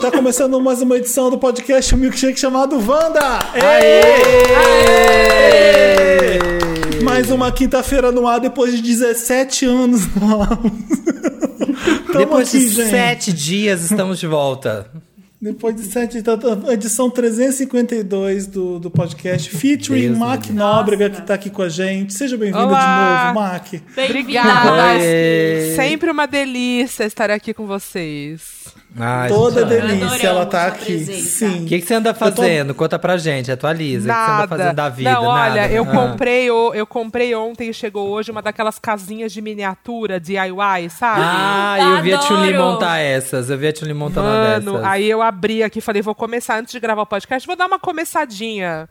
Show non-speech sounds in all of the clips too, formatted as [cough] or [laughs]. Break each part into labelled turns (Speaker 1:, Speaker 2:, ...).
Speaker 1: Tá começando mais uma edição do podcast Milkshake chamado Wanda! Mais uma quinta-feira no ar depois de 17 anos [laughs] no ar. Tamo
Speaker 2: Depois
Speaker 1: aqui,
Speaker 2: de
Speaker 1: gente.
Speaker 2: sete dias estamos de volta.
Speaker 1: Depois de 7, edição 352 do, do podcast, featuring
Speaker 2: Deus,
Speaker 1: Mac
Speaker 2: meu
Speaker 1: Nóbrega, que tá aqui com a gente. Seja bem-vinda de
Speaker 3: Olá.
Speaker 1: novo, Mac.
Speaker 3: Obrigada.
Speaker 2: Oi.
Speaker 3: Sempre uma delícia estar aqui com vocês.
Speaker 2: Ai,
Speaker 1: Toda
Speaker 2: gente, olha.
Speaker 1: delícia ela tá
Speaker 4: adoramos a
Speaker 1: aqui.
Speaker 4: presença.
Speaker 1: Sim.
Speaker 2: O que, que você anda fazendo? Conta pra gente, atualiza. O que você anda fazendo da vida?
Speaker 3: Não,
Speaker 2: nada.
Speaker 3: olha, eu
Speaker 2: Ah.
Speaker 3: comprei, o- eu comprei ontem e chegou hoje uma daquelas casinhas de miniatura DIY, sabe?
Speaker 2: Ah, eu vi a Tchuli
Speaker 4: Adoro.
Speaker 2: montar essas. Eu vi a Tchuli montando uma
Speaker 3: Mano,
Speaker 2: dessas.
Speaker 3: aí eu abri aqui e falei, vou começar antes de gravar o podcast, vou dar uma começadinha.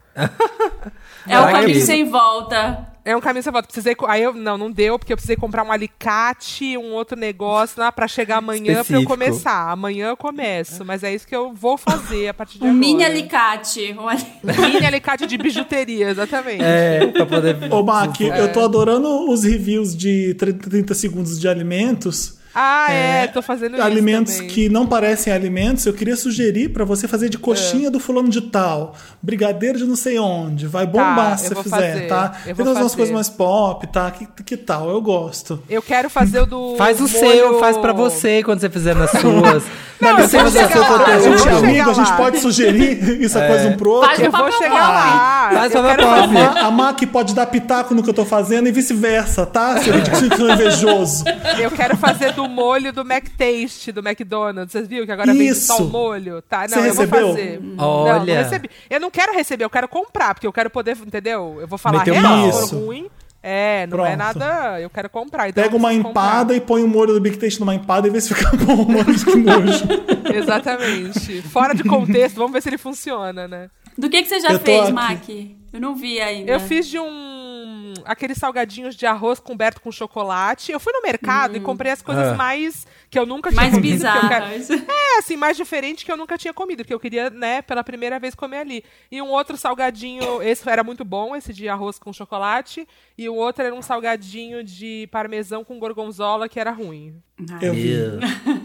Speaker 4: É o
Speaker 2: Ai,
Speaker 4: caminho
Speaker 2: querido.
Speaker 4: sem volta.
Speaker 3: É um caminho sem volta. Precisei. co- Aí eu, não, não deu, porque eu precisei comprar um alicate, um outro negócio lá pra chegar amanhã pra eu
Speaker 2: Específico.
Speaker 3: começar. Amanhã eu começo. Mas é isso que eu vou fazer a partir de
Speaker 4: Um
Speaker 3: agora.
Speaker 4: mini alicate. Um ali-
Speaker 3: Mini alicate de bijuteria, exatamente.
Speaker 2: É, pra poder...
Speaker 3: [laughs]
Speaker 1: Ô, Mac,
Speaker 2: É.
Speaker 1: eu tô adorando os reviews de 30, 30 segundos de alimentos.
Speaker 3: Ah, é, tô fazendo isso.
Speaker 1: alimentos
Speaker 3: também.
Speaker 1: que não parecem alimentos, eu queria sugerir pra você fazer de coxinha
Speaker 3: É.
Speaker 1: do fulano de tal, brigadeiro de não sei onde. Vai bombar se
Speaker 3: eu
Speaker 1: você
Speaker 3: vou
Speaker 1: fizer,
Speaker 3: fazer,
Speaker 1: tá?
Speaker 3: eu vou
Speaker 1: Tem umas
Speaker 3: fazer.
Speaker 1: coisas mais pop, tá? Que, que tal? Eu gosto.
Speaker 3: Eu quero fazer o do.
Speaker 2: Faz o
Speaker 3: molho-
Speaker 2: seu, faz pra você quando você fizer nas suas.
Speaker 3: [laughs] Não,
Speaker 2: Mas
Speaker 3: eu
Speaker 2: você
Speaker 3: vou
Speaker 2: usa
Speaker 3: chegar
Speaker 2: seu
Speaker 3: lá, eu
Speaker 1: A
Speaker 3: vou
Speaker 1: gente é
Speaker 3: chegar
Speaker 2: conteúdo.
Speaker 1: amigo, a gente
Speaker 3: lá.
Speaker 1: pode [laughs] sugerir isso é. coisa um pro outro.
Speaker 4: Faz
Speaker 3: Eu
Speaker 4: um
Speaker 3: vou
Speaker 4: papel
Speaker 3: chegar
Speaker 4: pop.
Speaker 3: lá.
Speaker 2: Faz
Speaker 3: eu
Speaker 2: papel
Speaker 3: quero
Speaker 2: pop.
Speaker 1: A,
Speaker 3: fazer-
Speaker 1: Ma, a Mac pode dar pitaco no que eu tô fazendo e vice-versa, tá? Seu
Speaker 3: [laughs]
Speaker 1: ridículo invejoso.
Speaker 3: Eu quero fazer do molho do McTaste, do McDonald's. Vocês viram que agora vem
Speaker 1: Isso.
Speaker 3: só o molho? Tá, não,
Speaker 1: Você
Speaker 3: eu vou
Speaker 1: recebeu?
Speaker 3: fazer. Não, não
Speaker 2: Olha.
Speaker 3: recebi. Eu não quero receber, eu quero comprar, porque eu quero poder, entendeu? Eu vou falar
Speaker 2: Meteu
Speaker 3: real,
Speaker 1: pau.
Speaker 3: for ruim. É, não é
Speaker 1: Pronto.
Speaker 3: nada. Eu quero comprar. Então
Speaker 1: Pega
Speaker 3: eu
Speaker 1: uma
Speaker 3: preciso comprar.
Speaker 1: empada e põe o molho do Big Taste numa empada e vê se fica bom. Olha que nojo.
Speaker 3: [laughs] [laughs] Exatamente. Fora de contexto, vamos ver se ele funciona, né?
Speaker 4: Do que, que você já
Speaker 1: Eu tô
Speaker 4: fez,
Speaker 1: aqui.
Speaker 4: Mac? Eu não vi ainda.
Speaker 3: Eu fiz de um. aqueles salgadinhos de arroz coberto com chocolate. Eu fui no mercado e comprei as coisas
Speaker 1: É.
Speaker 2: Ah.
Speaker 3: mais. que eu nunca tinha
Speaker 4: Hum. Mais
Speaker 3: comido, que eu quero-
Speaker 4: bizarras.
Speaker 3: É, assim, mais diferente que eu nunca tinha comido, que eu queria, né, pela primeira vez comer ali. E um outro salgadinho, esse era muito bom, esse de arroz com chocolate. E o outro era um salgadinho de parmesão com gorgonzola, que era ruim.
Speaker 1: Eu vi.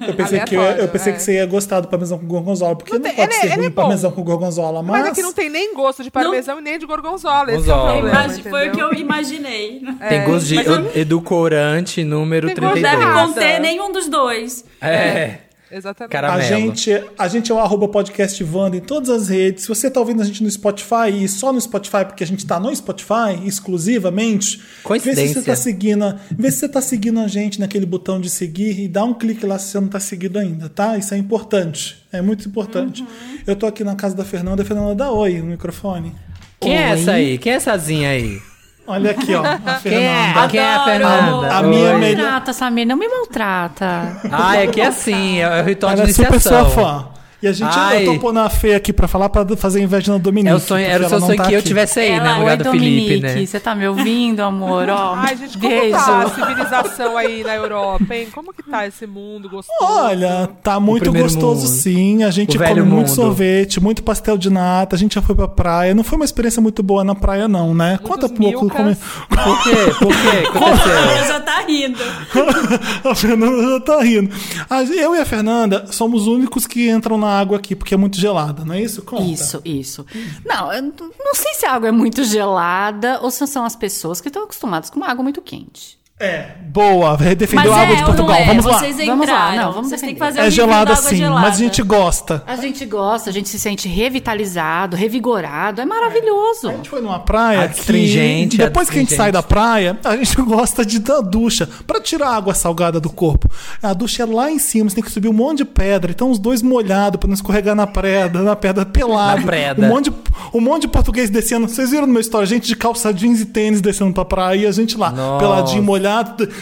Speaker 1: Eu pensei, que, eu,
Speaker 3: Aleatório,
Speaker 1: eu pensei
Speaker 3: é.
Speaker 1: que você ia gostar do parmesão com gorgonzola, porque não,
Speaker 3: Não tem-
Speaker 1: pode
Speaker 3: ele é-
Speaker 1: ser
Speaker 3: ele
Speaker 1: ruim
Speaker 3: é bom.
Speaker 1: parmesão com gorgonzola, mas...
Speaker 3: Mas, aqui não tem nem gosto de parmesão e nem de gorgonzola. Esse é o
Speaker 2: Gorgonzola.
Speaker 3: problema,
Speaker 4: Imagi- Foi o que
Speaker 3: entendeu?
Speaker 4: eu imaginei.
Speaker 2: Tem gosto de
Speaker 3: É, mas eu não-
Speaker 2: edulcorante número
Speaker 3: Tem gosto de
Speaker 4: Não deve
Speaker 2: 32.
Speaker 3: errado.
Speaker 4: conter nenhum dos dois.
Speaker 2: É.
Speaker 3: Exatamente.
Speaker 2: Cara,
Speaker 1: A
Speaker 2: Caramelo.
Speaker 1: gente, a gente é o arroba podcast Wanda em todas as redes. Se você tá ouvindo a gente no Spotify e só no Spotify, porque a gente tá no Spotify exclusivamente, vê se
Speaker 2: Coincidência.
Speaker 1: você tá seguindo, a- vê se você tá seguindo a gente naquele botão de seguir e dá um clique lá se você não tá seguido ainda, tá? Isso é importante. É muito importante.
Speaker 3: Uhum.
Speaker 1: Eu tô aqui na casa da Fernanda, a Fernanda dá oi no microfone.
Speaker 2: Quem é
Speaker 1: Oi.
Speaker 2: essa aí? Quem é essazinha aí?
Speaker 1: Olha aqui, ó. A
Speaker 2: Quem é?
Speaker 1: Fernanda.
Speaker 2: Quem é a
Speaker 4: Adoro.
Speaker 2: Fernanda?
Speaker 1: A minha
Speaker 2: Oi.
Speaker 1: melhor.
Speaker 5: maltrata, Samir, não me maltrata.
Speaker 2: Ah, é que é assim, é o ritual de
Speaker 1: Ela é super sua
Speaker 2: iniciação.
Speaker 1: fã. E a gente,
Speaker 2: Ai.
Speaker 1: eu tô pondo a Fê aqui pra falar, pra fazer inveja na Dominique.
Speaker 2: É o sonho, era
Speaker 1: porque
Speaker 2: o seu
Speaker 1: ela não
Speaker 2: sonho
Speaker 1: tá
Speaker 2: que eu
Speaker 1: aqui.
Speaker 2: tivesse aí, né?
Speaker 4: Ela-
Speaker 2: No
Speaker 5: Oi,
Speaker 2: lugar do Felipe,
Speaker 5: é Dominique,
Speaker 2: né?
Speaker 5: você tá me ouvindo, amor?
Speaker 3: [laughs]
Speaker 5: Ó,
Speaker 3: Ai, gente, como
Speaker 5: beijo.
Speaker 3: tá a civilização aí na Europa, hein? Como que tá esse mundo gostoso?
Speaker 1: Olha, tá muito
Speaker 2: primeiro
Speaker 1: gostoso
Speaker 2: mundo.
Speaker 1: sim. A gente
Speaker 2: O
Speaker 1: come
Speaker 2: velho
Speaker 1: muito
Speaker 2: mundo.
Speaker 1: sorvete, muito pastel de nata. A gente já foi pra praia. Não foi uma experiência muito boa na praia, não, né? Conta pouco. é. Come...
Speaker 3: milkas.
Speaker 2: Por quê? Por quê? O que aconteceu?
Speaker 4: Ela já tá rindo.
Speaker 1: [laughs] a Fernanda já tá rindo. A- Eu e a Fernanda somos os únicos que entram na água aqui, porque é muito gelada, não é isso? Conta.
Speaker 5: Isso, isso. Não, eu n- não sei se a água é muito gelada ou se são as pessoas que estão acostumadas com uma água muito quente.
Speaker 1: É, boa. Defendeu a água
Speaker 4: Mas é,
Speaker 1: de
Speaker 4: ou não
Speaker 1: Portugal.
Speaker 4: é?
Speaker 1: Vamos lá.
Speaker 4: Vocês entraram.
Speaker 5: Vamos lá, não, vamos
Speaker 4: Vocês têm que
Speaker 5: defender.
Speaker 4: fazer um
Speaker 1: É
Speaker 4: review da
Speaker 1: gelada
Speaker 4: água
Speaker 1: sim,
Speaker 4: gelada.
Speaker 1: mas a gente gosta.
Speaker 5: A gente gosta, a gente se sente revitalizado, revigorado, é maravilhoso.
Speaker 1: A gente foi numa
Speaker 2: Ah,
Speaker 1: praia
Speaker 2: Astringente,
Speaker 1: que depois que a gente
Speaker 2: astringente.
Speaker 1: sai da praia, a gente [laughs] gosta de dar ducha pra tirar a água salgada do corpo. A ducha é lá em cima, você tem que subir um monte de pedra, então os dois molhados pra não escorregar na pedra, na pedra pelado.
Speaker 2: Na preda.
Speaker 1: Um monte, de- um monte de português descendo. Vocês viram no meu história, gente de calça jeans e tênis descendo pra praia e a gente lá,
Speaker 2: Nossa.
Speaker 1: peladinho, molhado.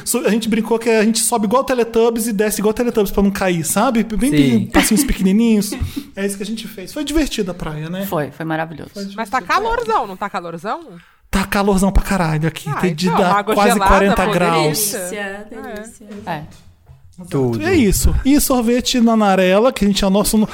Speaker 1: So- A gente brincou que a gente sobe igual Teletubbies e desce igual Teletubbies pra não cair, sabe? Bem
Speaker 2: Sim.
Speaker 1: pe- passinhos pequenininhos. É isso que a gente fez. Foi divertida a praia, né?
Speaker 5: Foi, foi maravilhoso.
Speaker 3: Mas tá calorzão, não tá calorzão?
Speaker 1: Tá calorzão pra caralho aqui.
Speaker 3: Ah,
Speaker 1: tem de
Speaker 3: então,
Speaker 1: dar
Speaker 3: água
Speaker 1: quase
Speaker 3: gelada,
Speaker 1: 40
Speaker 3: pô,
Speaker 1: graus.
Speaker 4: Delícia, delícia.
Speaker 5: É.
Speaker 2: Tudo.
Speaker 1: É isso. E sorvete nanarela, que a gente é o nosso. no-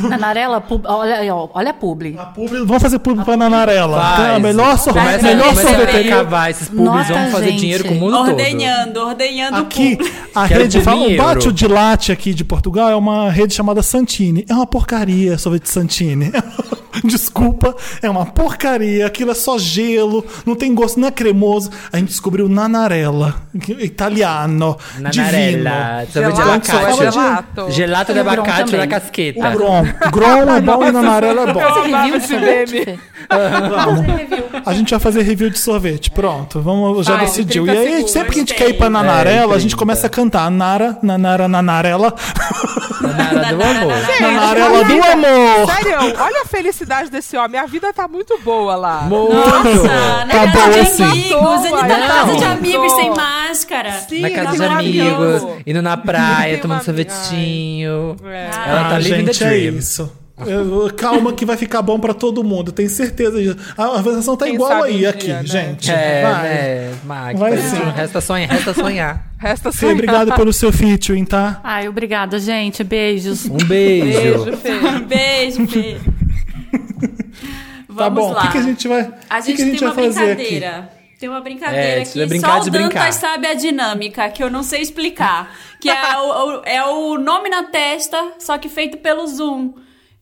Speaker 5: Nanarela, pub- olha, aí, ó, olha a publi.
Speaker 1: a publi- vamos fazer público pra nanarela. Então, a melhor sorvete,
Speaker 2: Começa,
Speaker 1: melhor
Speaker 2: começa
Speaker 1: sorvete.
Speaker 2: a cavar esses pubs,
Speaker 5: Nota,
Speaker 2: vão fazer
Speaker 5: gente.
Speaker 2: dinheiro com o mundo todo.
Speaker 4: Ordenhando, ordenhando
Speaker 1: Aqui,
Speaker 4: o público.
Speaker 1: a
Speaker 2: Quero
Speaker 1: rede fala, o
Speaker 2: dinheiro.
Speaker 1: bate o de latte aqui de Portugal é uma rede chamada Santini. É uma porcaria, sorvete Santini. [laughs] Desculpa, é uma porcaria. Aquilo é só gelo, não tem gosto, não é cremoso. A gente descobriu nanarela, que- italiano,
Speaker 2: Nanarela, sorvete de
Speaker 3: Gelato, é
Speaker 2: abacate.
Speaker 3: gelato.
Speaker 2: Gelato de
Speaker 5: Tem o Grom
Speaker 2: abacate na
Speaker 5: também.
Speaker 1: divino. O
Speaker 2: casqueta.
Speaker 1: Grom. Grom é bom e nanarela é bom.
Speaker 3: Nossa,
Speaker 5: [laughs] Você review de
Speaker 3: esse
Speaker 5: sorvete,
Speaker 3: meme.
Speaker 5: Fê?
Speaker 1: Vamos. A gente vai fazer review de sorvete. Pronto, vamos, já
Speaker 3: Vai,
Speaker 1: decidiu. E
Speaker 3: 30
Speaker 1: aí,
Speaker 3: segundos,
Speaker 1: sempre que a gente
Speaker 4: tem.
Speaker 1: quer ir
Speaker 2: É,
Speaker 1: pra Nanarela, a gente
Speaker 2: 30.
Speaker 1: começa a cantar Nara, Nanara, Nanarela.
Speaker 2: Nanara do amor.
Speaker 3: Gente,
Speaker 1: Nanarela do
Speaker 3: olha aí,
Speaker 1: amor.
Speaker 3: Sério, olha a felicidade desse homem. A vida tá muito boa lá.
Speaker 2: Muito.
Speaker 4: Nossa, na
Speaker 1: Tá
Speaker 4: casa de
Speaker 1: bom assim.
Speaker 4: amigos, ele tá
Speaker 3: Não.
Speaker 4: na casa de
Speaker 2: Não.
Speaker 4: amigos sem máscara.
Speaker 3: Sim,
Speaker 2: Na
Speaker 3: ele
Speaker 2: casa dos
Speaker 3: tem um
Speaker 2: amigos,
Speaker 3: amigo.
Speaker 2: indo na
Speaker 3: Tem
Speaker 2: praia,
Speaker 3: um
Speaker 2: tomando
Speaker 3: amigo.
Speaker 2: sorvetinho.
Speaker 3: É.
Speaker 2: Ela tá
Speaker 1: Ah,
Speaker 2: living the
Speaker 1: gente, é
Speaker 2: dream.
Speaker 1: isso. Eu- calma que vai ficar bom pra todo mundo, tenho certeza disso. A organização tá
Speaker 3: Quem
Speaker 1: igual
Speaker 3: sabe
Speaker 1: aí
Speaker 3: um
Speaker 1: aqui,
Speaker 3: dia, né?
Speaker 1: gente.
Speaker 2: É,
Speaker 1: Vai.
Speaker 2: né, Max?
Speaker 1: Vai
Speaker 2: tá
Speaker 1: sim.
Speaker 2: vendo? Resta sonhar, resta sonhar.
Speaker 3: Resta só
Speaker 1: Fê, obrigado pelo seu featuring, tá?
Speaker 5: Ai, obrigada, gente. Beijos.
Speaker 2: Um beijo.
Speaker 3: Beijo, Fê.
Speaker 1: [laughs]
Speaker 4: Beijo, Fê. Vamos
Speaker 1: tá bom.
Speaker 4: lá.
Speaker 1: O que, que a gente vai,
Speaker 4: A
Speaker 1: o que
Speaker 4: gente
Speaker 1: que a gente vai
Speaker 4: tem uma
Speaker 1: fazer aqui?
Speaker 4: brincadeira. Tem uma brincadeira
Speaker 2: É, isso
Speaker 4: que
Speaker 2: é brincar
Speaker 4: só
Speaker 2: de
Speaker 4: o
Speaker 2: brincar.
Speaker 4: Dantas sabe a dinâmica, que eu não sei explicar. Que é o, o- é o nome na testa, só que feito pelo Zoom.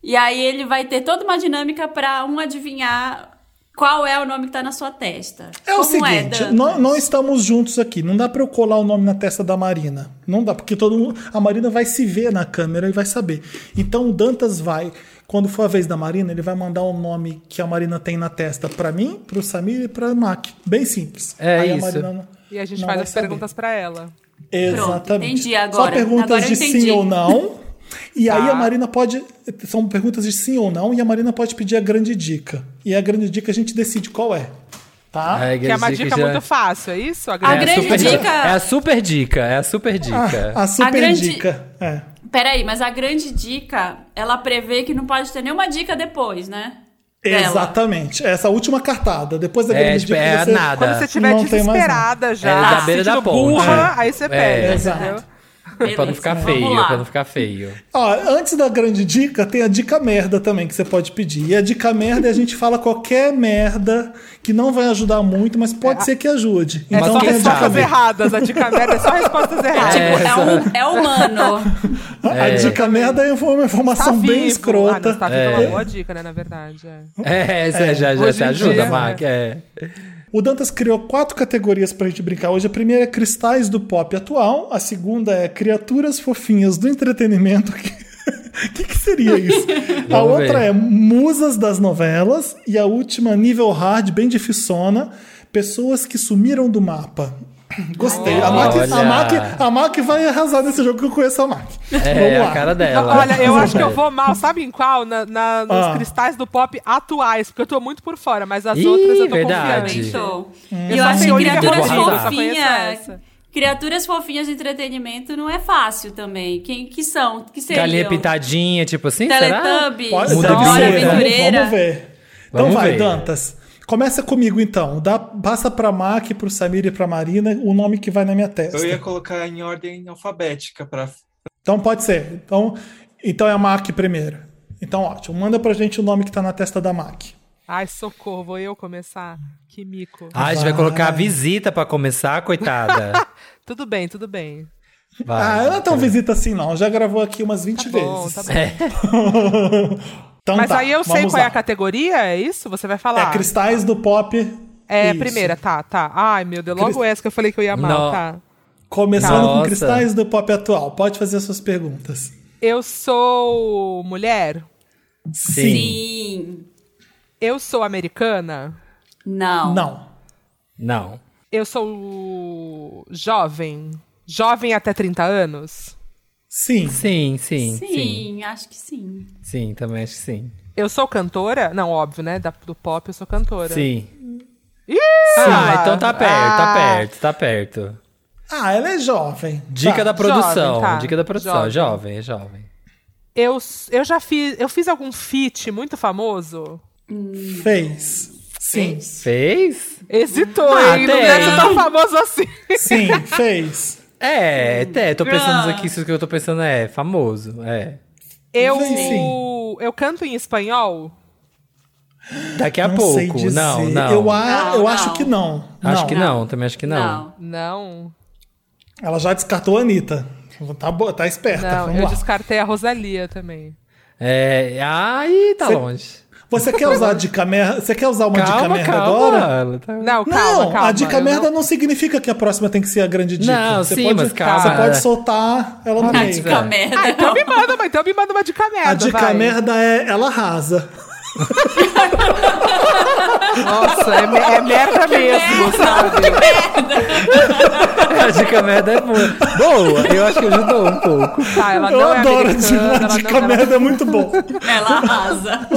Speaker 4: E aí ele vai ter toda uma dinâmica pra um adivinhar qual é o nome que tá na sua testa.
Speaker 1: É o
Speaker 4: Como
Speaker 1: seguinte,
Speaker 4: Dantas?
Speaker 1: nós, nós estamos juntos aqui. Não dá pra eu colar o nome na testa da Marina. Não dá, porque todo mundo, a Marina vai se ver na câmera e vai saber. Então o Dantas vai, quando for a vez da Marina, ele vai mandar o nome que a Marina tem na testa pra mim, pro Samir e pra Mac. Bem simples.
Speaker 2: É
Speaker 1: Aí
Speaker 2: isso.
Speaker 1: A Marina não-
Speaker 3: E a gente
Speaker 1: não
Speaker 3: faz
Speaker 1: vai
Speaker 3: as
Speaker 1: saber.
Speaker 3: perguntas pra ela.
Speaker 1: Exatamente.
Speaker 4: entendi
Speaker 1: Só
Speaker 4: agora.
Speaker 1: perguntas
Speaker 4: Agora eu
Speaker 1: de sim
Speaker 4: entendi.
Speaker 1: ou não. E aí
Speaker 3: Tá.
Speaker 1: a Marina pode. São perguntas de sim ou não, e a Marina pode pedir a grande dica. E a grande dica a gente decide qual é. Tá?
Speaker 2: Ai,
Speaker 3: Que é uma dica
Speaker 2: já-
Speaker 3: muito fácil, é isso? A
Speaker 2: É
Speaker 4: A
Speaker 2: a
Speaker 3: grande-
Speaker 4: grande
Speaker 2: super
Speaker 4: dica-
Speaker 2: É a super dica, é a super dica.
Speaker 1: Ah, A super
Speaker 4: A grande-
Speaker 1: dica. É.
Speaker 4: Peraí, mas a grande dica, ela prevê que não pode ter nenhuma dica depois, né? Dela. [laughs]
Speaker 1: Exatamente. Essa última cartada. Depois da
Speaker 2: é,
Speaker 1: grande
Speaker 2: tipo,
Speaker 1: dica.
Speaker 2: é
Speaker 1: você-
Speaker 2: nada.
Speaker 3: Quando você estiver
Speaker 1: Não tem mais
Speaker 3: desesperada já,
Speaker 2: É, da
Speaker 3: se
Speaker 2: beira da
Speaker 3: sentindo
Speaker 2: ponte.
Speaker 3: burra,
Speaker 2: É.
Speaker 3: aí você
Speaker 2: É.
Speaker 3: perde,
Speaker 1: Exato.
Speaker 3: entendeu?
Speaker 2: Pra não ficar
Speaker 4: Beleza, vamos
Speaker 2: feio,
Speaker 4: lá.
Speaker 2: pra não ficar feio.
Speaker 1: Ó, antes da grande dica, tem a dica merda também que você pode pedir. E a dica merda é a gente fala qualquer merda que não vai ajudar muito, mas pode ser que ajude.
Speaker 3: É só
Speaker 1: Então tem a dica
Speaker 3: respostas
Speaker 2: sabe.
Speaker 1: merda.
Speaker 3: erradas. A dica merda é só respostas erradas.
Speaker 2: É.
Speaker 4: Tipo, é, um,
Speaker 2: [laughs]
Speaker 4: é humano. [laughs]
Speaker 1: A
Speaker 2: É.
Speaker 1: dica merda é uma
Speaker 3: Tá
Speaker 1: informação bem
Speaker 3: vivo. Ah,
Speaker 1: escrota.
Speaker 3: não, tá vivo é
Speaker 2: É.
Speaker 3: uma boa dica, né, na verdade. é.
Speaker 2: É, essa já, já
Speaker 3: Hoje
Speaker 2: te
Speaker 3: em
Speaker 2: ajuda,
Speaker 3: dia,
Speaker 2: Mac. É.
Speaker 1: O Dantas criou quatro categorias pra gente brincar hoje. A primeira é cristais do pop atual. A segunda é criaturas fofinhas do entretenimento. [laughs] O que, que seria
Speaker 2: [laughs]
Speaker 1: isso? a
Speaker 2: Vamos
Speaker 1: outra
Speaker 2: ver.
Speaker 1: é musas das novelas. E a última, nível hard, bem difiçona. Pessoas que sumiram do mapa. Gostei. A Mac, a,
Speaker 2: Olha.
Speaker 1: Mac, a Mac vai arrasar nesse jogo que eu conheço a Mac.
Speaker 2: É, a cara dela.
Speaker 3: Olha, eu acho que eu vou mal, sabe em qual? Na, na- nos
Speaker 1: Ah.
Speaker 3: cristais do pop atuais, porque eu tô muito por fora, mas as
Speaker 2: Ih,
Speaker 3: outras eu tô
Speaker 2: verdade.
Speaker 3: confiante.
Speaker 4: Então,
Speaker 3: Hum. Eu só
Speaker 4: Eu, acho
Speaker 3: sei
Speaker 4: que
Speaker 3: a única
Speaker 4: criaturas
Speaker 2: borrada.
Speaker 3: Eu só conheço
Speaker 4: fofinhas.
Speaker 3: essa.
Speaker 4: Criaturas fofinhas de entretenimento não é fácil também. Quem que são? Que seriam?
Speaker 2: Galinha pintadinha, tipo assim, será?
Speaker 4: Teletubbies,
Speaker 1: Pode
Speaker 2: Muda
Speaker 1: deve
Speaker 3: então,
Speaker 2: de
Speaker 4: Dora
Speaker 1: ser. Vamos, vamos
Speaker 2: cena.
Speaker 4: Aventureira.
Speaker 1: ver. Então
Speaker 2: Vamos
Speaker 1: vai,
Speaker 2: ver.
Speaker 1: Dantas. Começa comigo então. Dá, passa pra Mac, pro Samir e pra Marina o nome que vai na minha testa.
Speaker 6: Eu ia colocar em ordem alfabética para
Speaker 1: Então pode ser. Então, então é a Mac primeiro. Então ótimo. Manda pra gente o nome que tá na testa da Mac.
Speaker 3: Ai, socorro, vou eu começar? Que mico.
Speaker 2: Ah, a gente vai colocar a visita pra começar, coitada.
Speaker 3: Tudo bem, tudo bem.
Speaker 2: Vai.
Speaker 1: ah, ela não é tão
Speaker 2: [laughs]
Speaker 1: visita assim não. Já gravou aqui umas 20
Speaker 3: Tá bom,
Speaker 1: vezes.
Speaker 3: tá bom.
Speaker 1: [laughs]
Speaker 2: É,
Speaker 1: Então
Speaker 3: Mas
Speaker 1: tá,
Speaker 3: aí eu sei
Speaker 1: vamos
Speaker 3: qual é
Speaker 1: lá.
Speaker 3: a categoria, é isso? Você vai falar.
Speaker 1: É cristais do pop.
Speaker 3: É,
Speaker 1: Isso.
Speaker 3: primeira, tá, tá. Ai, meu Deus, logo
Speaker 1: Cris-
Speaker 3: essa que eu falei que eu ia mal,
Speaker 2: Não.
Speaker 3: tá.
Speaker 1: Começando com
Speaker 2: Nossa.
Speaker 1: cristais do pop atual. Pode fazer as suas perguntas.
Speaker 3: Eu sou mulher?
Speaker 1: Sim.
Speaker 4: Sim.
Speaker 3: Eu sou americana?
Speaker 4: Não.
Speaker 1: Não.
Speaker 2: Não.
Speaker 3: Eu sou jovem? Jovem até 30 anos?
Speaker 1: Sim.
Speaker 2: Sim, sim,
Speaker 4: Sim,
Speaker 2: sim. Sim,
Speaker 4: acho que sim.
Speaker 2: também acho que sim.
Speaker 3: Eu sou cantora? Não, óbvio, né? Da- do pop eu sou cantora.
Speaker 2: Sim.
Speaker 3: Ih!
Speaker 2: Ah, então tá perto,
Speaker 3: Ah.
Speaker 2: tá perto, tá perto.
Speaker 1: Ah, ela é jovem.
Speaker 2: Dica
Speaker 1: Tá.
Speaker 2: da produção,
Speaker 3: Jovem, tá.
Speaker 2: dica da produção.
Speaker 3: Jovem.
Speaker 2: Jovem, é jovem.
Speaker 3: Eu, s- eu já fiz. Eu fiz algum feat muito famoso?
Speaker 1: Fez. Sim.
Speaker 4: Fez?
Speaker 2: Fez?
Speaker 3: Hesitou,
Speaker 2: Ah,
Speaker 3: hein? Não
Speaker 2: tem.
Speaker 3: deve ser tão famoso assim.
Speaker 1: Sim, fez.
Speaker 2: É, é, tô
Speaker 3: Ah.
Speaker 2: pensando aqui, isso que eu tô pensando é famoso, é.
Speaker 3: Eu,
Speaker 1: Sim, sim.
Speaker 3: eu canto em espanhol?
Speaker 2: Daqui a
Speaker 1: não
Speaker 2: pouco.
Speaker 1: sei dizer.
Speaker 2: Não, não.
Speaker 1: Eu, a-
Speaker 4: Não,
Speaker 1: eu
Speaker 4: não.
Speaker 1: acho que não.
Speaker 2: Acho que não, também acho que não.
Speaker 3: Não.
Speaker 1: Ela já descartou a Anitta. Tá, boa, tá esperta.
Speaker 3: Não,
Speaker 1: vamos
Speaker 3: eu
Speaker 1: lá.
Speaker 3: descartei a Rosalia também.
Speaker 2: É, aí tá
Speaker 1: Cê-
Speaker 2: longe.
Speaker 1: Você quer usar a dica merda? Você quer usar uma dica
Speaker 2: Calma,
Speaker 1: merda
Speaker 2: calma.
Speaker 1: agora?
Speaker 2: ela tá-
Speaker 3: Não, calma,
Speaker 1: Não,
Speaker 3: calma.
Speaker 1: a dica
Speaker 3: eu
Speaker 1: merda
Speaker 3: não-
Speaker 1: não... significa que a próxima tem que ser a grande dica.
Speaker 2: Não,
Speaker 1: você
Speaker 2: sim,
Speaker 1: pode,
Speaker 2: mas calma.
Speaker 1: Você pode soltar ela
Speaker 3: Tá
Speaker 1: no
Speaker 4: A
Speaker 1: meio.
Speaker 4: dica merda.
Speaker 3: Então me manda, mas então me manda uma dica merda.
Speaker 1: A dica
Speaker 3: vai.
Speaker 1: merda é ela arrasa.
Speaker 3: Nossa, é, me- é merda mesmo, sabe?
Speaker 2: A dica merda [laughs] é boa. Boa, eu acho que ajudou um pouco.
Speaker 3: Tá, ela
Speaker 1: eu
Speaker 3: não
Speaker 1: adoro
Speaker 3: é
Speaker 1: a dica,
Speaker 3: americana,
Speaker 1: a
Speaker 3: ela
Speaker 1: dica
Speaker 3: não, ela-
Speaker 1: merda, é
Speaker 3: [laughs]
Speaker 1: muito bom.
Speaker 4: Ela arrasa.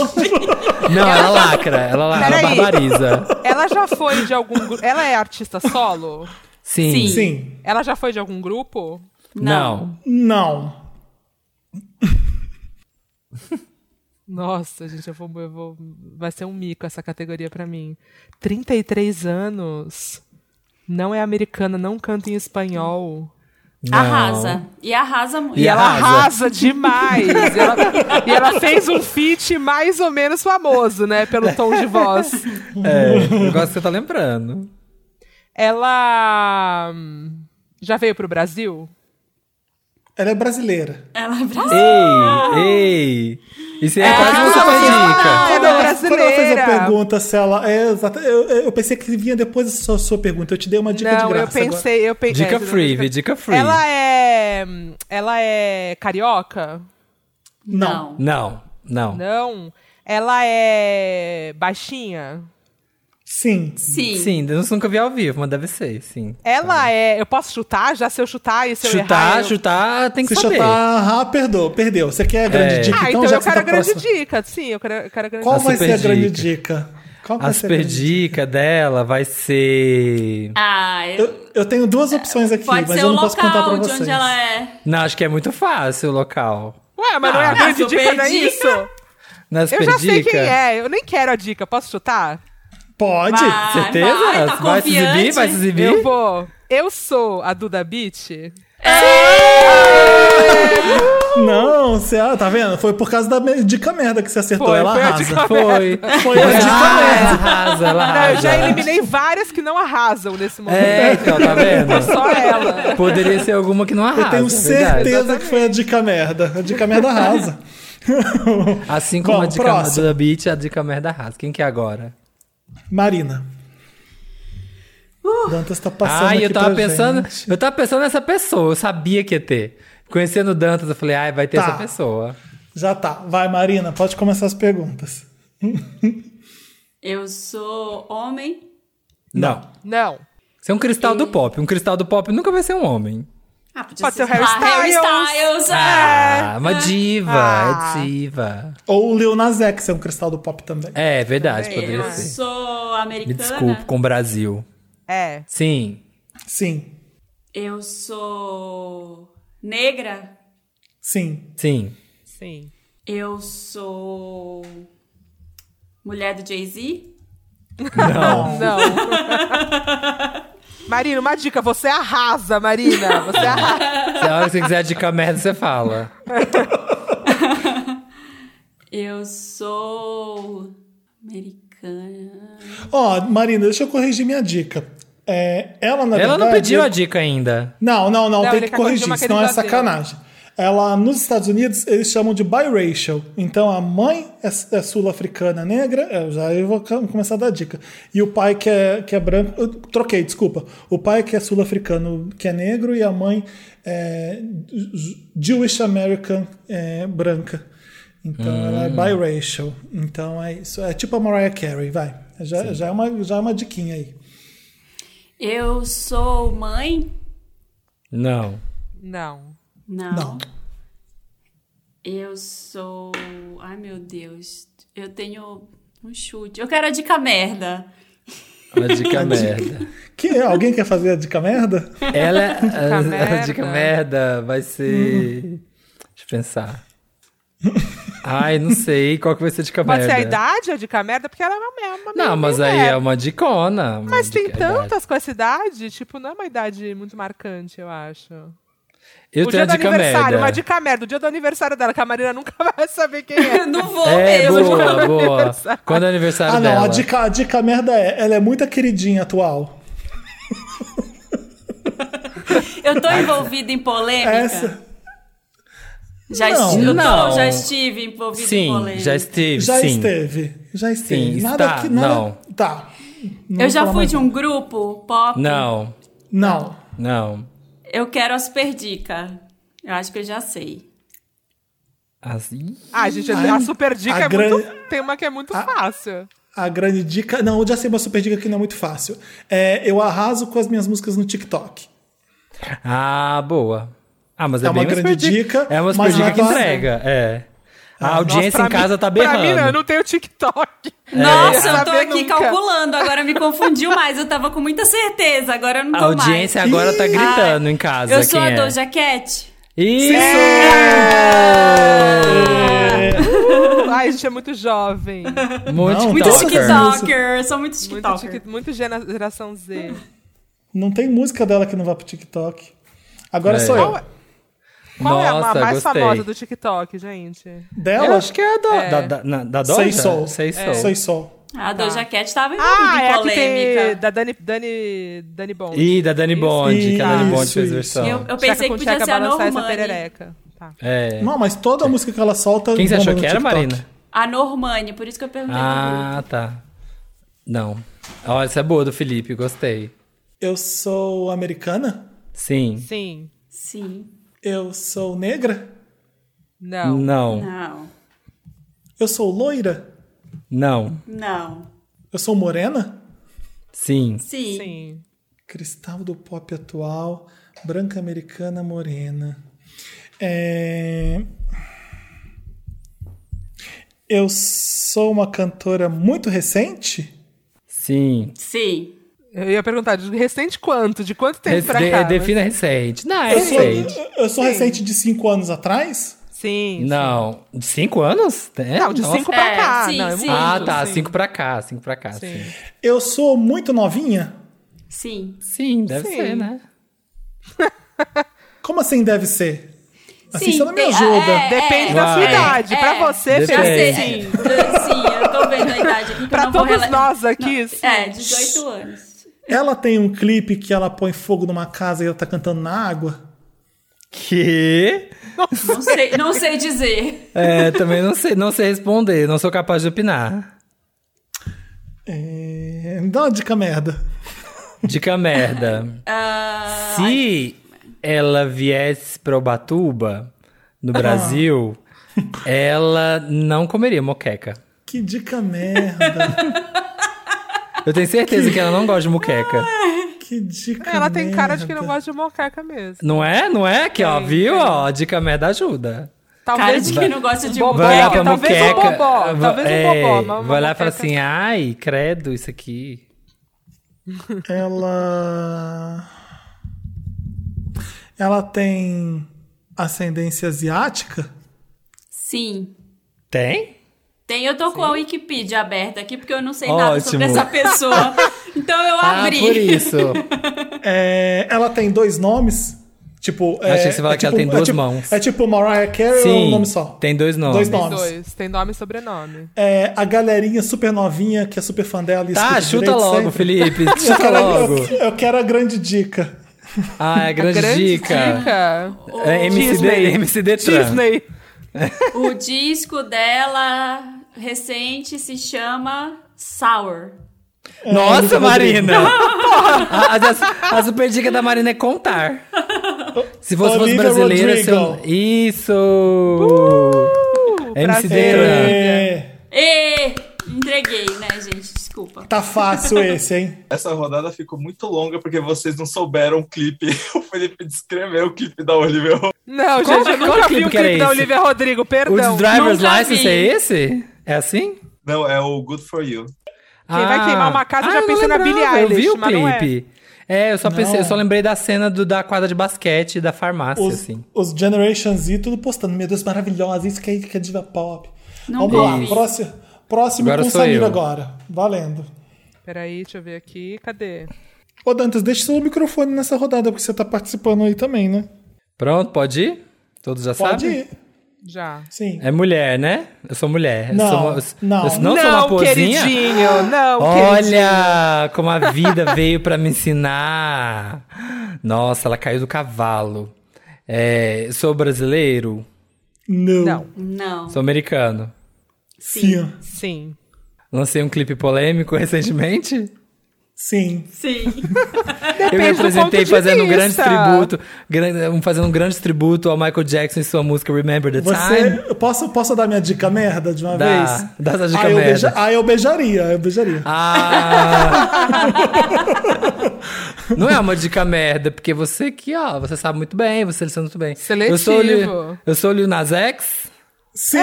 Speaker 2: Não, ela é lacra, ela lacra, ela
Speaker 3: Peraí.
Speaker 2: barbariza.
Speaker 3: Ela já foi de algum gru- Ela é artista solo?
Speaker 2: Sim.
Speaker 4: Sim.
Speaker 1: Sim,
Speaker 3: Ela já foi de algum grupo?
Speaker 2: Não.
Speaker 1: não.
Speaker 3: Nossa, gente, eu vou, eu vou- Vai ser um mico essa categoria pra mim. 33 anos. Não é americana, não canta em espanhol.
Speaker 2: não.
Speaker 4: Arrasa. E arrasa muito.
Speaker 2: E
Speaker 3: E ela
Speaker 2: arrasa.
Speaker 3: arrasa, demais. e, ela, e ela fez um feat mais ou menos famoso, né? Pelo tom de voz.
Speaker 2: É, eu gosto que você tá lembrando.
Speaker 3: Ela. hum, Já veio pro Brasil?
Speaker 1: Ela é brasileira.
Speaker 4: [laughs] Ela é brasileira.
Speaker 3: Ah.
Speaker 2: Ei, ei. Isso aí é quase uma super
Speaker 3: ela é
Speaker 2: dica.
Speaker 1: Quando ela fez a
Speaker 3: brasileira.
Speaker 1: pergunta se ela é exata, eu, eu pensei que vinha depois da sua, sua pergunta. Eu te dei uma dica de
Speaker 3: não, eu
Speaker 1: graça. agora.
Speaker 3: pensei, eu é, pensei.
Speaker 2: Dica free, vi, dica free.
Speaker 3: Ela é. hum, Ela é carioca?
Speaker 1: Não.
Speaker 2: Não, não.
Speaker 3: Não. Ela é baixinha?
Speaker 1: Sim.
Speaker 4: Sim.
Speaker 2: Sim, eu nunca vi ao vivo, mas deve ser, sim.
Speaker 3: Ela é. Eu posso chutar? Já se eu chutar e se eu
Speaker 2: Tá. chutar,
Speaker 3: errar, eu-
Speaker 2: chutar, tem que
Speaker 1: Se
Speaker 2: saber.
Speaker 1: chutar, ah, perdeu, perdeu. Você quer a grande
Speaker 2: É.
Speaker 1: dica?
Speaker 3: Ah,
Speaker 1: então,
Speaker 3: então,
Speaker 1: já
Speaker 3: eu
Speaker 1: que você
Speaker 3: quero
Speaker 1: tá
Speaker 3: a grande
Speaker 1: próxima.
Speaker 3: dica. Sim, eu quero, eu quero a grande
Speaker 1: Qual
Speaker 2: A
Speaker 1: vai ser a
Speaker 2: super
Speaker 1: grande
Speaker 2: dica.
Speaker 1: dica? Qual vai
Speaker 2: As
Speaker 1: ser a grande dica?
Speaker 2: perdica dela vai ser.
Speaker 4: Ah, eu-
Speaker 1: Eu, eu tenho duas opções aqui,
Speaker 4: pode
Speaker 1: mas
Speaker 4: ser
Speaker 1: eu
Speaker 4: o
Speaker 1: não posso contar pra
Speaker 4: local de
Speaker 1: vocês.
Speaker 4: onde ela é.
Speaker 2: Não, acho que é muito fácil o local.
Speaker 3: Ué, mas não é a
Speaker 4: Ah,
Speaker 3: grande
Speaker 4: super
Speaker 3: dica, não é
Speaker 4: dica.
Speaker 3: isso?
Speaker 2: Nas
Speaker 3: Eu já sei
Speaker 2: perdica.
Speaker 3: quem é. Eu nem quero a dica. Posso chutar?
Speaker 1: Pode?
Speaker 4: Vai.
Speaker 2: Certeza?
Speaker 4: Vai, tá
Speaker 2: vai se exibir?
Speaker 4: confiante?
Speaker 2: Vai se exibir?
Speaker 3: Eu vou. Eu sou a Duda Beat.
Speaker 1: Não, você, ah, tá vendo? Foi por causa da me- dica merda que você acertou.
Speaker 3: Foi,
Speaker 1: ela
Speaker 3: foi a
Speaker 1: arrasa.
Speaker 3: dica-
Speaker 2: Foi.
Speaker 1: Foi a dica
Speaker 2: Ah,
Speaker 1: merda.
Speaker 2: ela arrasa, ela
Speaker 3: Não, eu
Speaker 2: arrasa.
Speaker 3: já eliminei várias que não arrasam nesse momento.
Speaker 2: É, então, tá
Speaker 3: Foi [laughs]
Speaker 2: vendo?
Speaker 3: só ela.
Speaker 2: Poderia ser alguma que não arrasa.
Speaker 1: Eu tenho
Speaker 2: verdade.
Speaker 1: certeza que foi a dica merda. A dica merda arrasa.
Speaker 2: Assim como
Speaker 1: Bom,
Speaker 2: a dica
Speaker 1: próximo.
Speaker 2: da Beat, a dica merda arrasa. Quem que é agora?
Speaker 1: Marina. Dantas tá passando
Speaker 2: ai, eu
Speaker 1: aqui
Speaker 2: tava
Speaker 1: pra
Speaker 2: pensando.
Speaker 1: gente.
Speaker 2: Eu tava pensando nessa pessoa, eu sabia que ia ter. Conhecendo o Dantas, eu falei, ai, vai ter
Speaker 1: Tá.
Speaker 2: essa pessoa.
Speaker 1: Já tá. Vai, Marina, pode começar as perguntas.
Speaker 4: Eu sou homem.
Speaker 2: Não.
Speaker 3: Não.
Speaker 2: Você é um cristal do pop. Um cristal do pop nunca vai ser um homem.
Speaker 4: Ah, podia
Speaker 3: Pode ser o Harry Styles.
Speaker 4: Ah, Harry Styles.
Speaker 2: Ah, uma diva,
Speaker 3: É. Ah.
Speaker 2: é diva.
Speaker 1: Ou o Lil Nas X é um cristal do pop também.
Speaker 2: É, verdade,
Speaker 3: Também, né?
Speaker 2: poderia
Speaker 4: Ah, Eu
Speaker 2: ser.
Speaker 4: sou
Speaker 2: Me
Speaker 4: americana.
Speaker 2: desculpe com o Brasil.
Speaker 3: É.
Speaker 2: Sim.
Speaker 1: Sim,
Speaker 4: Eu sou negra.
Speaker 1: sim,
Speaker 2: Sim.
Speaker 3: Sim.
Speaker 4: Eu sou mulher do Jay-Z.
Speaker 2: Não. [laughs]
Speaker 3: Não. Marina, uma dica. Você arrasa, Marina. Você arrasa.
Speaker 2: Se a hora que você quiser dica merda, você fala.
Speaker 4: Eu sou americana.
Speaker 1: Ó, Marina, deixa eu corrigir minha dica. É, ela, na
Speaker 2: Ela
Speaker 1: verdade...
Speaker 2: não pediu a dica ainda.
Speaker 1: Não, não, não,
Speaker 3: Não,
Speaker 1: tem
Speaker 3: ele
Speaker 1: que
Speaker 3: acabou de
Speaker 1: corrigir,
Speaker 3: chamar que
Speaker 1: senão
Speaker 3: ele
Speaker 1: é
Speaker 3: já deu.
Speaker 1: sacanagem. Ela, nos Estados Unidos, eles chamam de biracial. Então, a mãe é, é sul-africana negra, eu já eu vou ca- começar a dar dica. E o pai que é, que é branco... eu troquei, desculpa. O pai que é sul-africano, que é negro, e a mãe é Ju- Jewish American é, branca. Então, ela é biracial. Então, é isso. É tipo a Mariah Carey, vai. Já, já, é, uma, já é uma diquinha aí.
Speaker 4: Eu sou mãe?
Speaker 2: Não.
Speaker 3: Não.
Speaker 4: Não.
Speaker 1: Não.
Speaker 4: Eu sou. Ai, meu Deus. Eu tenho um chute. Eu quero a dica merda.
Speaker 3: [laughs]
Speaker 2: Uma dica merda.
Speaker 1: Que, alguém quer fazer a dica merda?
Speaker 2: Ela. é A, a
Speaker 3: merda.
Speaker 2: dica merda vai ser. Deixa eu pensar. Ai, não sei qual que vai ser de
Speaker 3: Pode
Speaker 2: camerda.
Speaker 3: ser a idade, a dica merda, porque ela é uma, é uma
Speaker 2: Não,
Speaker 3: meio-
Speaker 2: mas
Speaker 3: meio
Speaker 2: aí
Speaker 3: merda.
Speaker 2: é uma dicona. uma
Speaker 3: Mas tem
Speaker 2: dica- é idade.
Speaker 3: tantas com essa idade, tipo, não é uma idade muito marcante, eu acho.
Speaker 2: Eu
Speaker 3: o
Speaker 2: tenho
Speaker 3: dia
Speaker 2: a
Speaker 3: do
Speaker 2: dica
Speaker 3: aniversário,
Speaker 2: merda.
Speaker 3: uma dica merda. O dia do aniversário dela, que a Marina nunca [laughs] vai saber quem é.
Speaker 4: [laughs] Não vou
Speaker 2: É,
Speaker 4: mesmo.
Speaker 3: [laughs]
Speaker 2: boa, boa. Quando é aniversário
Speaker 1: Ah, não,
Speaker 2: dela.
Speaker 1: a dica, a dica merda é: ela é muito a queridinha atual.
Speaker 4: [laughs] Eu tô envolvida em polêmica.
Speaker 1: Essa.
Speaker 4: Já,
Speaker 1: Não.
Speaker 4: estive, eu tô-
Speaker 2: Não.
Speaker 4: já estive envolvida em
Speaker 2: Sim,
Speaker 4: polêmica.
Speaker 2: já esteve,
Speaker 1: Já
Speaker 2: sim.
Speaker 1: esteve. Já esteve.
Speaker 2: Sim,
Speaker 1: nada
Speaker 2: está,
Speaker 1: que. Nada,
Speaker 2: não.
Speaker 1: Tá. Não
Speaker 4: Eu
Speaker 1: vou
Speaker 4: já
Speaker 1: falar
Speaker 4: fui
Speaker 1: mais
Speaker 4: de um grupo pop.
Speaker 2: Não,
Speaker 1: Não.
Speaker 2: não.
Speaker 4: Eu quero as perdica. Eu acho que eu já sei.
Speaker 2: Assim...
Speaker 3: Ah, gente,
Speaker 1: Ai,
Speaker 3: a super dica
Speaker 1: a
Speaker 3: é
Speaker 1: grande-
Speaker 3: muito. Tem uma que é muito fácil.
Speaker 1: A grande dica. Não, eu já sei uma super dica que não é muito fácil. É, eu arraso com as minhas músicas no TikTok.
Speaker 2: Ah, boa. Ah, mas é,
Speaker 1: É uma
Speaker 2: bem
Speaker 1: grande
Speaker 2: super
Speaker 1: dica,
Speaker 2: É uma super
Speaker 1: mas
Speaker 2: dica
Speaker 1: vai
Speaker 2: que
Speaker 1: dar-
Speaker 2: entrega, é. A
Speaker 3: Nossa,
Speaker 2: audiência
Speaker 3: pra
Speaker 2: em casa
Speaker 3: mim-
Speaker 2: tá
Speaker 3: Pra mim, não, eu
Speaker 2: berrando.
Speaker 3: não tenho
Speaker 4: [laughs]
Speaker 3: TikTok.
Speaker 2: É.
Speaker 4: Nossa,
Speaker 3: Não ia
Speaker 4: eu tô
Speaker 3: saber
Speaker 4: aqui
Speaker 3: nunca.
Speaker 4: calculando. Agora me confundiu mais. Eu tava com muita certeza. Agora eu não
Speaker 2: A
Speaker 4: tô
Speaker 2: audiência
Speaker 4: mais.
Speaker 2: agora tá gritando em
Speaker 4: Ah,
Speaker 2: casa.
Speaker 4: Eu sou
Speaker 2: quem
Speaker 4: a
Speaker 2: é.
Speaker 4: Doja Cat.
Speaker 2: Isso!
Speaker 3: Ai, gente, é muito jovem.
Speaker 4: [laughs]
Speaker 1: Não,
Speaker 2: Muito
Speaker 1: tá
Speaker 4: Muito
Speaker 1: Muito
Speaker 2: TikToker.
Speaker 4: TikToker. Eu sou muito
Speaker 3: Muito,
Speaker 4: TikToker.
Speaker 3: tic- muito gera- geração Z.
Speaker 1: Não tem música dela que não vá pro TikTok. Agora
Speaker 2: É.
Speaker 1: sou eu.
Speaker 3: Qual, qual é a ma-
Speaker 2: Nossa,
Speaker 3: mais
Speaker 2: gostei.
Speaker 3: famosa do TikTok, gente?
Speaker 2: Eu
Speaker 1: Dela?
Speaker 2: acho que é a do... da, da, na- da Doja.
Speaker 1: Sei Sol.
Speaker 2: Sei Sol.
Speaker 1: Sei Sol.
Speaker 4: A Doja Cat tava envolvida
Speaker 3: Tá. Ah, é
Speaker 4: em
Speaker 3: a que tem
Speaker 4: polêmica.
Speaker 3: da Dani, Dani, Dani Bond.
Speaker 2: E da Dani Bond, que a Dani
Speaker 1: Isso,
Speaker 2: Bond fez
Speaker 1: isso.
Speaker 2: versão.
Speaker 4: Eu, eu
Speaker 3: Tcheca
Speaker 4: pensei que
Speaker 3: com
Speaker 4: podia
Speaker 3: tcheca,
Speaker 4: ser a
Speaker 3: balançar é essa
Speaker 4: Normani.
Speaker 3: perereca. Tá.
Speaker 2: É.
Speaker 1: Não, mas toda música que ela solta.
Speaker 2: Quem você
Speaker 1: bomba
Speaker 2: achou
Speaker 1: um no
Speaker 2: que era,
Speaker 1: TikTok.
Speaker 2: Marina?
Speaker 4: A Normani, por isso que eu perguntei.
Speaker 2: Ah, tá. Não. Ó, essa é boa do Felipe, gostei.
Speaker 1: Eu sou americana?
Speaker 2: Sim.
Speaker 3: Sim.
Speaker 4: Sim.
Speaker 1: Eu sou negra?
Speaker 3: Não.
Speaker 2: Não.
Speaker 4: Não.
Speaker 1: Eu sou loira?
Speaker 2: Não.
Speaker 4: Não.
Speaker 1: Eu sou morena?
Speaker 2: Sim.
Speaker 4: Sim.
Speaker 3: Sim.
Speaker 1: Cristal do pop atual, branca americana morena. É... Eu sou uma cantora muito recente?
Speaker 2: Sim.
Speaker 4: Sim.
Speaker 3: Eu ia perguntar, de recente quanto? De quanto tempo
Speaker 2: Res-
Speaker 3: pra
Speaker 2: de-
Speaker 3: cá? mas-
Speaker 2: defina recente. Não, é
Speaker 1: Eu sou,
Speaker 2: recente.
Speaker 1: eu sou recente de cinco anos atrás?
Speaker 3: Sim.
Speaker 2: Não. De cinco anos? É,
Speaker 3: Não, de
Speaker 2: nossa.
Speaker 3: cinco pra
Speaker 4: É,
Speaker 3: cá.
Speaker 4: sim,
Speaker 3: não, é
Speaker 4: sim.
Speaker 3: muito,
Speaker 2: Ah, tá.
Speaker 3: sim.
Speaker 2: Cinco pra cá, cinco pra cá. Sim,
Speaker 3: Sim.
Speaker 1: Eu sou muito novinha?
Speaker 4: Sim.
Speaker 2: Sim, deve
Speaker 3: Sim.
Speaker 2: ser, né?
Speaker 1: Como assim deve ser? Assim
Speaker 4: Sim,
Speaker 1: você não me
Speaker 4: tem-
Speaker 1: ajuda.
Speaker 4: ah, é,
Speaker 3: Depende da sua
Speaker 2: Vai.
Speaker 3: idade.
Speaker 4: É,
Speaker 3: pra você,
Speaker 2: depende.
Speaker 4: Já sei.
Speaker 3: Felipe,
Speaker 4: Sim.
Speaker 3: sim.
Speaker 4: eu tô vendo a idade aqui. Que eu
Speaker 3: Pra
Speaker 4: não vou
Speaker 3: todos
Speaker 4: rela-
Speaker 3: nós aqui, sim.
Speaker 4: É, 18 anos.
Speaker 1: Ela tem um clipe que ela põe fogo numa casa e ela tá cantando na água?
Speaker 2: Que?
Speaker 4: Não sei, não sei dizer.
Speaker 2: É, também não sei, não sei responder, não sou capaz de opinar.
Speaker 1: É... Me dá uma dica merda.
Speaker 2: Dica merda.
Speaker 4: Ah,
Speaker 2: Se ela viesse pra Ubatuba, no
Speaker 3: Ah.
Speaker 2: Brasil, ela não comeria moqueca.
Speaker 1: Que dica merda.
Speaker 2: Eu tenho certeza que ela não gosta de moqueca.
Speaker 1: Que dica
Speaker 3: Ela tem cara de que não
Speaker 1: merda.
Speaker 3: gosta de moqueca mesmo.
Speaker 2: Não é? Não é? Aqui, ó,
Speaker 3: Tem,
Speaker 2: viu?
Speaker 3: tem.
Speaker 2: Ó, a dica merda ajuda.
Speaker 4: cara
Speaker 3: [laughs] Talvez
Speaker 4: de quem não gosta de
Speaker 3: Bom,
Speaker 4: bom.
Speaker 2: Vai lá
Speaker 3: Moqueca,
Speaker 2: pra
Speaker 3: talvez um
Speaker 2: moqueca.
Speaker 3: bobó,
Speaker 2: va-
Speaker 3: talvez um
Speaker 2: é,
Speaker 3: bobó, mas uma
Speaker 2: Vai lá e fala
Speaker 3: moqueca-
Speaker 2: assim, ai, credo, isso aqui.
Speaker 1: Ela. Ela tem ascendência asiática?
Speaker 4: Sim.
Speaker 2: Tem?
Speaker 4: Tem, eu tô com a Wikipedia aberta aqui, porque eu não sei nada
Speaker 2: Ótimo.
Speaker 4: sobre
Speaker 2: [laughs]
Speaker 4: essa pessoa. Então eu abri.
Speaker 2: Ah, por
Speaker 4: [laughs]
Speaker 2: isso.
Speaker 1: É, ela tem dois nomes? Tipo. é,
Speaker 2: Achei que você falava
Speaker 1: é
Speaker 2: que ela
Speaker 1: tipo-
Speaker 2: tem duas
Speaker 1: é tipo,
Speaker 2: mãos.
Speaker 1: É tipo Mariah Carey ou é um
Speaker 2: Sim,
Speaker 1: nome só?
Speaker 2: tem dois nomes.
Speaker 1: Dois nomes.
Speaker 3: dois. Tem nome e sobrenome.
Speaker 1: É, a galerinha super novinha que é super fã dela e
Speaker 2: Tá,
Speaker 1: escuta
Speaker 2: chuta
Speaker 1: direito
Speaker 2: logo,
Speaker 1: sempre.
Speaker 2: Felipe.
Speaker 1: Eu
Speaker 2: Chuta
Speaker 1: quero, [laughs] eu-
Speaker 2: logo.
Speaker 1: eu quero a grande dica.
Speaker 2: Ah, é a grande, dica.
Speaker 3: dica.
Speaker 2: É MCD,
Speaker 3: Disney.
Speaker 2: MCD Trans.
Speaker 3: Disney.
Speaker 4: O disco dela recente se chama Sour.
Speaker 2: Nossa,
Speaker 1: É,
Speaker 2: Marina! a, a- a super dica da Marina é contar. Se você fosse
Speaker 1: Olivia
Speaker 2: brasileira, seu...
Speaker 1: Rodrigo.
Speaker 2: Isso!
Speaker 1: Uh,
Speaker 2: MCD Trans.
Speaker 1: É,
Speaker 4: E entreguei, né, gente? Desculpa.
Speaker 1: tá fácil esse, hein?
Speaker 6: Essa rodada ficou muito longa porque vocês não souberam o clipe. [laughs] O Felipe descreveu o clipe da Olivia.
Speaker 3: Não,
Speaker 2: Qual-
Speaker 3: gente, eu
Speaker 2: qual
Speaker 3: nunca
Speaker 2: clipe
Speaker 3: vi o
Speaker 2: que era
Speaker 3: clipe da
Speaker 2: esse?
Speaker 3: Olivia Rodrigo,
Speaker 2: O
Speaker 3: perdão.
Speaker 2: de Driver's
Speaker 4: nunca
Speaker 2: License
Speaker 4: vi.
Speaker 2: é esse? É assim?
Speaker 6: Não, é o Good For You.
Speaker 3: Quem vai queimar uma casa, eu já
Speaker 2: Ah, eu não
Speaker 3: pensei na Billie
Speaker 2: lembrava, Eu vi
Speaker 3: Eilish,
Speaker 2: o
Speaker 3: mas não é.
Speaker 2: clipe. É, eu só
Speaker 1: Não.
Speaker 2: pensei, eu só lembrei da cena do, da quadra de basquete da farmácia,
Speaker 1: Os,
Speaker 2: assim.
Speaker 1: os Generation Z tudo postando. Meu Deus, maravilhosa. Isso que é, que é diva pop.
Speaker 4: Não
Speaker 1: Vamos
Speaker 4: vi.
Speaker 1: lá. Próximo, próximo
Speaker 2: Agora
Speaker 1: com o
Speaker 2: sou
Speaker 1: Samir
Speaker 2: eu.
Speaker 1: agora. Valendo.
Speaker 3: Peraí, deixa eu ver aqui. Cadê?
Speaker 1: Ô, Dantas, deixa seu microfone nessa rodada, porque você tá participando aí também, né?
Speaker 2: Pronto, pode ir? Todos já
Speaker 1: Pode
Speaker 2: sabem?
Speaker 1: ir.
Speaker 3: Já.
Speaker 1: Sim.
Speaker 2: É mulher, né? Eu sou mulher. Eu
Speaker 1: Não,
Speaker 2: sou uma- eu
Speaker 1: não.
Speaker 2: sou- não, sou uma pozinha.
Speaker 3: queridinho. Não, Ah, queridinho.
Speaker 2: Olha como a vida veio pra me ensinar. Nossa, ela caiu do cavalo. É, sou brasileiro?
Speaker 1: Não.
Speaker 3: Não.
Speaker 4: Não.
Speaker 2: Sou americano.
Speaker 1: Sim.
Speaker 3: Sim.
Speaker 2: Lancei um clipe polêmico [laughs] recentemente.
Speaker 1: Sim.
Speaker 4: Sim.
Speaker 2: Eu
Speaker 3: Depende do
Speaker 2: me
Speaker 3: ponto
Speaker 2: apresentei
Speaker 3: de
Speaker 2: fazendo um grande
Speaker 3: vista.
Speaker 2: tributo, gran- um- fazendo um grande tributo ao Michael Jackson e sua música Remember the Time.
Speaker 1: Você. Eu posso, posso dar minha dica merda de uma
Speaker 2: Dá,
Speaker 1: vez?
Speaker 2: dá essa dica
Speaker 1: aí Eu
Speaker 2: merda.
Speaker 1: beija, aí eu beijaria, eu beijaria.
Speaker 2: É.
Speaker 3: [laughs]
Speaker 2: Ah! Não é uma dica merda, porque você que, ó, você sabe muito bem, você seleciona muito bem. Eu sou o Lil-
Speaker 3: Seletivo.
Speaker 2: eu sou o Lil Nas X.
Speaker 1: Sim!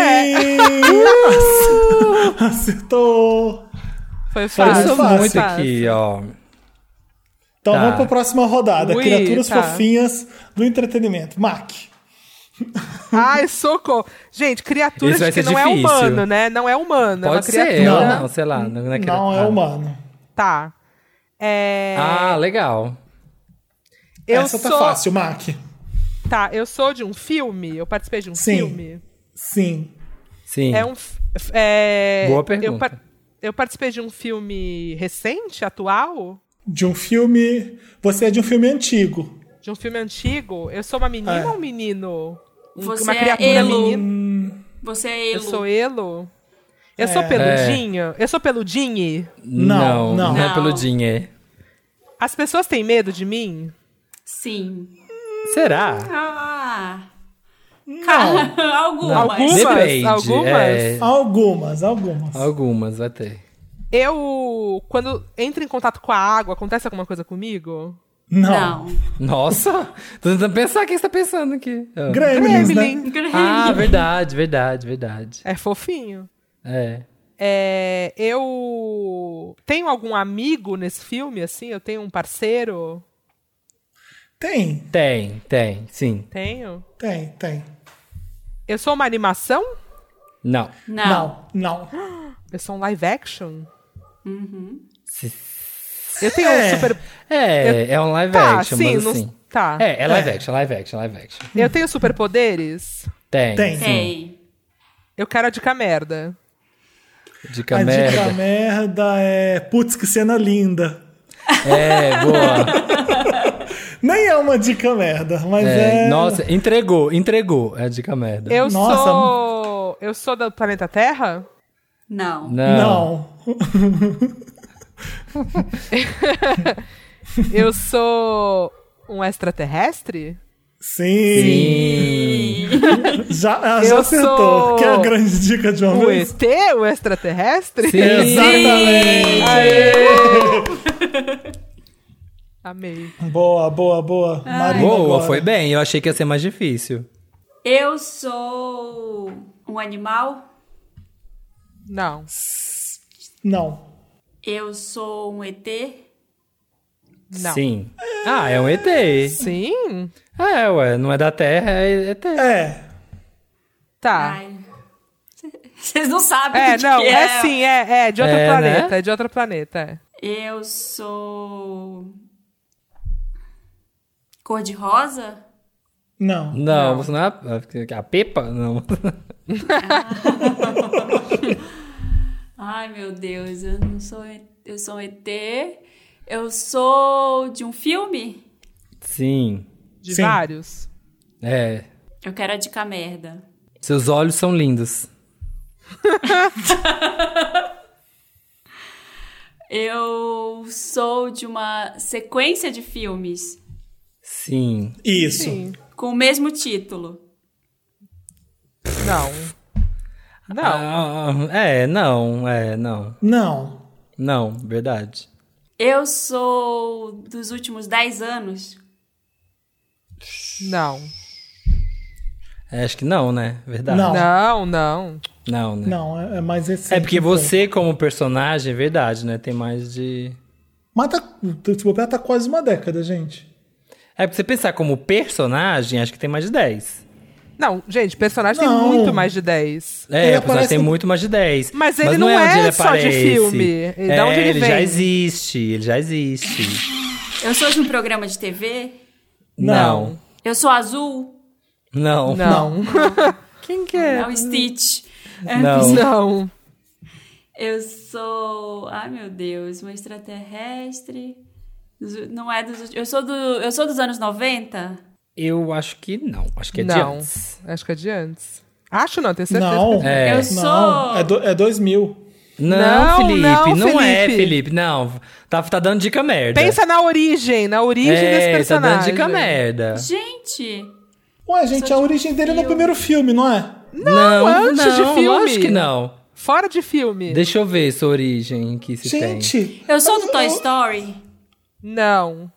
Speaker 1: Acertou!
Speaker 3: Foi
Speaker 2: Eu
Speaker 1: mais
Speaker 3: fácil.
Speaker 2: sou
Speaker 1: fácil.
Speaker 2: muito
Speaker 3: Fácil. é
Speaker 2: aqui, ó.
Speaker 1: Então
Speaker 2: Tá.
Speaker 1: vamos para a próxima rodada.
Speaker 3: Ui,
Speaker 1: Criaturas
Speaker 3: tá.
Speaker 1: fofinhas do entretenimento. Mac.
Speaker 3: Ai, socorro. Gente, criaturas
Speaker 2: Isso vai
Speaker 3: que
Speaker 2: ser
Speaker 3: não é
Speaker 2: difícil.
Speaker 3: humano, né? Não é humano. é uma
Speaker 2: Pode ser,
Speaker 3: criatura.
Speaker 2: ou não, sei lá. Não, é,
Speaker 1: Não é
Speaker 2: ah.
Speaker 1: humano.
Speaker 3: Tá. É,
Speaker 2: Ah, legal.
Speaker 3: eu
Speaker 1: Essa
Speaker 3: sou...
Speaker 1: tá fácil, Mac.
Speaker 3: Tá, eu sou de um filme. Eu participei de um
Speaker 1: Sim.
Speaker 3: filme.
Speaker 1: Sim.
Speaker 2: Sim.
Speaker 3: É um. f- f- é,
Speaker 2: Boa
Speaker 3: Eu,
Speaker 2: pergunta.
Speaker 3: par- eu participei de um filme recente, atual?
Speaker 1: De um filme. Você é de um filme antigo.
Speaker 3: De um filme antigo? Eu sou uma menina
Speaker 1: É.
Speaker 3: ou um menino? Um-
Speaker 4: Você
Speaker 3: uma
Speaker 4: é
Speaker 3: criatura
Speaker 4: Elo.
Speaker 3: menina?
Speaker 4: Você é
Speaker 3: Eu
Speaker 4: Elo.
Speaker 3: sou Elo? Eu
Speaker 1: É.
Speaker 3: sou peludinho?
Speaker 2: É.
Speaker 3: Eu sou peludinho?
Speaker 1: Não, não.
Speaker 2: não,
Speaker 4: Não.
Speaker 2: é pelo dinheiro.
Speaker 3: As pessoas têm medo de mim?
Speaker 4: Sim.
Speaker 2: Será?
Speaker 4: Ah. Cara, [laughs] algumas.
Speaker 3: Algumas?
Speaker 2: Depende.
Speaker 3: Algumas?
Speaker 2: é,
Speaker 1: Algumas, algumas.
Speaker 2: algumas vai ter.
Speaker 3: Eu, quando entro em contato com a água, acontece alguma coisa comigo?
Speaker 1: Não.
Speaker 4: Não.
Speaker 2: Nossa! [laughs] Tô tentando pensar quem está tá pensando aqui. Ah.
Speaker 1: Gremlins, né?
Speaker 2: Ah, verdade, verdade, verdade.
Speaker 3: É fofinho.
Speaker 2: É.
Speaker 3: É, eu tenho algum amigo nesse filme, assim? Eu tenho um parceiro?
Speaker 1: Tem,
Speaker 2: Tem, tem, sim.
Speaker 3: Tenho.
Speaker 1: tem, tem.
Speaker 3: Eu sou uma animação?
Speaker 2: Não.
Speaker 4: Não.
Speaker 1: Não, não.
Speaker 3: Eu sou um live action?
Speaker 2: Se-
Speaker 3: Eu tenho
Speaker 1: É.
Speaker 3: um super.
Speaker 2: É, é um live
Speaker 3: Tá,
Speaker 2: action,
Speaker 3: sim,
Speaker 2: mas
Speaker 3: não-
Speaker 2: assim.
Speaker 3: tá.
Speaker 2: É, é live
Speaker 1: É.
Speaker 2: action, live action, live action.
Speaker 3: Eu tenho superpoderes?
Speaker 2: Tem.
Speaker 1: Tem.
Speaker 2: Sim.
Speaker 4: Sei.
Speaker 3: Eu quero a dica merda.
Speaker 2: Dica
Speaker 1: a
Speaker 2: merda.
Speaker 1: dica merda é. Putz, que cena linda.
Speaker 2: É, boa.
Speaker 1: Nem é uma dica merda, mas é.
Speaker 2: É, Nossa, entregou, entregou. É a dica merda.
Speaker 3: Eu
Speaker 1: Nossa.
Speaker 3: sou. Eu sou do planeta Terra?
Speaker 4: Não.
Speaker 2: Não.
Speaker 1: Não.
Speaker 3: Eu sou um extraterrestre?
Speaker 1: Sim.
Speaker 2: Sim.
Speaker 1: Já, ela já
Speaker 3: Eu
Speaker 1: acertou.
Speaker 3: sou- um
Speaker 1: Que é a grande dica de uma
Speaker 3: O
Speaker 1: vez.
Speaker 3: ET, o extraterrestre?
Speaker 2: Sim.
Speaker 1: Exatamente.
Speaker 3: [laughs] Amei.
Speaker 1: Boa, boa, boa.
Speaker 3: Ah.
Speaker 1: Marina
Speaker 2: Boa,
Speaker 1: agora.
Speaker 2: foi bem. Eu achei que ia ser mais difícil.
Speaker 4: Eu sou um animal.
Speaker 3: Não.
Speaker 1: Não.
Speaker 4: Eu sou um ET.
Speaker 3: Não.
Speaker 2: Sim. Ah, é um ET.
Speaker 3: Sim?
Speaker 2: É, ué, não é da Terra, é ET.
Speaker 1: É.
Speaker 3: Tá.
Speaker 4: Ai. [laughs] Vocês não sabem
Speaker 3: é,
Speaker 4: do
Speaker 3: não,
Speaker 4: que
Speaker 3: é,
Speaker 4: é.
Speaker 3: sim, é, é de outro
Speaker 2: É,
Speaker 3: planeta,
Speaker 2: né?
Speaker 3: é de outro planeta. é.
Speaker 4: Eu sou. Cor de rosa?
Speaker 1: Não.
Speaker 2: Não, você não é a, a Pepa? Não. [laughs]
Speaker 4: Ai, meu Deus, eu não sou. E- Eu sou um ET. Eu sou de um filme?
Speaker 2: Sim.
Speaker 3: De
Speaker 1: Sim.
Speaker 3: vários.
Speaker 2: É.
Speaker 4: Eu quero a dica merda.
Speaker 2: Seus olhos são lindos.
Speaker 4: Eu sou de uma sequência de filmes
Speaker 2: Sim.
Speaker 1: Isso.
Speaker 3: Sim.
Speaker 4: com o mesmo título.
Speaker 3: Não. Não.
Speaker 2: Ah, é, não, é, não.
Speaker 1: Não.
Speaker 2: Não, verdade.
Speaker 4: Eu sou dos últimos 10 anos.
Speaker 3: Não.
Speaker 2: É, acho que não, né? Verdade.
Speaker 1: Não.
Speaker 3: Não, não.
Speaker 2: Não, né?
Speaker 1: Não, é, é mais recente.
Speaker 2: É porque
Speaker 1: um pouco.
Speaker 2: você, como personagem, é verdade, né? Tem mais de.
Speaker 1: Mas tá, se bobear, tá quase uma década, gente.
Speaker 2: É porque você pensar como personagem, acho que tem mais de 10.
Speaker 3: Não, gente, personagem
Speaker 1: Não.
Speaker 3: tem muito mais de 10.
Speaker 2: É,
Speaker 1: Ele
Speaker 2: o personagem
Speaker 1: aparece
Speaker 2: tem
Speaker 1: no-
Speaker 2: muito mais de 10.
Speaker 3: Mas ele não é só de filme. E da
Speaker 2: É,
Speaker 3: onde ele
Speaker 2: ele
Speaker 3: vem?
Speaker 2: já existe, ele já existe.
Speaker 4: Eu sou de um programa de TV?
Speaker 2: Não.
Speaker 4: Eu sou azul?
Speaker 2: Não.
Speaker 3: Não. Quem que é?
Speaker 4: É o Stitch.
Speaker 2: Não.
Speaker 3: [laughs] Não.
Speaker 4: Eu sou. Ai, meu Deus, uma extraterrestre. Dos- Não é dos. Eu sou, do... eu sou dos anos 90?
Speaker 2: Eu acho que não. Acho que é de
Speaker 3: não.
Speaker 2: antes.
Speaker 3: Acho que é de antes. Acho não, tenho certeza.
Speaker 1: Não.
Speaker 2: É.
Speaker 4: Eu
Speaker 1: Não,
Speaker 4: sou.
Speaker 1: é, do, é 2000.
Speaker 2: Não,
Speaker 3: Não,
Speaker 2: Felipe, não,
Speaker 3: não,
Speaker 2: é,
Speaker 3: Felipe.
Speaker 2: Felipe. Não. Tá, tá dando dica merda.
Speaker 3: Pensa na origem, na origem desse
Speaker 2: é, tá
Speaker 3: personagem.
Speaker 2: dando dica merda.
Speaker 4: Gente!
Speaker 1: Ué, gente, a
Speaker 3: um
Speaker 1: origem dele é no primeiro filme, não é?
Speaker 2: Não,
Speaker 3: antes de
Speaker 2: não,
Speaker 3: filme.
Speaker 2: lógico que não.
Speaker 3: Fora de filme.
Speaker 2: Deixa eu ver sua origem que se tem.
Speaker 1: gente,
Speaker 4: Eu sou do Toy Story?
Speaker 3: Não.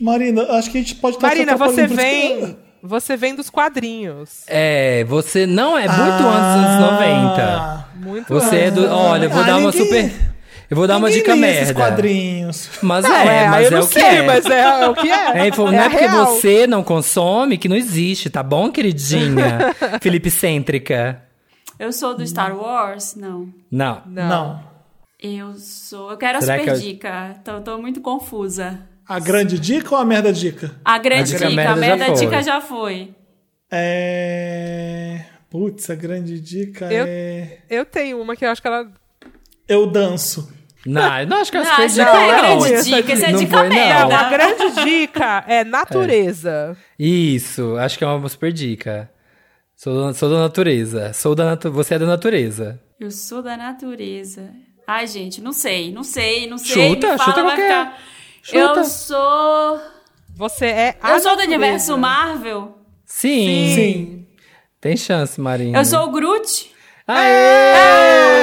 Speaker 1: Marina, acho que a gente pode estar
Speaker 3: Marina, você vem. Você vem dos quadrinhos.
Speaker 2: É, você não
Speaker 1: Ah.
Speaker 2: é muito antes dos anos 90.
Speaker 3: Ah. Muito
Speaker 2: Você é do. Olha, eu vou
Speaker 1: Ah,
Speaker 2: dar uma
Speaker 1: ninguém-
Speaker 2: super. Eu vou dar uma dica
Speaker 1: Esses
Speaker 2: merda.
Speaker 1: quadrinhos.
Speaker 2: Mas
Speaker 3: Não,
Speaker 2: é,
Speaker 3: aí
Speaker 2: mas
Speaker 3: eu
Speaker 2: é
Speaker 3: não
Speaker 2: o que
Speaker 3: sei,
Speaker 2: é.
Speaker 3: mas é, é o que é.
Speaker 2: É, ele falou,
Speaker 3: É
Speaker 2: não é
Speaker 3: a
Speaker 2: porque
Speaker 3: real.
Speaker 2: você não consome que não existe, tá bom,
Speaker 3: [laughs]
Speaker 2: queridinha? Felipe Cêntrica.
Speaker 4: Eu sou do Star Wars? Não.
Speaker 2: Não.
Speaker 1: Não.
Speaker 4: Eu sou. Eu quero a
Speaker 2: Será
Speaker 4: super
Speaker 2: que eu-
Speaker 4: dica. Tô, tô muito confusa.
Speaker 1: A grande dica ou a merda dica?
Speaker 4: A grande
Speaker 2: dica
Speaker 4: dica,
Speaker 2: merda
Speaker 4: a
Speaker 2: já
Speaker 4: merda
Speaker 2: foi.
Speaker 4: dica já foi.
Speaker 1: É. Putz, a grande dica
Speaker 3: Eu-
Speaker 1: é.
Speaker 3: Eu tenho uma que eu acho que ela.
Speaker 1: eu danço.
Speaker 2: Não, eu não acho que eu
Speaker 4: Não,
Speaker 2: acho
Speaker 4: essa
Speaker 2: que
Speaker 4: não
Speaker 2: não.
Speaker 4: é grande dica, essa é
Speaker 2: Não
Speaker 4: dica
Speaker 2: foi, não.
Speaker 4: merda.
Speaker 3: Não, a grande dica é natureza.
Speaker 2: Isso, acho que é uma super dica. Sou, sou da natureza. Sou da natu... Você é da natureza.
Speaker 4: Eu sou da natureza. Ai, gente, não sei, não sei, não sei.
Speaker 2: Chuta,
Speaker 4: me fala,
Speaker 2: chuta
Speaker 4: vai
Speaker 2: qualquer.
Speaker 4: ficar-
Speaker 2: Chuta.
Speaker 4: Eu sou.
Speaker 3: Você é a
Speaker 4: Eu sou do
Speaker 3: natureza.
Speaker 4: universo Marvel?
Speaker 2: Sim.
Speaker 1: Sim.
Speaker 2: Tem chance, Marinho.
Speaker 4: Eu sou o Groot?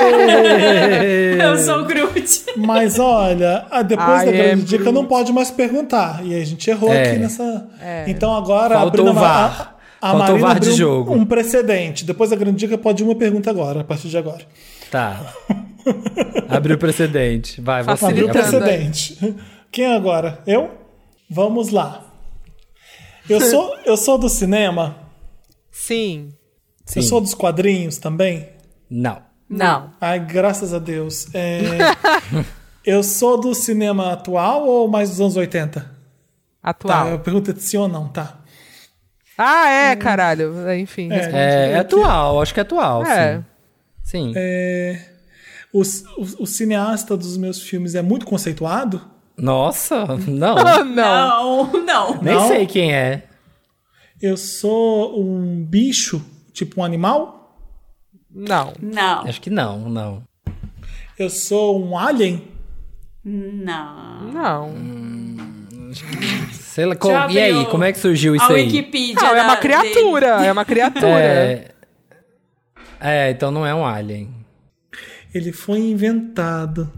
Speaker 2: Aê!
Speaker 4: Eu sou o Groot.
Speaker 1: Mas olha, a- depois
Speaker 3: I
Speaker 1: da grande
Speaker 3: am
Speaker 1: dica não pode mais perguntar. E a gente errou
Speaker 2: É.
Speaker 1: aqui nessa. Então agora.
Speaker 2: Faltou
Speaker 1: abrindo
Speaker 2: o
Speaker 1: a-
Speaker 2: VAR.
Speaker 1: A, a
Speaker 2: Faltou o
Speaker 1: Marina
Speaker 2: VAR de
Speaker 1: abriu um-
Speaker 2: jogo.
Speaker 1: Um precedente. Depois da grande dica pode uma pergunta agora, a partir de agora.
Speaker 2: Tá. Abriu o precedente. Vai, você.
Speaker 1: Abriu o
Speaker 3: Facilitando.
Speaker 2: Gabriel.
Speaker 1: precedente. Quem agora? Eu? Vamos lá. Eu sou, eu sou do cinema.
Speaker 3: Sim.
Speaker 2: Sim.
Speaker 1: Eu sou dos quadrinhos também.
Speaker 2: Não.
Speaker 3: Não.
Speaker 1: Ai, graças a Deus. É, [laughs] eu sou do cinema atual ou mais dos anos 80? Tá,
Speaker 3: Atual.
Speaker 1: eu pergunto é sim ou não, tá?
Speaker 3: Ah, é, caralho. Enfim. responde.
Speaker 2: É, é atual, acho que é atual.
Speaker 3: É.
Speaker 2: Sim. Sim.
Speaker 1: É, o, o- o cineasta dos meus filmes é muito conceituado?
Speaker 2: Nossa, não.
Speaker 3: Ah, não.
Speaker 4: Não, não.
Speaker 2: Nem
Speaker 1: Não.
Speaker 2: sei quem é.
Speaker 1: Eu sou um bicho, tipo um animal?
Speaker 3: Não.
Speaker 4: Não.
Speaker 2: Acho que não, não.
Speaker 1: Eu sou um alien?
Speaker 4: Não.
Speaker 3: Não.
Speaker 2: Sei lá, como-
Speaker 4: Já
Speaker 2: e aí,
Speaker 4: abriu
Speaker 2: como é que surgiu isso
Speaker 4: A
Speaker 2: aí?
Speaker 4: Wikipedia.
Speaker 3: Não, é
Speaker 4: da-
Speaker 3: uma criatura. É uma criatura.
Speaker 2: É... é, então não é um alien.
Speaker 1: Ele foi inventado.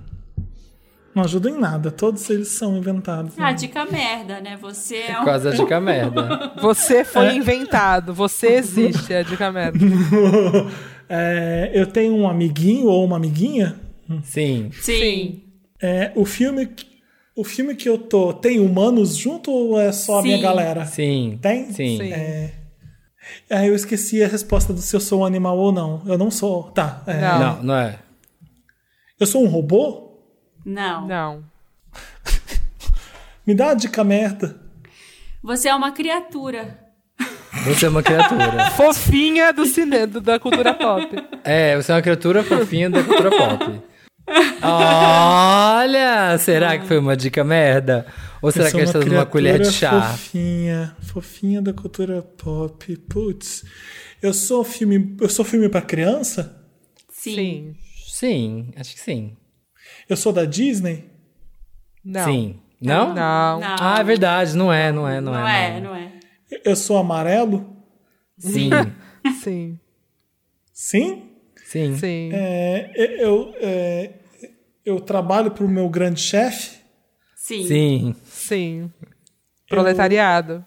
Speaker 1: Não ajuda em nada, todos eles são inventados.
Speaker 4: dele. Ah, dica merda, né? Você é um.
Speaker 2: Quase a dica merda.
Speaker 3: Você
Speaker 2: É.
Speaker 3: foi inventado. Você existe. É a dica merda.
Speaker 1: [laughs]
Speaker 2: [laughs]
Speaker 1: É, eu tenho um amiguinho ou uma amiguinha?
Speaker 2: Sim.
Speaker 4: Sim.
Speaker 1: É, o filme que- o filme que eu tô tem humanos junto ou é só a minha
Speaker 4: Sim.
Speaker 1: galera?
Speaker 2: Sim.
Speaker 1: Tem?
Speaker 2: Sim.
Speaker 3: Sim.
Speaker 2: É.
Speaker 1: Ah, eu esqueci a resposta do se eu sou um animal ou não. Eu não sou. Tá. é.
Speaker 3: Não.
Speaker 2: Não, não é.
Speaker 1: Eu sou um robô?
Speaker 4: Não.
Speaker 3: Não.
Speaker 1: Me dá a dica merda.
Speaker 4: Você é uma criatura.
Speaker 2: Você é uma criatura.
Speaker 3: Fofinha do cinema, do- da cultura pop.
Speaker 2: É, você é uma criatura fofinha da cultura pop. Olha! Será que foi uma dica merda? Ou será
Speaker 1: eu
Speaker 2: que
Speaker 1: sou
Speaker 2: a gente tá dando uma
Speaker 1: criatura
Speaker 2: colher de chá?
Speaker 1: Fofinha, fofinha da cultura pop. Putz. Eu sou filme. Eu sou filme pra criança?
Speaker 4: Sim.
Speaker 3: Sim.
Speaker 2: Sim, acho que sim.
Speaker 1: Eu sou da Disney?
Speaker 3: Não.
Speaker 2: Sim. Não?
Speaker 3: Não.
Speaker 4: Não.
Speaker 2: Ah, é verdade. Não é, não é, não,
Speaker 4: Não,
Speaker 2: é.
Speaker 4: é, não é.
Speaker 1: Eu sou amarelo?
Speaker 2: Sim,
Speaker 3: Sim.
Speaker 1: Sim?
Speaker 2: sim.
Speaker 3: Sim.
Speaker 1: É, eu, é, eu trabalho pro meu grande chefe.
Speaker 4: Sim.
Speaker 2: Sim.
Speaker 3: Sim. Proletariado.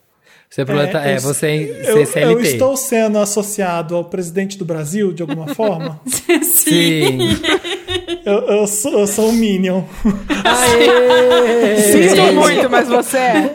Speaker 2: Você é, proleta... é,
Speaker 1: eu-
Speaker 2: você é
Speaker 1: Eu,
Speaker 2: CLT.
Speaker 1: eu estou
Speaker 2: [laughs]
Speaker 1: sendo associado ao presidente do Brasil, de alguma forma.
Speaker 2: Sim.
Speaker 1: Eu, eu sou, eu sou um Minion.
Speaker 3: Sinto muito, mas você é.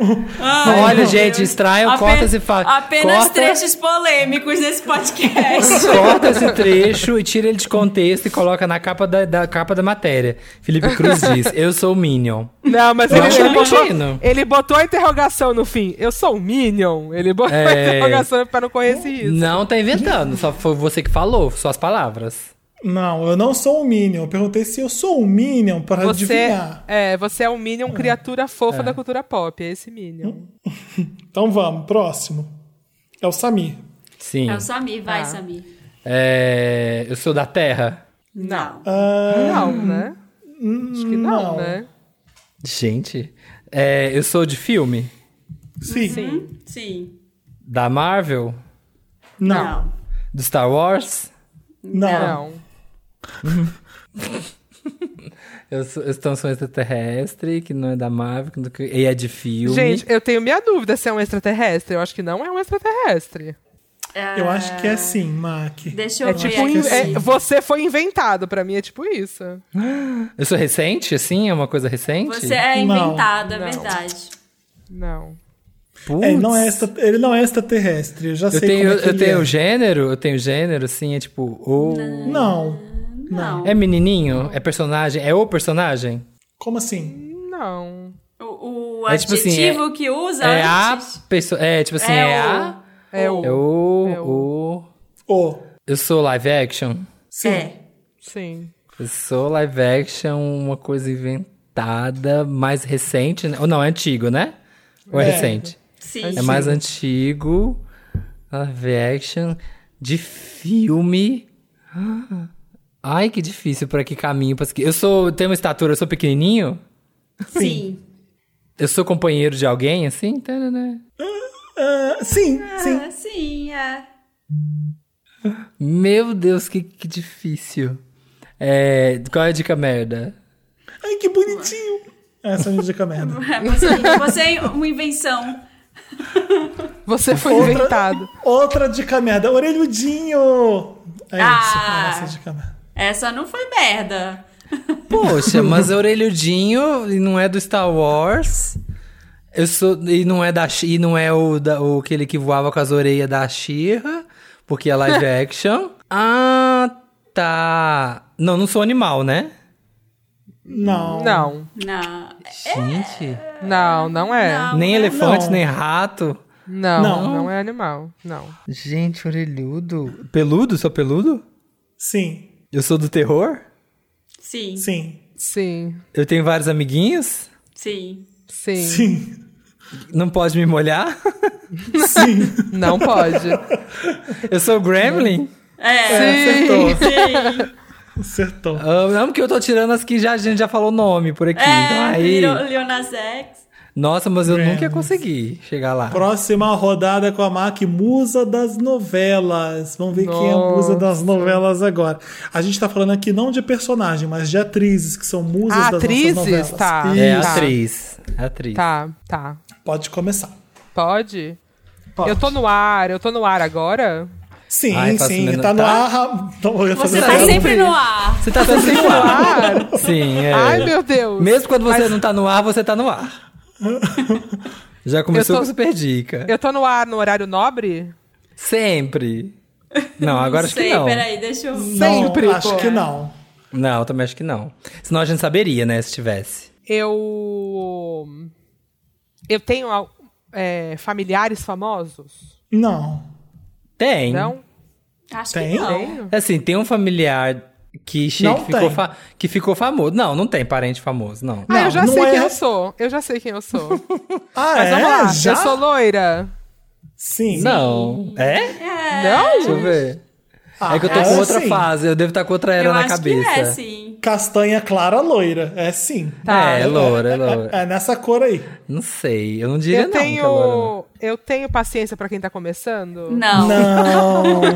Speaker 2: Olha, gente, extraiam,
Speaker 4: Apen-
Speaker 2: corta esse fato.
Speaker 4: Apenas
Speaker 2: corta,
Speaker 4: trechos polêmicos nesse podcast.
Speaker 2: [laughs] Corta esse trecho e tira ele de contexto e coloca na capa da, da capa da matéria. Felipe Cruz diz: Eu sou o Minion.
Speaker 3: Não, mas
Speaker 2: Eu
Speaker 3: ele,
Speaker 2: acho
Speaker 3: ele,
Speaker 2: um
Speaker 3: botou,
Speaker 2: menino.
Speaker 3: ele botou a interrogação no fim. Eu sou um Minion. Ele botou a
Speaker 2: É.
Speaker 3: interrogação pra não correr esse risco.
Speaker 2: Não tá inventando, só foi você que falou, suas palavras.
Speaker 1: Não, eu não sou um Minion. Eu perguntei se eu sou um Minion para
Speaker 3: Você
Speaker 1: adivinhar.
Speaker 3: é, você é um Minion criatura fofa da cultura pop. É esse Minion.
Speaker 1: Então vamos, próximo. É o Samir.
Speaker 2: [laughs] Sim.
Speaker 4: É o Samir, vai,
Speaker 3: Ah.
Speaker 4: Samir.
Speaker 2: É, eu sou da Terra.
Speaker 4: Não.
Speaker 1: Ah,
Speaker 3: Não, né? Acho que não,
Speaker 1: não.
Speaker 3: né?
Speaker 2: Gente. É, eu sou de filme?
Speaker 1: sim.
Speaker 3: Sim.
Speaker 4: Hum? Sim.
Speaker 2: Da Marvel?
Speaker 1: Não.
Speaker 2: Do Star Wars?
Speaker 1: Não.
Speaker 3: Não.
Speaker 2: Eu, sou, eu sou um extraterrestre que não é da Marvel que não- que- e é de filme.
Speaker 3: Gente, eu tenho minha dúvida se é um extraterrestre. Eu acho que não é um extraterrestre.
Speaker 1: Eu acho que é sim, Mac.
Speaker 4: Deixa eu
Speaker 3: É
Speaker 4: ver
Speaker 3: tipo, in-
Speaker 4: aqui.
Speaker 3: é- você foi inventado. Pra mim é tipo isso.
Speaker 2: eu sou recente, assim? É uma coisa recente?
Speaker 4: Você é
Speaker 1: Não.
Speaker 4: inventado, é
Speaker 3: Não.
Speaker 4: verdade.
Speaker 3: Não.
Speaker 2: Putz.
Speaker 1: É, ele, não é extra, ele não é extraterrestre, eu já
Speaker 2: Eu
Speaker 1: sei
Speaker 2: tenho,
Speaker 1: como é que
Speaker 2: eu
Speaker 1: ele
Speaker 2: tenho
Speaker 1: é.
Speaker 2: gênero, eu tenho gênero, assim, é tipo. o-
Speaker 1: Não.
Speaker 4: Não.
Speaker 2: É menininho? É personagem? É o personagem?
Speaker 1: Como assim?
Speaker 3: Não.
Speaker 4: O, o
Speaker 2: É tipo assim,
Speaker 4: adjetivo que usa
Speaker 2: é a
Speaker 4: antes
Speaker 2: pessoa. É, tipo assim, é, a.
Speaker 3: É o.
Speaker 2: É o,
Speaker 3: É
Speaker 2: o.
Speaker 1: O.
Speaker 2: Eu sou live action?
Speaker 1: Sim.
Speaker 4: É.
Speaker 3: Sim.
Speaker 2: Eu sou live action, uma coisa inventada, mais recente. né? Ou não, é antigo, né? Ou é,
Speaker 1: É.
Speaker 2: recente?
Speaker 4: Sim.
Speaker 2: É mais antigo. Live action. De filme. Ai, que difícil pra que caminho. pra seguir. Eu sou. Tenho uma estatura, eu sou pequenininho?
Speaker 4: Sim.
Speaker 2: Eu sou companheiro de alguém, assim? Tanana.
Speaker 1: Ah, sim, sim.
Speaker 4: É, sim, é. [laughs]
Speaker 2: Meu Deus, que, que difícil. É, qual é a dica merda?
Speaker 1: Ai, que bonitinho. Essa é a minha dica merda.
Speaker 4: Você, você é uma invenção.
Speaker 3: Você foi
Speaker 1: Outra-
Speaker 3: inventado.
Speaker 1: [laughs] Outra dica merda. Orelhudinho. É
Speaker 4: Ah.
Speaker 1: isso. é Essa dica merda.
Speaker 4: Essa não foi merda.
Speaker 2: Poxa,
Speaker 3: [laughs]
Speaker 2: mas orelhudinho e não é do Star Wars. Eu sou e não é da She- e não é o, da, o aquele que voava com as orelhas da Shira, porque
Speaker 3: [laughs]
Speaker 2: é live action. Ah, tá. Não, não sou animal, né?
Speaker 1: Não.
Speaker 3: Não.
Speaker 4: Não.
Speaker 2: Gente,
Speaker 3: Não, não é. Não.
Speaker 2: nem elefante,
Speaker 1: Não.
Speaker 2: nem rato.
Speaker 3: Não,
Speaker 1: Não.
Speaker 3: é animal. Não.
Speaker 2: Gente, orelhudo. Peludo? Sou peludo?
Speaker 1: Sim,
Speaker 2: Eu sou do terror?
Speaker 4: Sim. Sim.
Speaker 1: sim,
Speaker 3: Sim.
Speaker 2: Eu tenho vários amiguinhos?
Speaker 3: Sim.
Speaker 1: sim,
Speaker 2: Não pode me molhar?
Speaker 1: sim.
Speaker 3: Não pode.
Speaker 2: Eu sou gremlin?
Speaker 4: É.
Speaker 1: Acertou,
Speaker 4: Sim.
Speaker 1: acertou.
Speaker 2: Ah, não, porque eu tô tirando as que já, a gente já falou nome por aqui. então
Speaker 4: É,
Speaker 2: aí...
Speaker 4: virou Leonas X.
Speaker 2: Nossa, mas eu
Speaker 1: Gremlins.
Speaker 2: nunca consegui chegar lá.
Speaker 1: Próxima rodada com a Mac, Musa das Novelas. Vamos ver quem é a Musa das Novelas agora. A gente tá falando aqui não de personagem, mas de atrizes, que são musas
Speaker 3: Ah,
Speaker 1: das
Speaker 3: atrizes?
Speaker 1: nossas novelas.
Speaker 3: Tá.
Speaker 1: Isso.
Speaker 2: É
Speaker 3: Tá.
Speaker 2: atriz. Atriz.
Speaker 3: Tá, tá.
Speaker 1: Pode começar.
Speaker 3: Pode?
Speaker 1: Pode.
Speaker 3: Eu tô no ar, eu tô no ar agora?
Speaker 1: Sim,
Speaker 2: Ai, faço
Speaker 1: sim.
Speaker 2: menor-
Speaker 1: Tá no
Speaker 2: tá?
Speaker 1: ar. [laughs] Não, eu ia fazer
Speaker 4: Você tá
Speaker 1: pergunta.
Speaker 4: sempre no ar.
Speaker 2: Você tá sempre no ar. Sim, é.
Speaker 3: Ai, meu Deus.
Speaker 2: Mesmo quando você não tá no ar, você tá
Speaker 3: [laughs]
Speaker 2: no ar. Já começou
Speaker 3: Eu tô-
Speaker 2: com super dica.
Speaker 3: Eu tô no ar no horário nobre?
Speaker 2: Sempre. Não, agora acho
Speaker 4: sei,
Speaker 2: que não.
Speaker 4: peraí, deixa eu...
Speaker 1: Não,
Speaker 3: Sempre,
Speaker 1: acho
Speaker 3: pô.
Speaker 1: que não.
Speaker 2: Não, eu também acho que não. Senão a gente saberia, né, se tivesse.
Speaker 3: Eu. Eu tenho al- é, familiares famosos?
Speaker 1: Não.
Speaker 2: Tem.
Speaker 3: Não?
Speaker 4: Acho
Speaker 1: Tem?
Speaker 4: que não.
Speaker 3: Tenho?
Speaker 2: Assim, tem um familiar que, che-
Speaker 1: Não
Speaker 2: que, ficou
Speaker 1: tem.
Speaker 2: fa- que ficou famoso. Não, não tem parente famoso, não.
Speaker 3: Ah, eu
Speaker 1: Não,
Speaker 3: já
Speaker 1: não
Speaker 3: sei
Speaker 1: é.
Speaker 3: quem eu sou. Eu já sei quem eu
Speaker 2: [laughs]
Speaker 3: sou.
Speaker 1: Ah,
Speaker 3: Mas
Speaker 1: é?
Speaker 3: vamos lá.
Speaker 1: Já?
Speaker 3: Eu sou loira.
Speaker 1: Sim.
Speaker 2: Não. É? Deixa eu
Speaker 3: Não?
Speaker 2: ver.
Speaker 1: Ah,
Speaker 2: é que eu tô com
Speaker 1: é
Speaker 2: outra
Speaker 1: sim.
Speaker 2: fase, eu devo estar com outra era
Speaker 4: Eu
Speaker 2: na
Speaker 4: acho
Speaker 2: cabeça.
Speaker 4: que é, sim.
Speaker 1: Castanha clara loira. É sim.
Speaker 3: assim, Tá.
Speaker 2: é, é loura, é loura.
Speaker 1: É, é nessa cor aí.
Speaker 2: Não sei, eu não diria
Speaker 3: Eu
Speaker 2: não. que é loura, não.
Speaker 3: tenho. Eu tenho paciência pra quem tá começando?
Speaker 4: Não.
Speaker 1: Não.
Speaker 3: [laughs]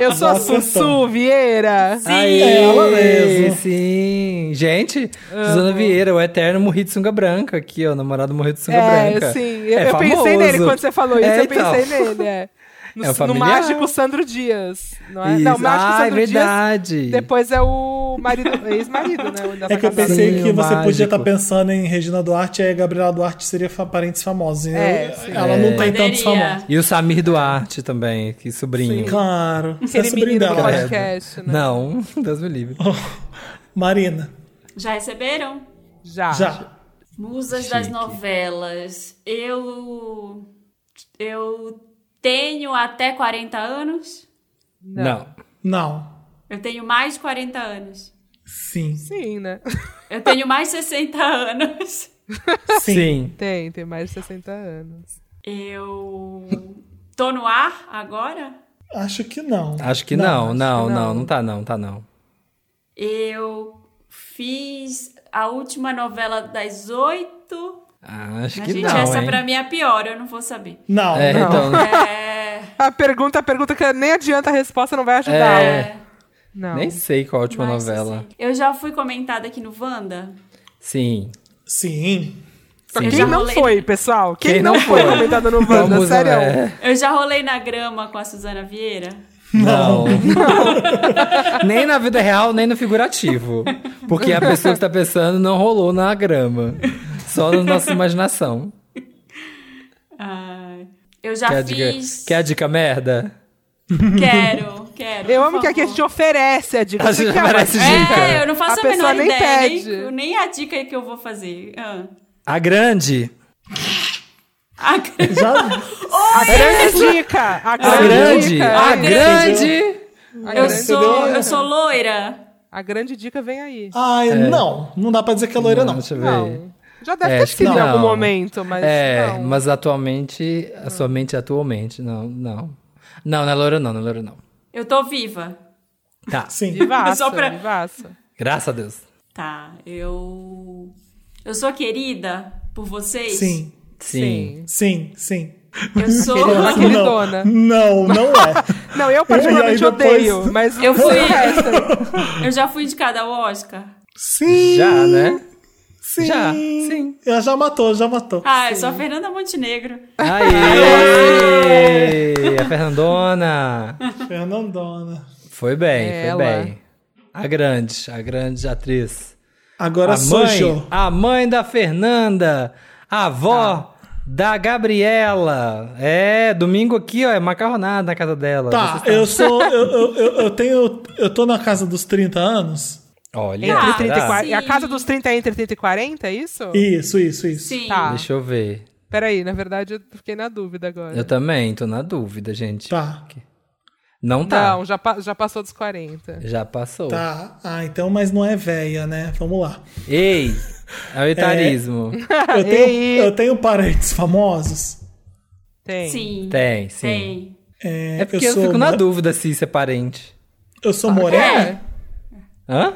Speaker 3: Eu sou a
Speaker 1: Nossa, então.
Speaker 3: Sussu Vieira.
Speaker 2: Aí,
Speaker 1: É ela mesmo.
Speaker 2: Sim. Gente, Suzana Vieira, o eterno morri de sunga branca aqui, ó. o Namorado morreu de sunga branca.
Speaker 3: É, sim. Eu,
Speaker 2: É
Speaker 3: eu pensei
Speaker 2: famoso.
Speaker 3: nele quando você falou isso.
Speaker 2: É,
Speaker 3: eu
Speaker 2: então.
Speaker 3: pensei nele.
Speaker 2: [laughs]
Speaker 3: É. No,
Speaker 2: É o
Speaker 3: no
Speaker 2: familiar.
Speaker 3: Mágico Sandro Dias. Não é? Não,
Speaker 2: Isso.
Speaker 3: Mágico
Speaker 2: ah, é
Speaker 3: Sandro Dias.
Speaker 2: verdade.
Speaker 3: Depois é o o marido, ex-marido, né? o ainda
Speaker 1: É
Speaker 3: tá
Speaker 1: que eu
Speaker 3: casado.
Speaker 1: pensei
Speaker 2: Sim,
Speaker 1: que
Speaker 2: o
Speaker 1: você podia
Speaker 2: mágico.
Speaker 1: estar pensando em Regina Duarte e a Gabriela Duarte seria fa- parentes famosos.
Speaker 3: É,
Speaker 1: Eu-
Speaker 3: sim.
Speaker 1: ela não tem tantos
Speaker 4: Poderia.
Speaker 1: famosos.
Speaker 2: E o Samir Duarte também, que sobrinho.
Speaker 1: Claro, você é
Speaker 3: Aquele
Speaker 1: sobrinho
Speaker 3: menino do
Speaker 1: dela. [laughs]
Speaker 2: Credo.
Speaker 3: podcast, né?
Speaker 2: Não, [laughs] Deus me livre.
Speaker 1: Oh, Marina,
Speaker 4: Já receberam?
Speaker 3: Já.
Speaker 1: já.
Speaker 4: Musas das
Speaker 2: Chique.
Speaker 4: novelas. Eu. Eu tenho até 40 anos?
Speaker 2: Não.
Speaker 1: Não.
Speaker 4: Eu tenho mais de 40 anos.
Speaker 1: Sim.
Speaker 3: Sim, né? [laughs]
Speaker 4: Eu tenho mais de 60 anos.
Speaker 1: Sim.
Speaker 2: Sim.
Speaker 3: Tem, tem mais de 60 anos.
Speaker 4: Eu. tô no ar agora?
Speaker 1: Acho que não.
Speaker 2: Acho que não, não,
Speaker 3: que
Speaker 2: não,
Speaker 3: não.
Speaker 2: não, tá não, tá não.
Speaker 4: Eu fiz a última novela das oito.
Speaker 2: Ah, Acho
Speaker 4: Mas,
Speaker 2: que
Speaker 4: gente,
Speaker 2: não,
Speaker 4: essa
Speaker 2: hein?
Speaker 4: pra mim é a pior, eu não vou
Speaker 2: [laughs]
Speaker 4: saber.
Speaker 1: Não.
Speaker 2: É,
Speaker 1: não.
Speaker 4: [laughs]
Speaker 2: então,
Speaker 4: É,
Speaker 3: A pergunta, a pergunta que nem adianta a resposta, não vai ajudar.
Speaker 2: É.
Speaker 3: né? Não.
Speaker 2: nem sei qual a última
Speaker 4: mais de
Speaker 2: novela.
Speaker 4: 60. assim, Eu já fui comentada aqui no Wanda.
Speaker 2: Sim.
Speaker 1: Sim.
Speaker 3: Então,
Speaker 4: Eu
Speaker 3: quem
Speaker 4: já
Speaker 3: não
Speaker 4: rolei-
Speaker 3: foi, pessoal? Quem,
Speaker 2: Quem
Speaker 3: não
Speaker 2: não
Speaker 3: foi
Speaker 2: foi?
Speaker 3: comentado no Wanda?
Speaker 2: Vamos,
Speaker 3: Sério?
Speaker 2: é.
Speaker 4: Eu já rolei na grama com a Suzana Vieira.
Speaker 2: Não. [laughs] nem na vida real, nem no figurativo. Porque a pessoa que tá pensando não rolou na grama. Só na nossa imaginação.
Speaker 4: Ai, eu já
Speaker 2: Quer a dica,
Speaker 4: fiz.
Speaker 2: quer a dica merda? [laughs]
Speaker 4: Quero, quero.
Speaker 3: Eu
Speaker 4: por
Speaker 3: amo que é aqui a
Speaker 4: favor.
Speaker 3: gente oferece a dica.
Speaker 2: A
Speaker 3: Você
Speaker 2: gente
Speaker 3: quer
Speaker 2: oferece
Speaker 3: uma-
Speaker 2: dica.
Speaker 4: É, eu não faço
Speaker 3: A
Speaker 4: a,
Speaker 3: pessoa
Speaker 4: menor
Speaker 3: nem
Speaker 4: ideia,
Speaker 3: pede.
Speaker 4: Nem, nem a dica que eu vou fazer.
Speaker 3: [laughs]
Speaker 4: Ah.
Speaker 2: A grande.
Speaker 4: A grande-
Speaker 3: [laughs]
Speaker 1: Já.
Speaker 3: É. A grande dica. A
Speaker 2: A
Speaker 3: grande,
Speaker 2: grande.
Speaker 3: dica.
Speaker 2: A
Speaker 3: é
Speaker 2: grande.
Speaker 3: isso. A
Speaker 4: eu,
Speaker 3: grande-
Speaker 4: sou, eu sou loira.
Speaker 3: A grande dica vem aí.
Speaker 1: Ai, não. Não dá pra dizer que é loira, não.
Speaker 2: Deixa eu ver.
Speaker 3: Não. Já deve
Speaker 2: É,
Speaker 3: ter
Speaker 2: acho que
Speaker 3: sido em
Speaker 2: não.
Speaker 3: algum momento, mas
Speaker 2: É,
Speaker 3: não.
Speaker 2: mas atualmente, a sua mente é atualmente, não, não. Não, não é loura não, não é loura não.
Speaker 4: Eu tô viva.
Speaker 2: Tá,
Speaker 1: Sim.
Speaker 3: Vivaça,
Speaker 4: Só pra-
Speaker 3: vivaça.
Speaker 2: graças a Deus.
Speaker 4: Tá, eu. Eu sou querida por vocês?
Speaker 1: Sim.
Speaker 2: Sim.
Speaker 1: Sim. Sim.
Speaker 4: Eu sou.
Speaker 3: Querida. Aquele
Speaker 1: não.
Speaker 3: dona.
Speaker 1: Não, não é.
Speaker 3: Não, eu particularmente
Speaker 1: E aí depois-
Speaker 3: odeio, mas
Speaker 4: Eu fui.
Speaker 3: o resto- é
Speaker 4: eu já fui indicada ao Oscar.
Speaker 1: Sim.
Speaker 2: Já, né?
Speaker 1: Sim.
Speaker 2: Já, sim.
Speaker 1: Ela já matou, já matou.
Speaker 4: Ah, eu sou a Fernanda Montenegro.
Speaker 2: Aê! A Fernandona.
Speaker 1: Fernandona.
Speaker 2: Foi bem,
Speaker 3: Ela.
Speaker 2: foi bem. A grande, a grande atriz.
Speaker 1: Agora
Speaker 2: a
Speaker 1: sou
Speaker 2: mãe,
Speaker 1: eu.
Speaker 2: a mãe da Fernanda, a
Speaker 3: Tá.
Speaker 2: avó da Gabriela. É, domingo aqui, ó, é macarronada na casa dela.
Speaker 1: Tá,
Speaker 2: Vocês-
Speaker 1: eu sou. Eu, eu, eu, eu tenho. Eu tô na casa dos 30 anos.
Speaker 2: Olha,
Speaker 3: Entre
Speaker 4: Ah,
Speaker 3: 30 é e
Speaker 2: será?
Speaker 3: 40. E a
Speaker 4: sim.
Speaker 3: casa dos 30 é entre 30 e 40, é isso?
Speaker 1: Isso, isso, isso.
Speaker 4: Sim.
Speaker 3: Tá.
Speaker 2: Deixa eu ver.
Speaker 3: Peraí, na verdade eu fiquei na dúvida agora.
Speaker 2: Eu também tô na dúvida, gente.
Speaker 1: Tá,
Speaker 2: Não tá.
Speaker 3: Não, já, pa- já passou dos 40.
Speaker 2: Já passou.
Speaker 1: tá. Ah, então, mas não é véia, né? Vamos
Speaker 2: [laughs]
Speaker 1: lá.
Speaker 2: Ei, é o etarismo.
Speaker 1: Eu
Speaker 3: Ei.
Speaker 1: tenho, eu tenho parentes famosos.
Speaker 3: Tem.
Speaker 4: Sim.
Speaker 2: Tem, sim.
Speaker 4: Tem.
Speaker 1: É,
Speaker 2: É porque eu,
Speaker 1: sou
Speaker 2: fico na
Speaker 1: more-
Speaker 2: dúvida se isso é parente.
Speaker 1: Eu sou morena?
Speaker 3: É?
Speaker 2: Hã?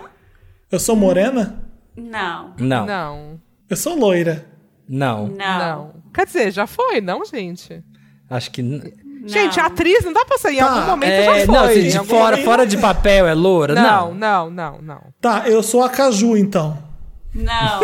Speaker 1: Eu sou morena?
Speaker 4: Não.
Speaker 2: Não, não.
Speaker 3: Não.
Speaker 1: Eu sou loira.
Speaker 4: Não.
Speaker 3: Não. Quer dizer, já foi, não, gente?
Speaker 2: Acho que. n-
Speaker 3: Gente, atriz não dá pra sair. Em algum momento
Speaker 2: É,
Speaker 3: já foi.
Speaker 2: não, assim,
Speaker 3: em
Speaker 2: de
Speaker 3: algum
Speaker 2: fora,
Speaker 3: momento-
Speaker 2: fora de papel é loura?
Speaker 3: Não,
Speaker 2: Não.
Speaker 3: não, não, não.
Speaker 1: Tá, eu sou a Caju, então.
Speaker 4: Não.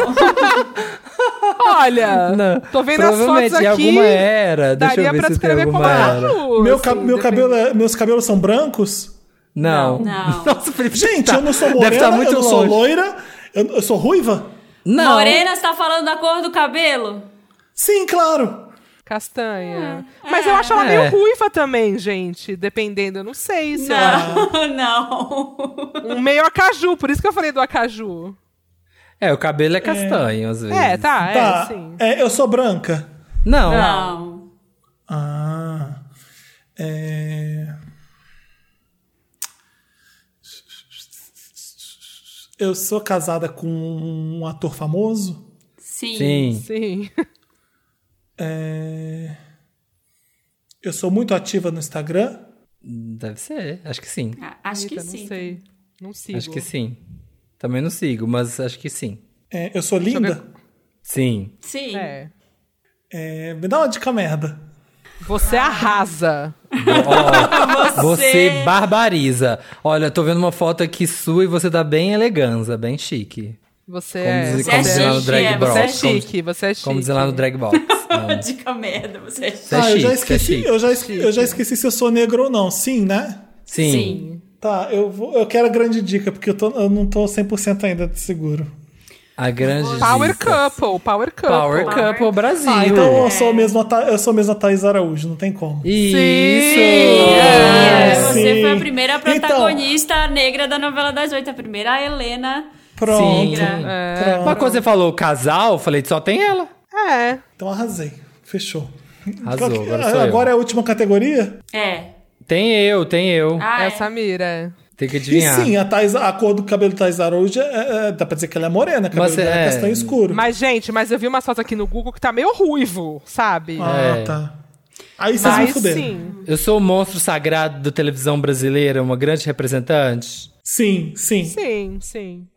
Speaker 3: Olha,
Speaker 2: Não.
Speaker 3: tô vendo as fotos
Speaker 2: Provavelmente
Speaker 3: aqui.
Speaker 2: em alguma era. Deixa
Speaker 3: daria
Speaker 2: eu ver
Speaker 3: pra
Speaker 2: se tem
Speaker 3: descrever como
Speaker 2: alguma era.
Speaker 3: Caju,
Speaker 1: Meu,
Speaker 3: assim,
Speaker 1: cab- meu
Speaker 3: depende-
Speaker 1: cabelo é- meus cabelos são brancos?
Speaker 2: [laughs] Não.
Speaker 4: Não.
Speaker 2: Nossa, Felipe,
Speaker 1: Gente,
Speaker 2: tá-
Speaker 1: eu não sou morena,
Speaker 2: Deve estar muito
Speaker 1: eu não
Speaker 2: longe.
Speaker 1: sou loira, eu, eu sou ruiva?
Speaker 2: Não.
Speaker 4: Morena, você tá falando da cor do cabelo?
Speaker 1: Sim, claro.
Speaker 3: Castanha. Mas eu acho ela
Speaker 2: É.
Speaker 3: meio ruiva também, gente. Dependendo, eu não sei se ela...
Speaker 4: Não, [laughs] não.
Speaker 3: Um meio acaju, por isso que eu falei do acaju.
Speaker 2: É, o cabelo é castanho, às vezes.
Speaker 3: É, tá, é,
Speaker 1: tá,
Speaker 3: sim.
Speaker 1: é, eu sou branca.
Speaker 2: Não.
Speaker 4: Não.
Speaker 1: Ah. É... Eu sou casada com um ator famoso.
Speaker 4: Sim.
Speaker 2: Sim.
Speaker 3: Sim.
Speaker 1: É... Eu sou muito ativa no Instagram.
Speaker 2: Deve ser. Acho que sim.
Speaker 4: Ah,
Speaker 3: [laughs]
Speaker 4: Acho que
Speaker 3: Eita,
Speaker 4: sim.
Speaker 3: Não sei. Não sigo.
Speaker 2: Acho que sim. Também não sigo, mas acho que sim.
Speaker 1: É, eu sou
Speaker 3: eu ver.
Speaker 1: linda.
Speaker 2: Sim.
Speaker 4: Sim. [laughs]
Speaker 3: É.
Speaker 1: É, me dá uma dica merda.
Speaker 3: Você arrasa.
Speaker 2: Ó, você barbariza. Olha, tô vendo uma foto aqui sua e você tá bem eleganza, bem chique.
Speaker 3: Você
Speaker 2: Como
Speaker 3: é.
Speaker 2: dizer-
Speaker 4: Você
Speaker 2: como
Speaker 4: é
Speaker 2: dizer lá no
Speaker 4: chique, é,
Speaker 2: Drag Box.
Speaker 3: Você é
Speaker 2: como-
Speaker 3: chique, você é chique.
Speaker 2: Como dizer lá no Drag Box. Não.
Speaker 4: [laughs] Dica merda, você é
Speaker 2: Você é
Speaker 1: ah, eu
Speaker 2: chique,
Speaker 1: já
Speaker 2: você é
Speaker 1: esqueci.
Speaker 2: chique.
Speaker 1: eu, já esque- eu já esqueci se eu sou negro ou não. Sim, né?
Speaker 2: Sim.
Speaker 4: Sim.
Speaker 1: Tá, Tá, eu, vou, eu quero a grande dica, porque eu, tô, eu não tô 100% ainda de seguro.
Speaker 2: A grande.
Speaker 3: Power
Speaker 2: dica.
Speaker 3: Couple, Power Couple.
Speaker 2: Power Couple Brasil.
Speaker 1: Ah, então eu sou mesmo a, Tha- eu sou mesmo a Thaís Araújo, não tem como.
Speaker 2: Isso!
Speaker 4: É,
Speaker 1: Ah,
Speaker 4: você
Speaker 1: sim.
Speaker 4: foi a primeira
Speaker 1: Então-
Speaker 4: protagonista negra da novela das oito, a primeira Helena.
Speaker 1: Pronto.
Speaker 2: Sim.
Speaker 1: Pronto.
Speaker 2: Mas quando você falou casal, eu falei que só tem ela.
Speaker 3: É.
Speaker 1: Então arrasei. Fechou.
Speaker 2: Arrasou,
Speaker 1: Qual que-
Speaker 2: agora sou eu.
Speaker 1: é a última categoria?
Speaker 4: É.
Speaker 2: Tem eu, tem eu.
Speaker 4: Ah,
Speaker 3: é
Speaker 4: é.
Speaker 3: a Samira.
Speaker 2: Tem que
Speaker 1: E
Speaker 2: adivinhar.
Speaker 1: sim, a, Thais, a cor do cabelo da Thais Araújo, é, é, dá pra dizer que ela é morena, cabelo
Speaker 2: Mas é-
Speaker 1: dela é castanho escuro.
Speaker 3: Mas, gente, mas eu vi umas fotos aqui no Google que tá meio ruivo, sabe?
Speaker 1: Ah,
Speaker 2: É.
Speaker 1: tá. Aí vocês me
Speaker 3: mas
Speaker 1: fuderam.
Speaker 3: sim.
Speaker 2: Eu sou o monstro sagrado da televisão brasileira, uma grande representante.
Speaker 1: Sim, sim, sim.
Speaker 3: Sim, sim.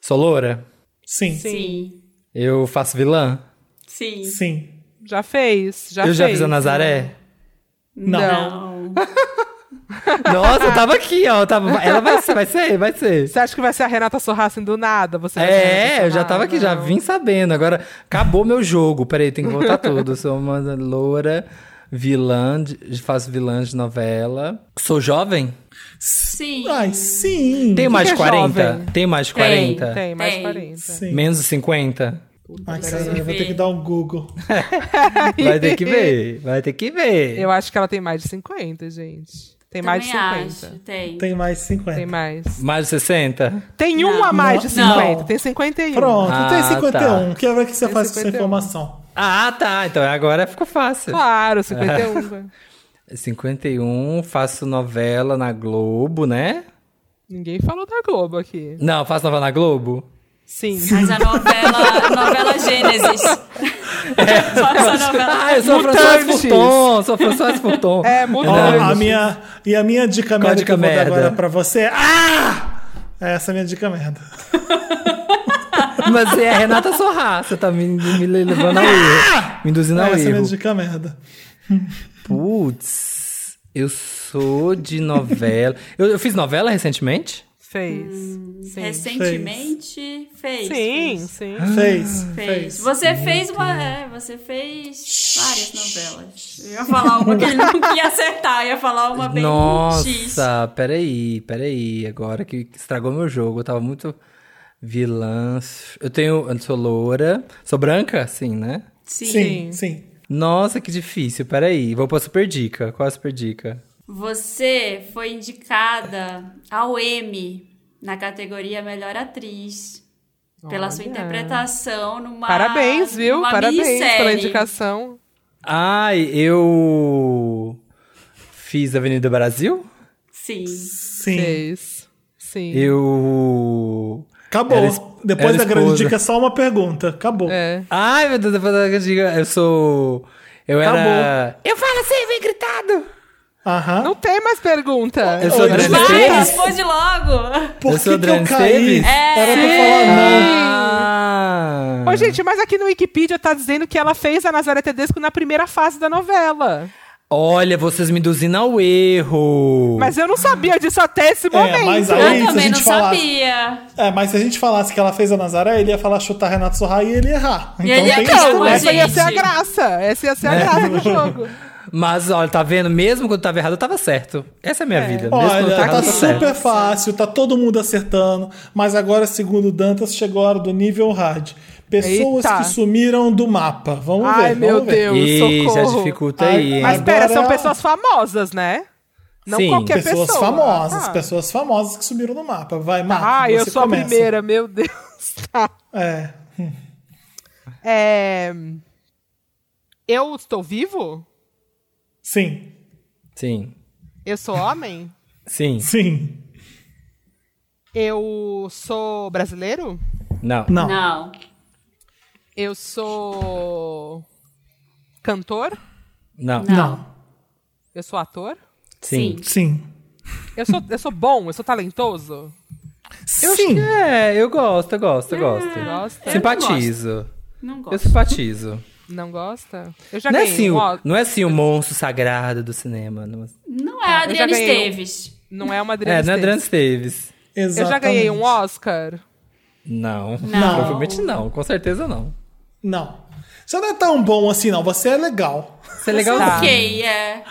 Speaker 2: Sou loura.
Speaker 1: Sim.
Speaker 4: Sim.
Speaker 2: Eu faço vilã.
Speaker 4: Sim.
Speaker 3: Já fez, já
Speaker 2: eu
Speaker 3: fez. né?
Speaker 2: já fiz a Nazaré.
Speaker 1: Não.
Speaker 4: Não.
Speaker 3: Ah,
Speaker 2: Nossa, eu tava aqui, ó. eu tava- Ela vai ser, vai ser, vai ser.
Speaker 3: Você acha que vai ser a Renata Sorrassen do nada? Você vai ser a Renata
Speaker 2: É, eu já
Speaker 3: Sorrassen?
Speaker 2: tava aqui, já vim sabendo. Agora acabou meu jogo. Peraí, tem que voltar tudo. Eu sou uma loura, vilã, de- faço vilã de novela. Sou jovem?
Speaker 4: Sim.
Speaker 1: Ai, sim.
Speaker 2: Tenho mais
Speaker 3: que
Speaker 2: de
Speaker 3: é
Speaker 2: 40?
Speaker 3: jovem?
Speaker 2: Tenho mais de 40?
Speaker 3: Tem, mais
Speaker 4: Tem.
Speaker 3: 40.
Speaker 1: Sim.
Speaker 2: Menos de 50?
Speaker 1: Ai,
Speaker 4: Preciso
Speaker 1: caralho, eu vou
Speaker 4: ver.
Speaker 1: ter que dar um Google.
Speaker 3: [laughs]
Speaker 2: Vai ter que ver, vai ter que ver.
Speaker 3: Eu acho que ela tem mais de 50, gente. Tem mais de 50.
Speaker 4: Também acho, Tem.
Speaker 1: Tem mais 50.
Speaker 3: Tem mais.
Speaker 2: Mais de 60?
Speaker 3: Tem um a mais de
Speaker 1: Não.
Speaker 3: 50. Tem 51.
Speaker 1: Pronto, tem
Speaker 2: Ah,
Speaker 1: 51. O que é que você
Speaker 3: Tem
Speaker 1: faz com essa
Speaker 3: 51.
Speaker 1: informação?
Speaker 2: Ah, tá. Então agora ficou fácil.
Speaker 3: Claro, 51. vai.
Speaker 2: 51, faço novela na Globo, né?
Speaker 3: Ninguém falou da Globo aqui.
Speaker 2: Não, faço novela na Globo?
Speaker 3: Sim.
Speaker 4: Mas a novela, a novela
Speaker 3: [laughs]
Speaker 4: Gênesis.
Speaker 3: É.
Speaker 4: [laughs] Faça a novela.
Speaker 2: Ah, eu sou
Speaker 3: Mutantes.
Speaker 2: François Furton, sou François Furton.
Speaker 3: É,
Speaker 1: Ó,
Speaker 3: mudantes.
Speaker 1: a minha, e a minha dica merda
Speaker 2: dica
Speaker 1: que eu vou dar
Speaker 2: merda?
Speaker 1: agora pra você é... Ah! Essa é a minha dica merda.
Speaker 2: Mas é a Renata Sorra, você tá me, me levando ao erro. Me induzindo ao
Speaker 1: Essa é a minha
Speaker 2: erro.
Speaker 1: dica merda.
Speaker 2: Putz, eu sou de novela. Eu, eu fiz novela recentemente?
Speaker 3: Fez. Sim.
Speaker 4: Recentemente fez.
Speaker 3: Sim,
Speaker 4: Hum, fez.
Speaker 3: sim.
Speaker 2: Ah.
Speaker 1: Fez,
Speaker 4: Fez.
Speaker 1: fez.
Speaker 4: Você fez uma. É, você fez várias novelas. Eu ia falar uma que ele não ia acertar, eu ia falar uma bem X.
Speaker 2: Nossa, peraí, peraí. Agora que estragou meu jogo, eu tava muito vilã. Eu tenho. Eu sou loura. Sou branca? Sim, né?
Speaker 4: Sim.
Speaker 1: Sim, sim.
Speaker 2: Nossa, que difícil. Peraí, vou pra super dica. Qual é a super dica?
Speaker 4: Você foi indicada ao M na categoria Melhor Atriz. Pela sua
Speaker 3: Olha.
Speaker 4: interpretação numa.
Speaker 3: Parabéns, viu?
Speaker 4: numa
Speaker 3: Parabéns pela
Speaker 4: minissérie.
Speaker 3: indicação.
Speaker 2: Ai, eu. Fiz Avenida Brasil?
Speaker 4: Sim.
Speaker 1: Sim.
Speaker 3: Fez. Sim.
Speaker 2: Eu.
Speaker 1: Acabou.
Speaker 2: Era es-
Speaker 1: Depois
Speaker 2: era
Speaker 1: da grande
Speaker 2: esposa.
Speaker 1: dica, só uma pergunta. Acabou.
Speaker 3: É.
Speaker 2: Ai, meu Deus, eu vou dar uma dica. Eu sou. Eu era. Eu falo assim, vem gritado!
Speaker 1: Aham.
Speaker 3: Não tem mais pergunta.
Speaker 2: Eu sou
Speaker 1: Oi,
Speaker 2: Adriana
Speaker 1: gente.
Speaker 4: Vai,
Speaker 2: Esteves?
Speaker 4: responde logo!
Speaker 1: Por que,
Speaker 2: Eu sou
Speaker 1: que eu
Speaker 2: Adriano
Speaker 1: caí?
Speaker 2: Esteves?
Speaker 3: É.
Speaker 1: Era pra falar não.
Speaker 2: Ah.
Speaker 3: Ô, gente, mas aqui no Wikipedia tá dizendo que ela fez a Nazaré Tedesco na primeira fase da novela.
Speaker 2: Olha, vocês me induzindo ao erro.
Speaker 3: Mas eu não sabia disso até esse momento.
Speaker 1: É, mas aí-
Speaker 4: Eu
Speaker 1: se a
Speaker 4: também
Speaker 1: gente
Speaker 4: não
Speaker 1: falasse-
Speaker 4: sabia.
Speaker 1: É, mas se a gente falasse que ela fez a Nazaré, ele ia falar chutar Renato Sorra e ele ia errar. Então
Speaker 4: ele ia
Speaker 1: tem
Speaker 4: cair,
Speaker 1: isso
Speaker 3: Não,
Speaker 1: também.
Speaker 4: mas
Speaker 3: essa ia
Speaker 4: gente.
Speaker 3: ser a graça. Essa ia ser
Speaker 1: É.
Speaker 3: a graça do jogo.
Speaker 2: Mas, olha, tá vendo? Mesmo quando tava errado, eu tava certo. Essa é a minha vida. Mesmo quando eu
Speaker 1: Olha,
Speaker 2: tava
Speaker 1: tá
Speaker 2: errado, eu tô certo.
Speaker 1: super fácil, tá todo mundo acertando, mas agora, segundo o Dantas, chegou a hora do nível hard. Pessoas
Speaker 3: Eita.
Speaker 1: que sumiram do mapa. Vamos
Speaker 3: Ai,
Speaker 1: ver,
Speaker 3: meu
Speaker 1: vamos ver.
Speaker 3: Deus,
Speaker 2: Ih, já
Speaker 3: socorro.
Speaker 2: dificulta
Speaker 1: Ai,
Speaker 2: aí, hein?
Speaker 3: Mas
Speaker 1: Agora-
Speaker 3: pera, são pessoas famosas, né? Não
Speaker 2: Sim.
Speaker 3: qualquer
Speaker 1: Pessoas
Speaker 3: é pessoa.
Speaker 1: famosas,
Speaker 3: Ah.
Speaker 1: pessoas famosas que sumiram do mapa. Vai, Marco,
Speaker 3: Ah, eu
Speaker 1: você
Speaker 3: sou
Speaker 1: começa.
Speaker 3: a primeira, meu Deus. [laughs] Tá.
Speaker 1: É. Hum.
Speaker 3: É... Eu estou vivo?
Speaker 1: Sim,
Speaker 2: Sim.
Speaker 3: Eu sou homem?
Speaker 2: Sim.
Speaker 1: sim.
Speaker 3: Eu sou brasileiro?
Speaker 2: Não.
Speaker 1: Não.
Speaker 4: Não.
Speaker 3: Eu sou cantor?
Speaker 2: Não.
Speaker 1: Não.
Speaker 3: Eu sou ator?
Speaker 2: Sim.
Speaker 4: Sim.
Speaker 1: Sim.
Speaker 3: Eu sou, eu sou bom, eu sou talentoso?
Speaker 2: Eu acho que é, eu gosto, eu gosto, eu gosto.
Speaker 3: Gosta?
Speaker 2: Simpatizo.
Speaker 4: Não
Speaker 2: Eu
Speaker 4: gosto.
Speaker 2: simpatizo.
Speaker 3: Não gosta? Eu já
Speaker 2: Não é,
Speaker 3: ganhei
Speaker 2: assim,
Speaker 3: um,
Speaker 2: o-
Speaker 3: ó,
Speaker 2: não é assim o monstro sagrado do cinema. Não, assim.
Speaker 4: Não é a
Speaker 3: eu já
Speaker 4: Adriana
Speaker 3: ganhei um.
Speaker 4: Esteves.
Speaker 3: Não é uma Adriana
Speaker 2: é, não é
Speaker 3: Esteves.
Speaker 2: Adriana Esteves.
Speaker 3: Eu já ganhei um Oscar?
Speaker 2: Não.
Speaker 4: Não.
Speaker 2: Provavelmente não, com certeza não.
Speaker 1: Não. Você não é tão bom assim, não. Você é legal.
Speaker 2: Você é legal?
Speaker 3: Tá.
Speaker 4: Ok, é.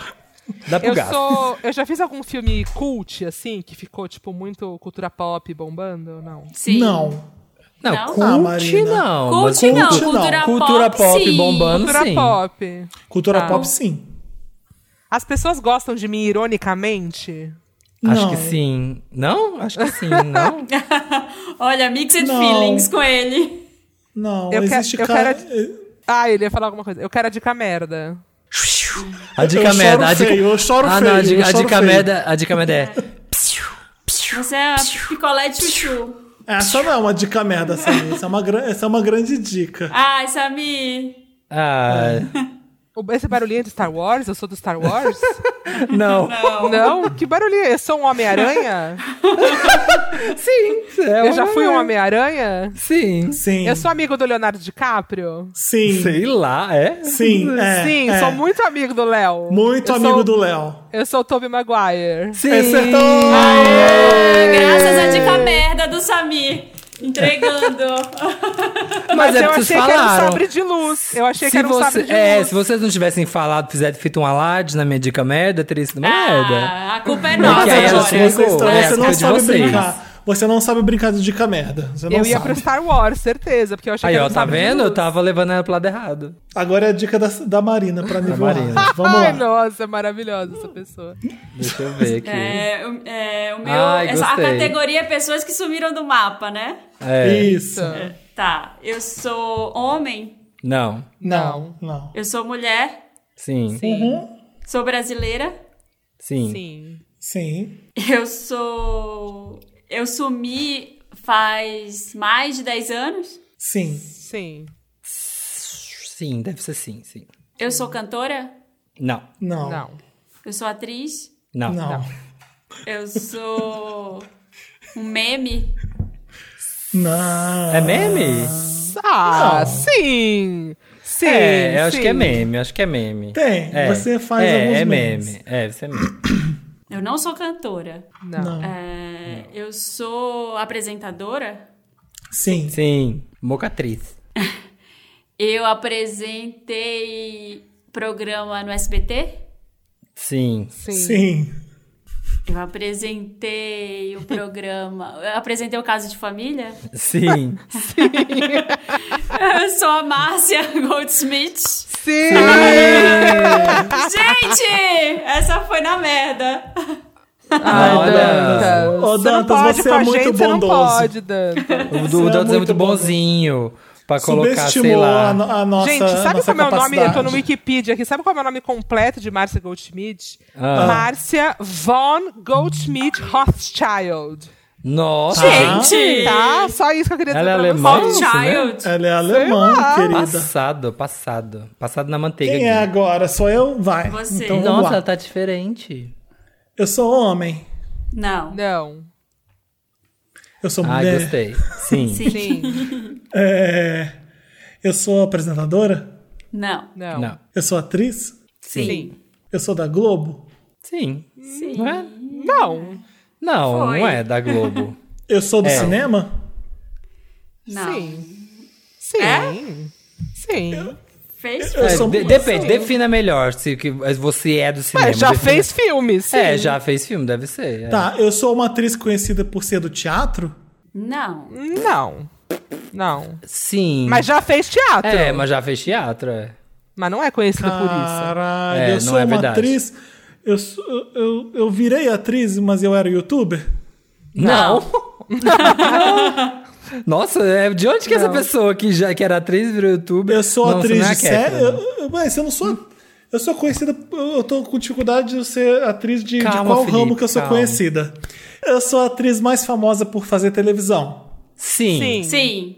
Speaker 2: Dá pro
Speaker 3: Eu
Speaker 2: gasto.
Speaker 3: sou. Eu já fiz algum filme cult, assim, que ficou, tipo, muito cultura pop bombando? Não.
Speaker 4: Sim.
Speaker 1: Não.
Speaker 2: Não,
Speaker 4: Não?
Speaker 2: cult
Speaker 1: Ah, Marina.
Speaker 2: não. mas
Speaker 4: Cult não,
Speaker 1: cult não.
Speaker 4: cultura,
Speaker 2: Cultura
Speaker 4: pop,
Speaker 2: pop
Speaker 4: sim.
Speaker 2: bombando.
Speaker 3: Cultura
Speaker 2: Sim.
Speaker 3: pop.
Speaker 1: Cultura
Speaker 3: Ah.
Speaker 1: pop, sim.
Speaker 3: As pessoas gostam de mim ironicamente?
Speaker 2: Acho
Speaker 1: Não.
Speaker 2: que sim. Não? Acho que sim, não?
Speaker 4: Olha, mixed
Speaker 1: Não.
Speaker 4: feelings com ele.
Speaker 1: Não,
Speaker 3: Eu que-
Speaker 1: existe
Speaker 3: eu
Speaker 1: cara.
Speaker 3: quero- Ah, ele ia falar alguma coisa. Eu quero adicar merda.
Speaker 2: A dica
Speaker 1: Eu choro
Speaker 2: merda. A dica...
Speaker 1: feio, eu choro
Speaker 2: ah, não, a
Speaker 1: feio,
Speaker 2: dica,
Speaker 1: eu
Speaker 2: a
Speaker 1: choro
Speaker 2: dica
Speaker 1: feio.
Speaker 2: merda, a dica merda [laughs] é.
Speaker 4: Você é a picolé de chuchu.
Speaker 1: Essa não é uma dica
Speaker 3: [laughs]
Speaker 1: merda, Samir. Essa é uma, gran- essa é uma grande dica.
Speaker 4: Ai, Samir.
Speaker 2: Ah,
Speaker 3: O- Esse barulhinho é de Star Wars? Eu sou do Star Wars?
Speaker 2: [laughs] não.
Speaker 3: Não? Que barulhinho? é? Eu sou um Homem-Aranha?
Speaker 2: Sim. é
Speaker 3: Eu
Speaker 2: uma
Speaker 3: já fui um
Speaker 2: merda.
Speaker 3: Homem-Aranha?
Speaker 2: Sim.
Speaker 1: Sim.
Speaker 3: Eu sou amigo do Leonardo DiCaprio?
Speaker 1: Sim. Sim.
Speaker 2: Sei lá, é?
Speaker 1: é,
Speaker 3: Sim,
Speaker 1: é.
Speaker 3: sou muito amigo do Léo.
Speaker 1: Muito
Speaker 3: Eu
Speaker 1: amigo
Speaker 3: sou-
Speaker 1: do Léo.
Speaker 3: Eu sou o Tobey Maguire.
Speaker 2: Sim.
Speaker 1: Acertou!
Speaker 4: Ah, graças à dica merda do Samir. Entregando.
Speaker 2: Mas é
Speaker 3: eu
Speaker 2: porque vocês
Speaker 3: achei que era um
Speaker 2: falaram.
Speaker 3: sabre de luz. Eu achei que
Speaker 2: Se,
Speaker 3: era um
Speaker 2: você,
Speaker 3: sabre de
Speaker 2: é,
Speaker 3: luz.
Speaker 2: se vocês não tivessem falado, fizeram feito um alarde na minha dica merda, teria sido uma merda.
Speaker 4: Ah, a culpa é
Speaker 2: É, né? que
Speaker 4: nossa
Speaker 2: aí ela
Speaker 4: agora.
Speaker 1: você, você,
Speaker 2: ficou, é,
Speaker 1: você não
Speaker 2: foi de
Speaker 1: sabe
Speaker 2: vocês.
Speaker 1: brincar. Você não sabe brincar de dica merda. Você não
Speaker 3: Eu ia
Speaker 1: sabe.
Speaker 3: pro Star Wars, certeza, porque eu achei
Speaker 2: Aí,
Speaker 3: que era
Speaker 2: ó,
Speaker 3: um
Speaker 2: tá
Speaker 3: sabre de
Speaker 2: vendo?
Speaker 3: luz.
Speaker 2: Eu tava levando ela pro lado errado.
Speaker 1: Agora é a dica da, da Marina pra nível
Speaker 2: Marina.
Speaker 1: alto. Vamos
Speaker 3: Ai,
Speaker 1: lá.
Speaker 3: nossa, maravilhosa essa pessoa.
Speaker 2: Deixa eu
Speaker 3: [laughs]
Speaker 2: ver aqui.
Speaker 4: É, o- é, o meu,
Speaker 2: Ai,
Speaker 4: essa- a
Speaker 2: gostei.
Speaker 4: categoria é pessoas que sumiram do mapa, né?
Speaker 2: É.
Speaker 1: Isso.
Speaker 4: Tá, eu sou homem,
Speaker 2: Não.
Speaker 1: Não, não. Uhum.
Speaker 4: eu sou mulher,
Speaker 2: Sim. Sim.
Speaker 3: Sim.
Speaker 4: sou brasileira, [laughs]
Speaker 3: Sim.
Speaker 1: Sim.
Speaker 4: eu sou. Eu sumi faz mais de 10 anos,
Speaker 1: Sim.
Speaker 3: Sim.
Speaker 2: Sim, deve ser sim, sim.
Speaker 4: eu sou cantora,
Speaker 2: Não.
Speaker 1: Não. Não.
Speaker 3: Não.
Speaker 4: eu sou atriz,
Speaker 2: Não.
Speaker 1: Não.
Speaker 4: eu sou. um meme.
Speaker 2: É meme?
Speaker 3: Ah, sim! Sim!
Speaker 2: é, eu acho
Speaker 3: sim.
Speaker 2: que é meme, eu acho que é meme.
Speaker 1: Tem,
Speaker 2: É.
Speaker 1: você faz
Speaker 2: é,
Speaker 1: alguns
Speaker 2: é
Speaker 1: memes.
Speaker 2: meme. É, você é meme.
Speaker 4: Eu não sou cantora,
Speaker 3: Não.
Speaker 1: Não.
Speaker 4: é, eu sou apresentadora,
Speaker 1: Sim.
Speaker 2: Sim, mocatriz.
Speaker 4: eu apresentei programa no SBT.
Speaker 2: Sim.
Speaker 3: Sim.
Speaker 1: Sim.
Speaker 4: Eu apresentei o programa. Eu apresentei o caso de família.
Speaker 1: [laughs]
Speaker 2: Sim.
Speaker 4: Eu sou a Márcia Goldsmith.
Speaker 3: Sim!
Speaker 4: Gente, essa foi na merda.
Speaker 1: Ah, então,
Speaker 3: Ai,
Speaker 2: Olha.
Speaker 3: Dantas.
Speaker 1: Ô,
Speaker 3: você não
Speaker 1: Dantas,
Speaker 3: pode com
Speaker 1: você é
Speaker 3: a
Speaker 1: muito
Speaker 3: gente, Você não
Speaker 1: bondoso.
Speaker 3: pode, Dantas.
Speaker 2: o
Speaker 1: Você
Speaker 2: do
Speaker 1: é
Speaker 2: Dantas é
Speaker 1: muito
Speaker 2: muito
Speaker 1: bonzinho.
Speaker 2: bonzinho pra colocar, sei
Speaker 1: Subestimou
Speaker 2: lá.
Speaker 1: a, no- a nossa.
Speaker 3: gente, sabe
Speaker 1: nossa
Speaker 3: como é o nome? Eu tô no
Speaker 1: capacidade.
Speaker 3: Wikipedia aqui. Sabe como é o nome completo de Márcia Goldschmidt?
Speaker 2: Ah.
Speaker 3: Márcia Von Goldschmidt Rothschild.
Speaker 2: Nossa.
Speaker 4: Gente,
Speaker 3: Tá? Só isso que eu queria dizer
Speaker 2: Ela é
Speaker 3: pra
Speaker 2: alemã?
Speaker 3: vocês.
Speaker 2: isso, né?
Speaker 4: Child.
Speaker 1: Ela é alemã, querida.
Speaker 2: Passado, passado. Passado na manteiga.
Speaker 1: Quem é
Speaker 2: aqui.
Speaker 1: agora? Sou eu? Vai.
Speaker 4: Você.
Speaker 1: Então vamos
Speaker 2: Nossa,
Speaker 1: lá.
Speaker 2: ela tá diferente.
Speaker 1: Eu sou homem.
Speaker 4: Não.
Speaker 3: Não.
Speaker 1: Eu sou
Speaker 2: Ai,
Speaker 1: mulher.
Speaker 2: gostei. Sim.
Speaker 3: Sim.
Speaker 1: É, Eu sou apresentadora?
Speaker 4: Não.
Speaker 3: Não.
Speaker 2: Não.
Speaker 1: Eu sou atriz?
Speaker 3: Sim.
Speaker 1: Eu sou da Globo?
Speaker 2: Sim. Não é?
Speaker 3: Não.
Speaker 2: Não,
Speaker 4: Foi.
Speaker 2: não é da Globo.
Speaker 1: Eu sou
Speaker 2: É.
Speaker 1: do cinema?
Speaker 4: Não.
Speaker 3: Sim. Sim. Sim.
Speaker 4: Fez?
Speaker 1: Eu
Speaker 2: É,
Speaker 1: sou
Speaker 2: de- depende, defina melhor se que você é do cinema.
Speaker 3: Mas já
Speaker 2: defina-
Speaker 3: fez filmes.
Speaker 2: É,
Speaker 3: sim.
Speaker 2: já fez filme, deve ser. é.
Speaker 1: Tá, eu sou uma atriz conhecida por ser do teatro?
Speaker 4: Não.
Speaker 3: Não. Não.
Speaker 2: Sim.
Speaker 3: Mas já fez teatro.
Speaker 2: É, mas já fez teatro, é.
Speaker 3: Mas não é conhecido por isso.
Speaker 1: Caralho,
Speaker 2: É,
Speaker 1: eu
Speaker 2: não
Speaker 1: sou
Speaker 2: é
Speaker 1: uma
Speaker 2: verdade.
Speaker 1: atriz. Eu, sou- eu, eu virei atriz, mas eu era youtuber?
Speaker 2: Não. [laughs] Nossa, é, de onde que essa pessoa que, já, que era atriz virou youtuber?
Speaker 1: Eu sou
Speaker 2: Não,
Speaker 1: atriz
Speaker 2: você não é
Speaker 1: de
Speaker 2: a Kéfera,
Speaker 1: série.
Speaker 2: né?
Speaker 1: eu- eu- Mas eu não sou. Eu sou conhecida. Eu tô com dificuldade de ser atriz de, de
Speaker 2: Calma,
Speaker 1: qual
Speaker 2: Felipe,
Speaker 1: ramo que eu sou
Speaker 2: calma.
Speaker 1: conhecida. Eu sou a atriz mais famosa por fazer televisão.
Speaker 2: Sim.
Speaker 3: Sim.
Speaker 4: Sim.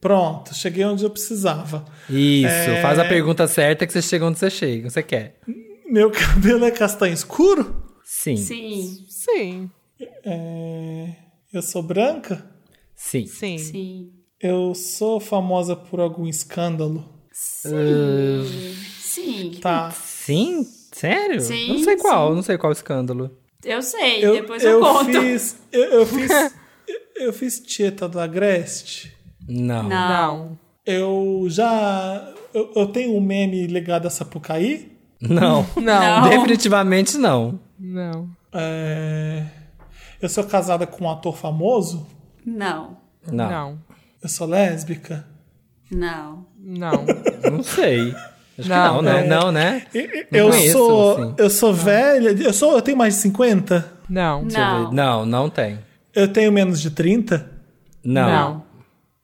Speaker 1: Pronto, cheguei onde eu precisava.
Speaker 2: Isso,
Speaker 1: É.
Speaker 2: faz a pergunta certa que você chega onde você chega, onde você quer.
Speaker 1: Meu [laughs] cabelo é castanho escuro?
Speaker 2: Sim. Sim.
Speaker 4: Sim.
Speaker 3: Sim.
Speaker 1: É, Eu sou branca?
Speaker 2: Sim.
Speaker 3: Sim.
Speaker 4: Sim.
Speaker 1: Eu sou famosa por algum escândalo?
Speaker 4: Sim.
Speaker 1: Tá.
Speaker 2: Sério?
Speaker 4: Sim,
Speaker 2: Eu não sei qual, eu não sei qual escândalo.
Speaker 4: Eu sei,
Speaker 1: Eu,
Speaker 4: depois eu, conto.
Speaker 1: fiz. Eu,
Speaker 4: [laughs]
Speaker 1: eu fiz. eu- eu fiz Tieta do Agreste.
Speaker 2: Não.
Speaker 4: Não.
Speaker 3: Não.
Speaker 1: Eu já. Eu, eu tenho um meme ligado a Sapucaí?
Speaker 2: Não.
Speaker 3: Não.
Speaker 2: Definitivamente não.
Speaker 3: Não.
Speaker 1: É, Eu sou casada com um ator famoso?
Speaker 4: Não.
Speaker 2: Não. Não,
Speaker 3: Não.
Speaker 1: Eu sou lésbica?
Speaker 4: Não.
Speaker 3: Não.
Speaker 2: sei. Acho
Speaker 3: Não,
Speaker 2: que não, né? Não, né?
Speaker 1: E- e-
Speaker 2: Não
Speaker 1: Eu,
Speaker 2: conheço,
Speaker 1: sou.
Speaker 2: assim.
Speaker 1: Eu sou velha. Eu, sou, eu tenho mais de 50?
Speaker 3: Não.
Speaker 2: Deixa eu ver.
Speaker 4: Não.
Speaker 2: Não, não tem.
Speaker 1: Eu tenho menos de 30?
Speaker 2: Não.
Speaker 3: Não.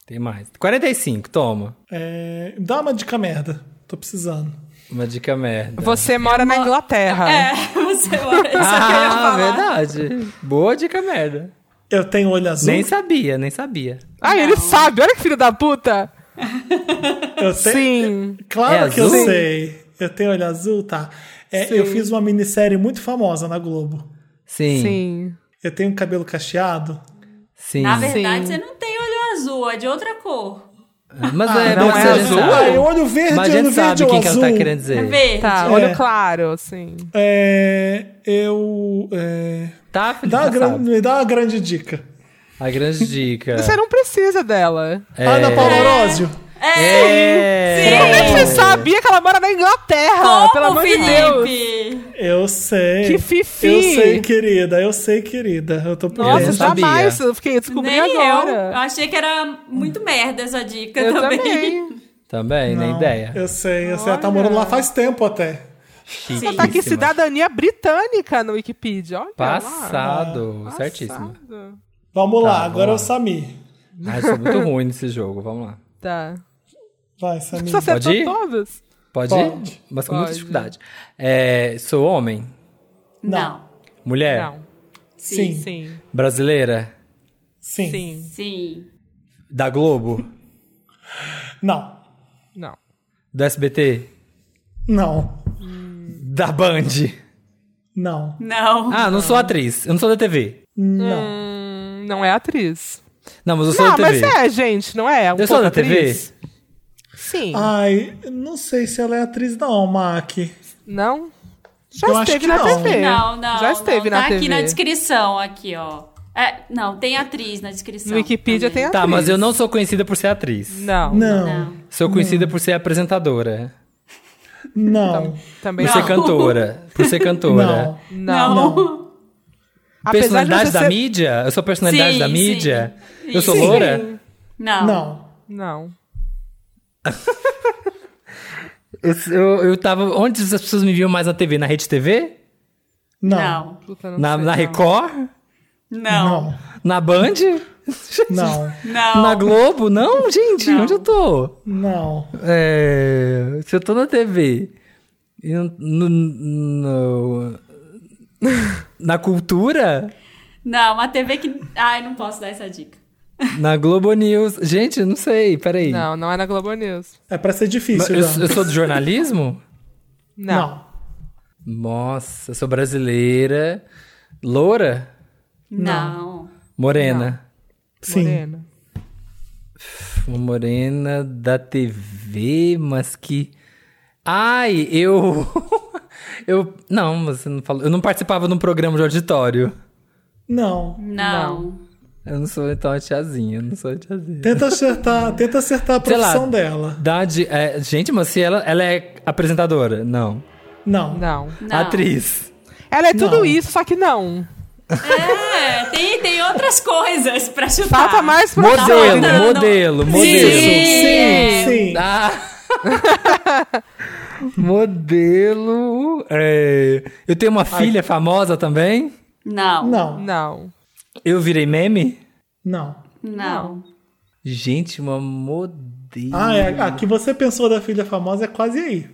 Speaker 2: Tem mais. 45, toma.
Speaker 1: É, Dá uma dica merda. Tô precisando.
Speaker 2: Uma dica merda.
Speaker 3: Você mora na Inglaterra.
Speaker 4: É, você olha isso que eu ia
Speaker 2: Ah,
Speaker 4: falar.
Speaker 2: verdade. Boa dica merda.
Speaker 1: Eu tenho olho azul.
Speaker 2: Nem sabia, nem sabia.
Speaker 3: Ah, ele sabe. Olha que filho da puta.
Speaker 1: Eu te-
Speaker 3: Sim.
Speaker 1: Claro
Speaker 2: É
Speaker 1: que eu
Speaker 2: azul?
Speaker 1: sei. Eu tenho olho azul, tá. É, eu fiz uma minissérie muito famosa na Globo.
Speaker 2: Sim. Sim.
Speaker 3: Sim.
Speaker 1: Eu tenho um cabelo cacheado.
Speaker 4: [laughs] Na verdade,
Speaker 3: Sim.
Speaker 4: você não tem olho azul, é de outra cor.
Speaker 2: Mas é,
Speaker 3: não
Speaker 2: mas
Speaker 3: é
Speaker 2: a gente
Speaker 3: azul?
Speaker 2: sabe.
Speaker 1: Ah, eu olho verde,
Speaker 2: Mas a gente
Speaker 1: olho verde
Speaker 2: sabe
Speaker 1: ou
Speaker 2: quem que ela
Speaker 1: azul.
Speaker 2: tá querendo
Speaker 4: É
Speaker 2: dizer.
Speaker 4: verde.
Speaker 3: Tá,
Speaker 1: É.
Speaker 3: olho claro, assim. sim.
Speaker 1: É, eu. é,
Speaker 2: Tá, Felipe,
Speaker 1: dá
Speaker 2: já
Speaker 1: uma gran-
Speaker 2: sabe.
Speaker 1: me dá uma grande dica.
Speaker 2: A grande dica.
Speaker 3: Você não precisa dela.
Speaker 2: É...
Speaker 1: Ana Paula Arósio.
Speaker 2: É...
Speaker 3: Como é que você sabia que ela mora na Inglaterra?
Speaker 4: Como,
Speaker 3: Pelo amor de Deus.
Speaker 4: Felipe?
Speaker 1: Eu sei.
Speaker 3: Que fifi.
Speaker 1: Eu sei, querida. Eu sei, querida. Eu tô por
Speaker 3: Nossa,
Speaker 2: Eu não
Speaker 1: dentro.
Speaker 2: sabia.
Speaker 3: jamais. Eu fiquei descobri
Speaker 4: Nem eu. Eu
Speaker 3: agora.
Speaker 4: achei que era muito merda essa dica
Speaker 3: Eu
Speaker 4: também.
Speaker 3: também.
Speaker 2: Também, nem
Speaker 1: Não,
Speaker 2: ideia.
Speaker 1: Eu sei, eu sei. Ela tá morando lá faz tempo até.
Speaker 4: Sim.
Speaker 3: Tá aqui
Speaker 2: Chiquíssima.
Speaker 3: cidadania britânica no Wikipedia. Olha lá.
Speaker 2: Passado,
Speaker 3: é
Speaker 2: certíssimo.
Speaker 3: Passado.
Speaker 1: Vamos
Speaker 2: Tá,
Speaker 1: lá,
Speaker 2: vamos
Speaker 1: agora
Speaker 2: lá.
Speaker 1: é o Samir.
Speaker 2: Ai, sou muito ruim nesse jogo, vamos lá.
Speaker 3: Tá.
Speaker 1: Vai, Samir.
Speaker 3: Você acertou
Speaker 2: ir?
Speaker 3: todas?
Speaker 2: Pode,
Speaker 1: Pode.
Speaker 2: ir? Mas com muita
Speaker 3: Pode.
Speaker 2: dificuldade. É, sou homem?
Speaker 4: Não.
Speaker 2: Mulher?
Speaker 3: Não.
Speaker 1: Sim, sim.
Speaker 3: Sim.
Speaker 2: Brasileira?
Speaker 1: sim.
Speaker 3: Sim.
Speaker 4: [laughs] Sim.
Speaker 2: Da Globo?
Speaker 1: Não.
Speaker 3: Não.
Speaker 2: Do SBT?
Speaker 1: Não.
Speaker 2: Da Band?
Speaker 1: Não.
Speaker 4: Não.
Speaker 2: Ah, não sou atriz. Eu não sou da TV.
Speaker 1: Não.
Speaker 3: Hum, não é atriz.
Speaker 2: Não, mas eu sou
Speaker 3: Não,
Speaker 2: da TV.
Speaker 3: mas é, gente, não é? Um
Speaker 2: eu sou
Speaker 3: pouco
Speaker 2: da TV?
Speaker 3: atriz? Sim.
Speaker 1: Ah. Ai, não sei se ela é atriz, não, Mac.
Speaker 3: Não? Já
Speaker 1: Eu acho
Speaker 3: esteve
Speaker 1: que
Speaker 3: na
Speaker 1: não.
Speaker 3: TV.
Speaker 4: Não, não.
Speaker 3: Já esteve
Speaker 4: não.
Speaker 3: na
Speaker 4: tá
Speaker 3: TV.
Speaker 4: aqui na descrição, aqui, ó. É, não, tem atriz na descrição.
Speaker 3: No Wikipedia
Speaker 4: também.
Speaker 3: tem é atriz.
Speaker 2: Tá, mas eu não sou conhecida por ser atriz.
Speaker 3: Não.
Speaker 1: Não.
Speaker 4: Não.
Speaker 2: Sou conhecida por ser apresentadora.
Speaker 1: Não.
Speaker 2: Por
Speaker 3: Também não.
Speaker 2: ser cantora.
Speaker 3: [laughs]
Speaker 2: Por ser cantora.
Speaker 3: Não.
Speaker 1: Não. Não.
Speaker 3: Apesar de
Speaker 2: Personalidade
Speaker 3: você
Speaker 2: da
Speaker 3: ser-
Speaker 2: mídia? Eu sou personalidade
Speaker 4: Sim,
Speaker 2: da
Speaker 4: sim.
Speaker 2: mídia? Eu sou
Speaker 4: Sim.
Speaker 2: loura?
Speaker 4: Não.
Speaker 1: Não.
Speaker 3: Não.
Speaker 2: Eu, eu, eu tava. Onde as pessoas me viam mais na TV? Na Rede TV?
Speaker 1: Não.
Speaker 4: Não.
Speaker 3: Puta, não
Speaker 2: Na,
Speaker 3: sei,
Speaker 2: na
Speaker 3: não.
Speaker 2: Record?
Speaker 4: Não.
Speaker 1: Não.
Speaker 3: [laughs]
Speaker 2: Na Band?
Speaker 1: Não.
Speaker 4: Não.
Speaker 2: Na Globo? Não, gente,
Speaker 4: Não.
Speaker 2: onde eu tô?
Speaker 1: Não.
Speaker 2: É, se eu tô na TV. e no- no- no- na cultura?
Speaker 4: Não, uma TV que. Ai, não posso dar essa dica.
Speaker 2: Na Globo News. Gente, eu não sei, peraí.
Speaker 3: Não, não é na Globo News.
Speaker 1: É pra ser
Speaker 2: Mas
Speaker 1: difícil,
Speaker 2: Eu,
Speaker 1: Dan.
Speaker 2: eu sou
Speaker 3: [laughs]
Speaker 2: do jornalismo?
Speaker 3: Não.
Speaker 2: Nossa, eu sou brasileira. Loura?
Speaker 4: Não.
Speaker 2: Morena.
Speaker 1: Sim.
Speaker 3: Morena.
Speaker 2: Uma morena da TV, mas que. Ai, eu. [laughs] eu. Não, mas você não falou. Eu não participava de um programa de auditório.
Speaker 1: Não.
Speaker 4: Não.
Speaker 2: Eu não sou então a tiazinha, eu não sou a tiazinha.
Speaker 1: Tenta acertar, tenta acertar a
Speaker 2: Sei lá.
Speaker 1: profissão dela.
Speaker 2: Dade, é, gente, mas se ela, ela é apresentadora? Não.
Speaker 1: Não.
Speaker 3: Não.
Speaker 4: Não.
Speaker 2: Atriz.
Speaker 3: Ela é tudo
Speaker 1: Não.
Speaker 3: isso, só que não.
Speaker 4: É, tem, tem outras coisas pra chutar.
Speaker 3: Falta mais pra
Speaker 2: Tá. Modelo,
Speaker 4: Não, não, não.
Speaker 2: modelo,
Speaker 4: Sim.
Speaker 2: modelo.
Speaker 1: Sim, sim.
Speaker 2: Ah. [laughs] modelo. é, Eu tenho uma filha famosa também.
Speaker 4: Não.
Speaker 1: Não.
Speaker 3: Não.
Speaker 2: Eu virei meme?
Speaker 1: Não.
Speaker 4: Não.
Speaker 2: Gente, uma modelo.
Speaker 1: Ah, é, a que você pensou da filha famosa é quase aí.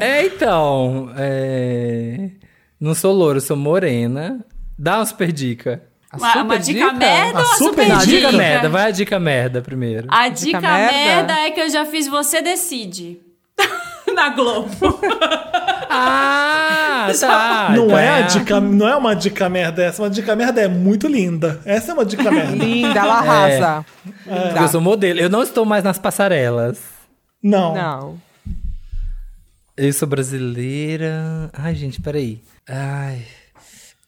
Speaker 2: É, então. é, Não sou louro, sou morena. Dá uma super dica.
Speaker 3: A
Speaker 4: Uma, uma
Speaker 3: super
Speaker 4: dica, merda
Speaker 1: A
Speaker 4: ou a
Speaker 1: super
Speaker 4: super
Speaker 2: Não,
Speaker 4: dica?
Speaker 2: a dica merda. Vai a dica merda primeiro.
Speaker 5: Ah.
Speaker 4: A dica,
Speaker 3: merda?
Speaker 4: merda é que eu já fiz Você Decide. Na Globo.
Speaker 2: Ah, tá.
Speaker 1: não
Speaker 2: então
Speaker 1: é a
Speaker 2: a-
Speaker 1: dica, não é uma dica merda essa, uma dica merda é muito linda. Essa é uma dica merda.
Speaker 3: Linda, ela arrasa.
Speaker 2: Porque É. eu sou modelo. Eu não estou mais nas passarelas.
Speaker 1: Não.
Speaker 3: Não.
Speaker 2: Eu sou brasileira. Ai, gente, peraí. Ai.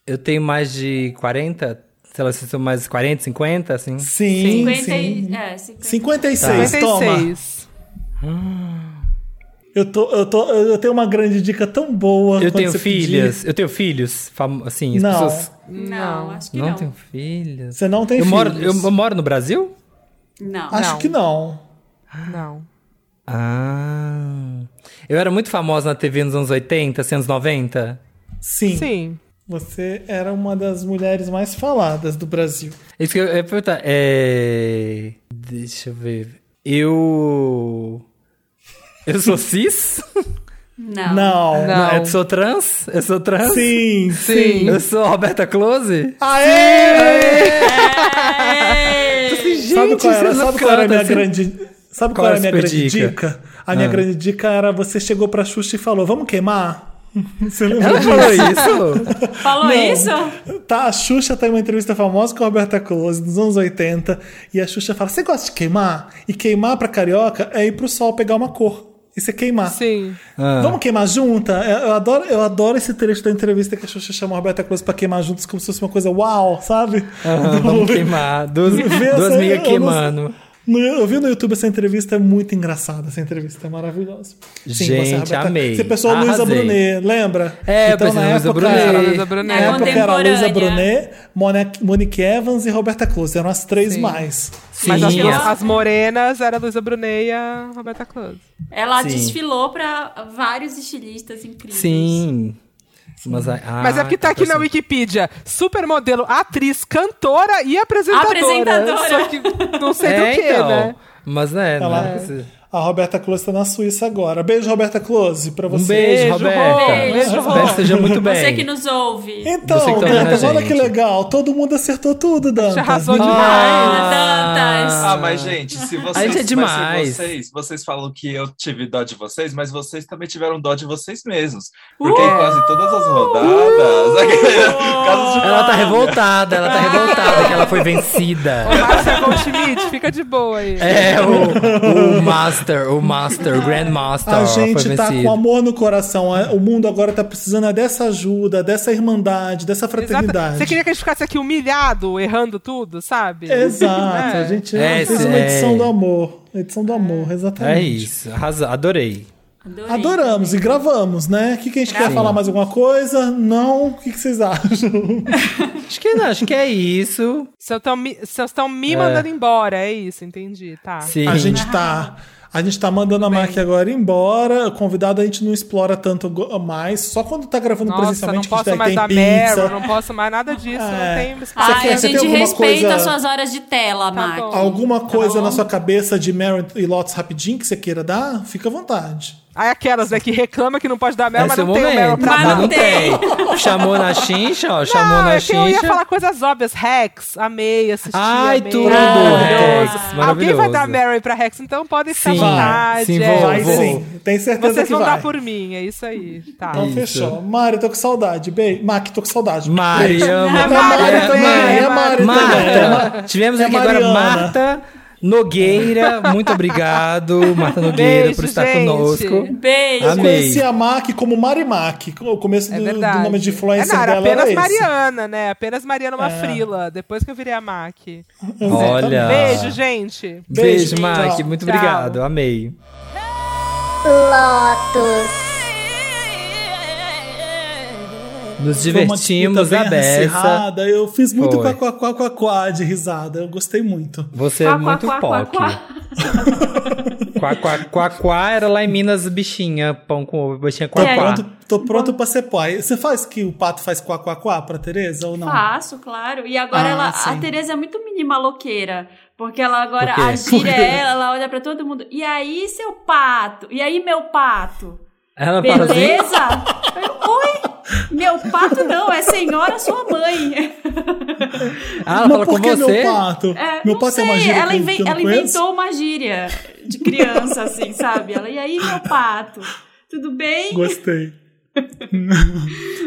Speaker 2: Eu tenho mais de 40? Sei lá, se são mais 40, 50, assim.
Speaker 1: Sim,
Speaker 4: 50,
Speaker 1: sim.
Speaker 4: e- é, 50.
Speaker 1: 56, toma.
Speaker 3: 56.
Speaker 1: Eu Eu, tô, eu, tô, eu tenho uma grande dica tão boa.
Speaker 2: Eu
Speaker 1: quando
Speaker 2: tenho
Speaker 1: você pedir.
Speaker 2: filhas. Eu tenho filhos. fam- Assim, as
Speaker 1: Não.
Speaker 2: pessoas.
Speaker 4: Não, acho que
Speaker 2: Não,
Speaker 4: não.
Speaker 2: tenho filhas.
Speaker 1: Você não tem
Speaker 2: eu, moro, eu,
Speaker 1: filhos.
Speaker 2: eu moro no Brasil?
Speaker 4: Não.
Speaker 1: Acho
Speaker 3: Não.
Speaker 1: que não.
Speaker 3: Não.
Speaker 2: Ah. Eu era muito famosa na TV nos anos 80, assim, anos 90.
Speaker 1: Sim,
Speaker 3: Sim.
Speaker 1: Você era uma das mulheres mais faladas do Brasil.
Speaker 2: Isso que eu ia perguntar. É. Deixa eu ver. Eu. Eu sou cis?
Speaker 4: Não.
Speaker 1: Não.
Speaker 3: Não.
Speaker 2: [laughs] Eu sou trans? Eu sou trans?
Speaker 1: Sim, sim.
Speaker 2: Eu sou a Roberta Close?
Speaker 1: Aê! Tipo
Speaker 2: Gente,
Speaker 1: sabe qual era,
Speaker 2: vocês não
Speaker 1: sabe qual era a minha
Speaker 2: cantam, assim.
Speaker 1: grande. Sabe qual,
Speaker 2: Qual
Speaker 1: era a Ah. minha
Speaker 2: a super
Speaker 1: grande dica?
Speaker 2: dica?
Speaker 1: A minha grande dica era você chegou pra Xuxa e falou: vamos queimar? [laughs] Você lembra
Speaker 2: Ela
Speaker 1: disso?
Speaker 2: falou isso?
Speaker 4: Falou isso?
Speaker 1: Tá, a Xuxa tá em uma entrevista famosa com a Roberta Close nos anos 80 e a Xuxa fala: Você gosta de queimar? E queimar pra carioca é ir pro sol pegar uma cor. E você queimar.
Speaker 3: Sim.
Speaker 2: Ah.
Speaker 1: Vamos queimar junta? Eu eu adoro, eu adoro esse trecho da entrevista que a Xuxa chama a Roberta Close pra queimar juntos como se fosse uma coisa uau, sabe? Então,
Speaker 2: Aham, Ah, vamos queimar. Duas,
Speaker 1: Vê
Speaker 2: duas
Speaker 1: essa- eu
Speaker 2: migas
Speaker 1: não-
Speaker 2: queimando.
Speaker 1: no- eu vi no YouTube essa entrevista, é muito engraçada. Essa entrevista é maravilhosa.
Speaker 2: Gente,
Speaker 1: você é a Roberta-
Speaker 2: amei.
Speaker 1: Você pensou a Luísa
Speaker 2: Arrasei.
Speaker 1: Brunet, lembra? Então,
Speaker 2: É, eu pensei na Luísa Brunet.
Speaker 1: era-
Speaker 3: Era a Luísa Brunet.
Speaker 1: Na
Speaker 4: É
Speaker 1: época era a Luísa
Speaker 4: contemporânea.
Speaker 1: Brunet, Monique, Monique Evans e Roberta Close. Eram as três mais.
Speaker 2: Sim,
Speaker 3: Mas as,
Speaker 2: essa-
Speaker 3: as morenas era a Luísa Brunet e a Roberta Close.
Speaker 4: Ela
Speaker 2: Sim.
Speaker 4: desfilou pra vários estilistas incríveis.
Speaker 2: sim. Mas, a- ah,
Speaker 3: Mas é porque tá aqui na
Speaker 2: pessoa-
Speaker 3: Wikipedia. Supermodelo, atriz, cantora e apresentadora.
Speaker 4: Apresentadora.
Speaker 3: Só que não sei do
Speaker 2: É,
Speaker 3: que,
Speaker 2: então.
Speaker 3: né?
Speaker 2: Mas né,
Speaker 1: Tá
Speaker 2: não
Speaker 1: lá.
Speaker 2: é possível.
Speaker 1: A Roberta Close tá na Suíça agora. Beijo, Roberta Close, pra você. é
Speaker 2: Um beijo,
Speaker 3: Beijo,
Speaker 2: Roberta.
Speaker 3: Rô.
Speaker 4: Beijo, Rô.
Speaker 2: Roberta, seja muito bem.
Speaker 4: Você que nos ouve.
Speaker 1: Então,
Speaker 2: Você que tá ouvindo
Speaker 1: Dantas,
Speaker 2: a
Speaker 1: olha
Speaker 2: gente.
Speaker 1: que legal. Todo mundo acertou tudo, Dantas.
Speaker 3: arrasou
Speaker 1: Ninguém-
Speaker 3: demais.
Speaker 4: Ah,
Speaker 6: Ah, mas gente, se vocês,
Speaker 2: Aí já é
Speaker 6: mas se
Speaker 2: demais.
Speaker 6: vocês, vocês falam que eu tive dó de vocês, mas vocês também tiveram dó de vocês mesmos. Porque em quase todas as rodadas, [laughs] casos de
Speaker 2: Ela tá
Speaker 6: família.
Speaker 2: revoltada, ela tá revoltada que ela foi vencida.
Speaker 3: Ô, Márcia Goldschmidt, fica de boa aí.
Speaker 2: É, o, o Master, o Master, o Grandmaster.
Speaker 1: A
Speaker 2: foi
Speaker 1: gente tá
Speaker 2: vencido.
Speaker 1: com amor no coração. O mundo agora tá precisando é dessa ajuda, dessa irmandade, dessa
Speaker 3: Exata-
Speaker 1: fraternidade.
Speaker 3: Você queria que a gente ficasse aqui humilhado, errando tudo, sabe?
Speaker 1: Exato.
Speaker 3: [laughs] É.
Speaker 1: A gente
Speaker 2: É,
Speaker 1: fez
Speaker 2: sim.
Speaker 1: uma edição
Speaker 2: É.
Speaker 1: do amor. Edição do amor, exatamente.
Speaker 2: É isso, arrasa, adorei.
Speaker 4: Adorei.
Speaker 1: Adoramos e gravamos, né? O que, que a gente quer
Speaker 2: Sim.
Speaker 1: falar mais alguma coisa? Não? O que, que vocês acham?
Speaker 2: Acho que, não, acho que é isso.
Speaker 3: Vocês estão me, vocês tão me mandando embora, é isso, entendi, tá.
Speaker 2: Sim.
Speaker 1: A gente tá. A gente tá mandando a Maki agora embora. O convidado a gente não explora tanto go- mais. Só quando tá gravando
Speaker 3: Nossa, não
Speaker 1: presencialmente que
Speaker 3: posso
Speaker 1: a gente tá
Speaker 3: mais
Speaker 1: tem
Speaker 3: dar
Speaker 1: pizza.
Speaker 3: Meryl, não posso mais
Speaker 2: [laughs]
Speaker 3: nada disso,
Speaker 1: É.
Speaker 3: não tem espaço.
Speaker 1: Você
Speaker 4: Ai,
Speaker 1: quer-
Speaker 4: a
Speaker 1: você tem
Speaker 4: gente
Speaker 1: alguma
Speaker 4: respeita
Speaker 1: coisa-
Speaker 4: as suas horas de tela, Mark.
Speaker 3: bom.
Speaker 1: Alguma coisa
Speaker 4: bom.
Speaker 1: na sua cabeça de Meryl e Lotus rapidinho que você queira dar? Fica à vontade.
Speaker 3: Aí aquelas, né, que reclama que não pode dar Meryl, mas
Speaker 2: Esse é o
Speaker 3: não tem o Meryl
Speaker 2: momento.
Speaker 3: pra
Speaker 4: Mas
Speaker 3: dar.
Speaker 2: Mas não
Speaker 4: não tem.
Speaker 2: tem. Chamou na chincha, ó. Chamou
Speaker 3: Não,
Speaker 2: na
Speaker 3: é que eu ia falar
Speaker 2: chincha.
Speaker 3: coisas óbvias. Rex, amei, assisti,
Speaker 2: Ai,
Speaker 3: amei.
Speaker 2: tudo,
Speaker 3: maravilhoso.
Speaker 2: Rex,
Speaker 3: Alguém vai
Speaker 2: maravilhoso.
Speaker 3: dar Mary pra Rex, então podem ficar
Speaker 2: Sim,
Speaker 3: à vontade.
Speaker 2: sim,
Speaker 3: é.
Speaker 2: Eu
Speaker 1: vai
Speaker 2: vou.
Speaker 1: sim. Tenho certeza
Speaker 3: Vocês
Speaker 1: que
Speaker 3: vão
Speaker 1: vai.
Speaker 3: dar por mim, é isso aí. Tá.
Speaker 1: Então
Speaker 2: Isso.
Speaker 1: fechou. Mari, tô com saudade. Bem, Mac, tô com saudade.
Speaker 2: Mari, amo.
Speaker 3: É
Speaker 1: Mari
Speaker 2: É,
Speaker 1: também,
Speaker 2: Mari,
Speaker 1: é Mari também.
Speaker 2: Marta. Tivemos
Speaker 1: É
Speaker 2: aqui agora
Speaker 1: Mariana.
Speaker 2: Marta Nogueira. Muito obrigado, Marta Nogueira,
Speaker 3: Beijo,
Speaker 2: por estar
Speaker 3: gente.
Speaker 2: conosco.
Speaker 4: Beijo.
Speaker 1: Eu
Speaker 2: Amei.
Speaker 1: conheci a Mac como Mari Mac. O começo
Speaker 3: É
Speaker 1: do, do
Speaker 3: verdade.
Speaker 1: nome de
Speaker 3: é,
Speaker 1: influencer
Speaker 3: não, era
Speaker 1: dela
Speaker 3: apenas
Speaker 1: era esse.
Speaker 3: Mariana, né? Apenas Mariana uma frila. Depois que eu virei a Mac.
Speaker 1: Ah.
Speaker 2: Olha.
Speaker 3: Beijo, gente.
Speaker 1: Beijo,
Speaker 2: Beijo, Mike.
Speaker 1: tchau.
Speaker 2: Muito
Speaker 3: Tchau.
Speaker 2: obrigado. Amei. Nos
Speaker 1: Foi uma disputa
Speaker 2: divertimos
Speaker 1: bem
Speaker 2: a beça.
Speaker 1: acirrada. Eu fiz muito
Speaker 2: Foi.
Speaker 1: quá, quá, quá, quá de risada. Eu gostei muito.
Speaker 2: Você é
Speaker 4: Quá, quá,
Speaker 2: muito
Speaker 4: quá, quá,
Speaker 2: pop. Quá, quá, quá, quá era lá em Minas, bichinha. Pão com ovo, bichinha quá,
Speaker 1: Tô
Speaker 4: E aí?
Speaker 2: quá.
Speaker 1: Tá pronto,
Speaker 3: É.
Speaker 1: tô pronto pra ser pai. Você faz que o pato faz quá, quá, quá pra Tereza ou não?
Speaker 4: Faço, claro. E agora
Speaker 1: Ah,
Speaker 4: ela,
Speaker 1: sim.
Speaker 4: a Tereza é muito mini maloqueira. Porque ela agora
Speaker 2: Por quê?
Speaker 4: a gíria é ela, ela olha pra todo mundo. E aí, seu pato? E aí, meu pato?
Speaker 2: Ela fala assim,
Speaker 4: Beleza? Eu, Oi! Meu pato não, é senhora sua mãe. [laughs]
Speaker 2: ah, ela
Speaker 1: Mas
Speaker 2: fala com
Speaker 1: por que
Speaker 2: você.
Speaker 1: meu pato?
Speaker 4: É,
Speaker 1: meu
Speaker 4: não
Speaker 1: pato
Speaker 4: sei,
Speaker 1: é uma gíria
Speaker 4: ela,
Speaker 1: que,
Speaker 4: inven-
Speaker 1: que eu não
Speaker 4: ela
Speaker 1: conheço?
Speaker 4: inventou uma gíria de criança, assim, sabe? Ela, e aí, meu pato? Tudo bem? [laughs]
Speaker 1: Gostei.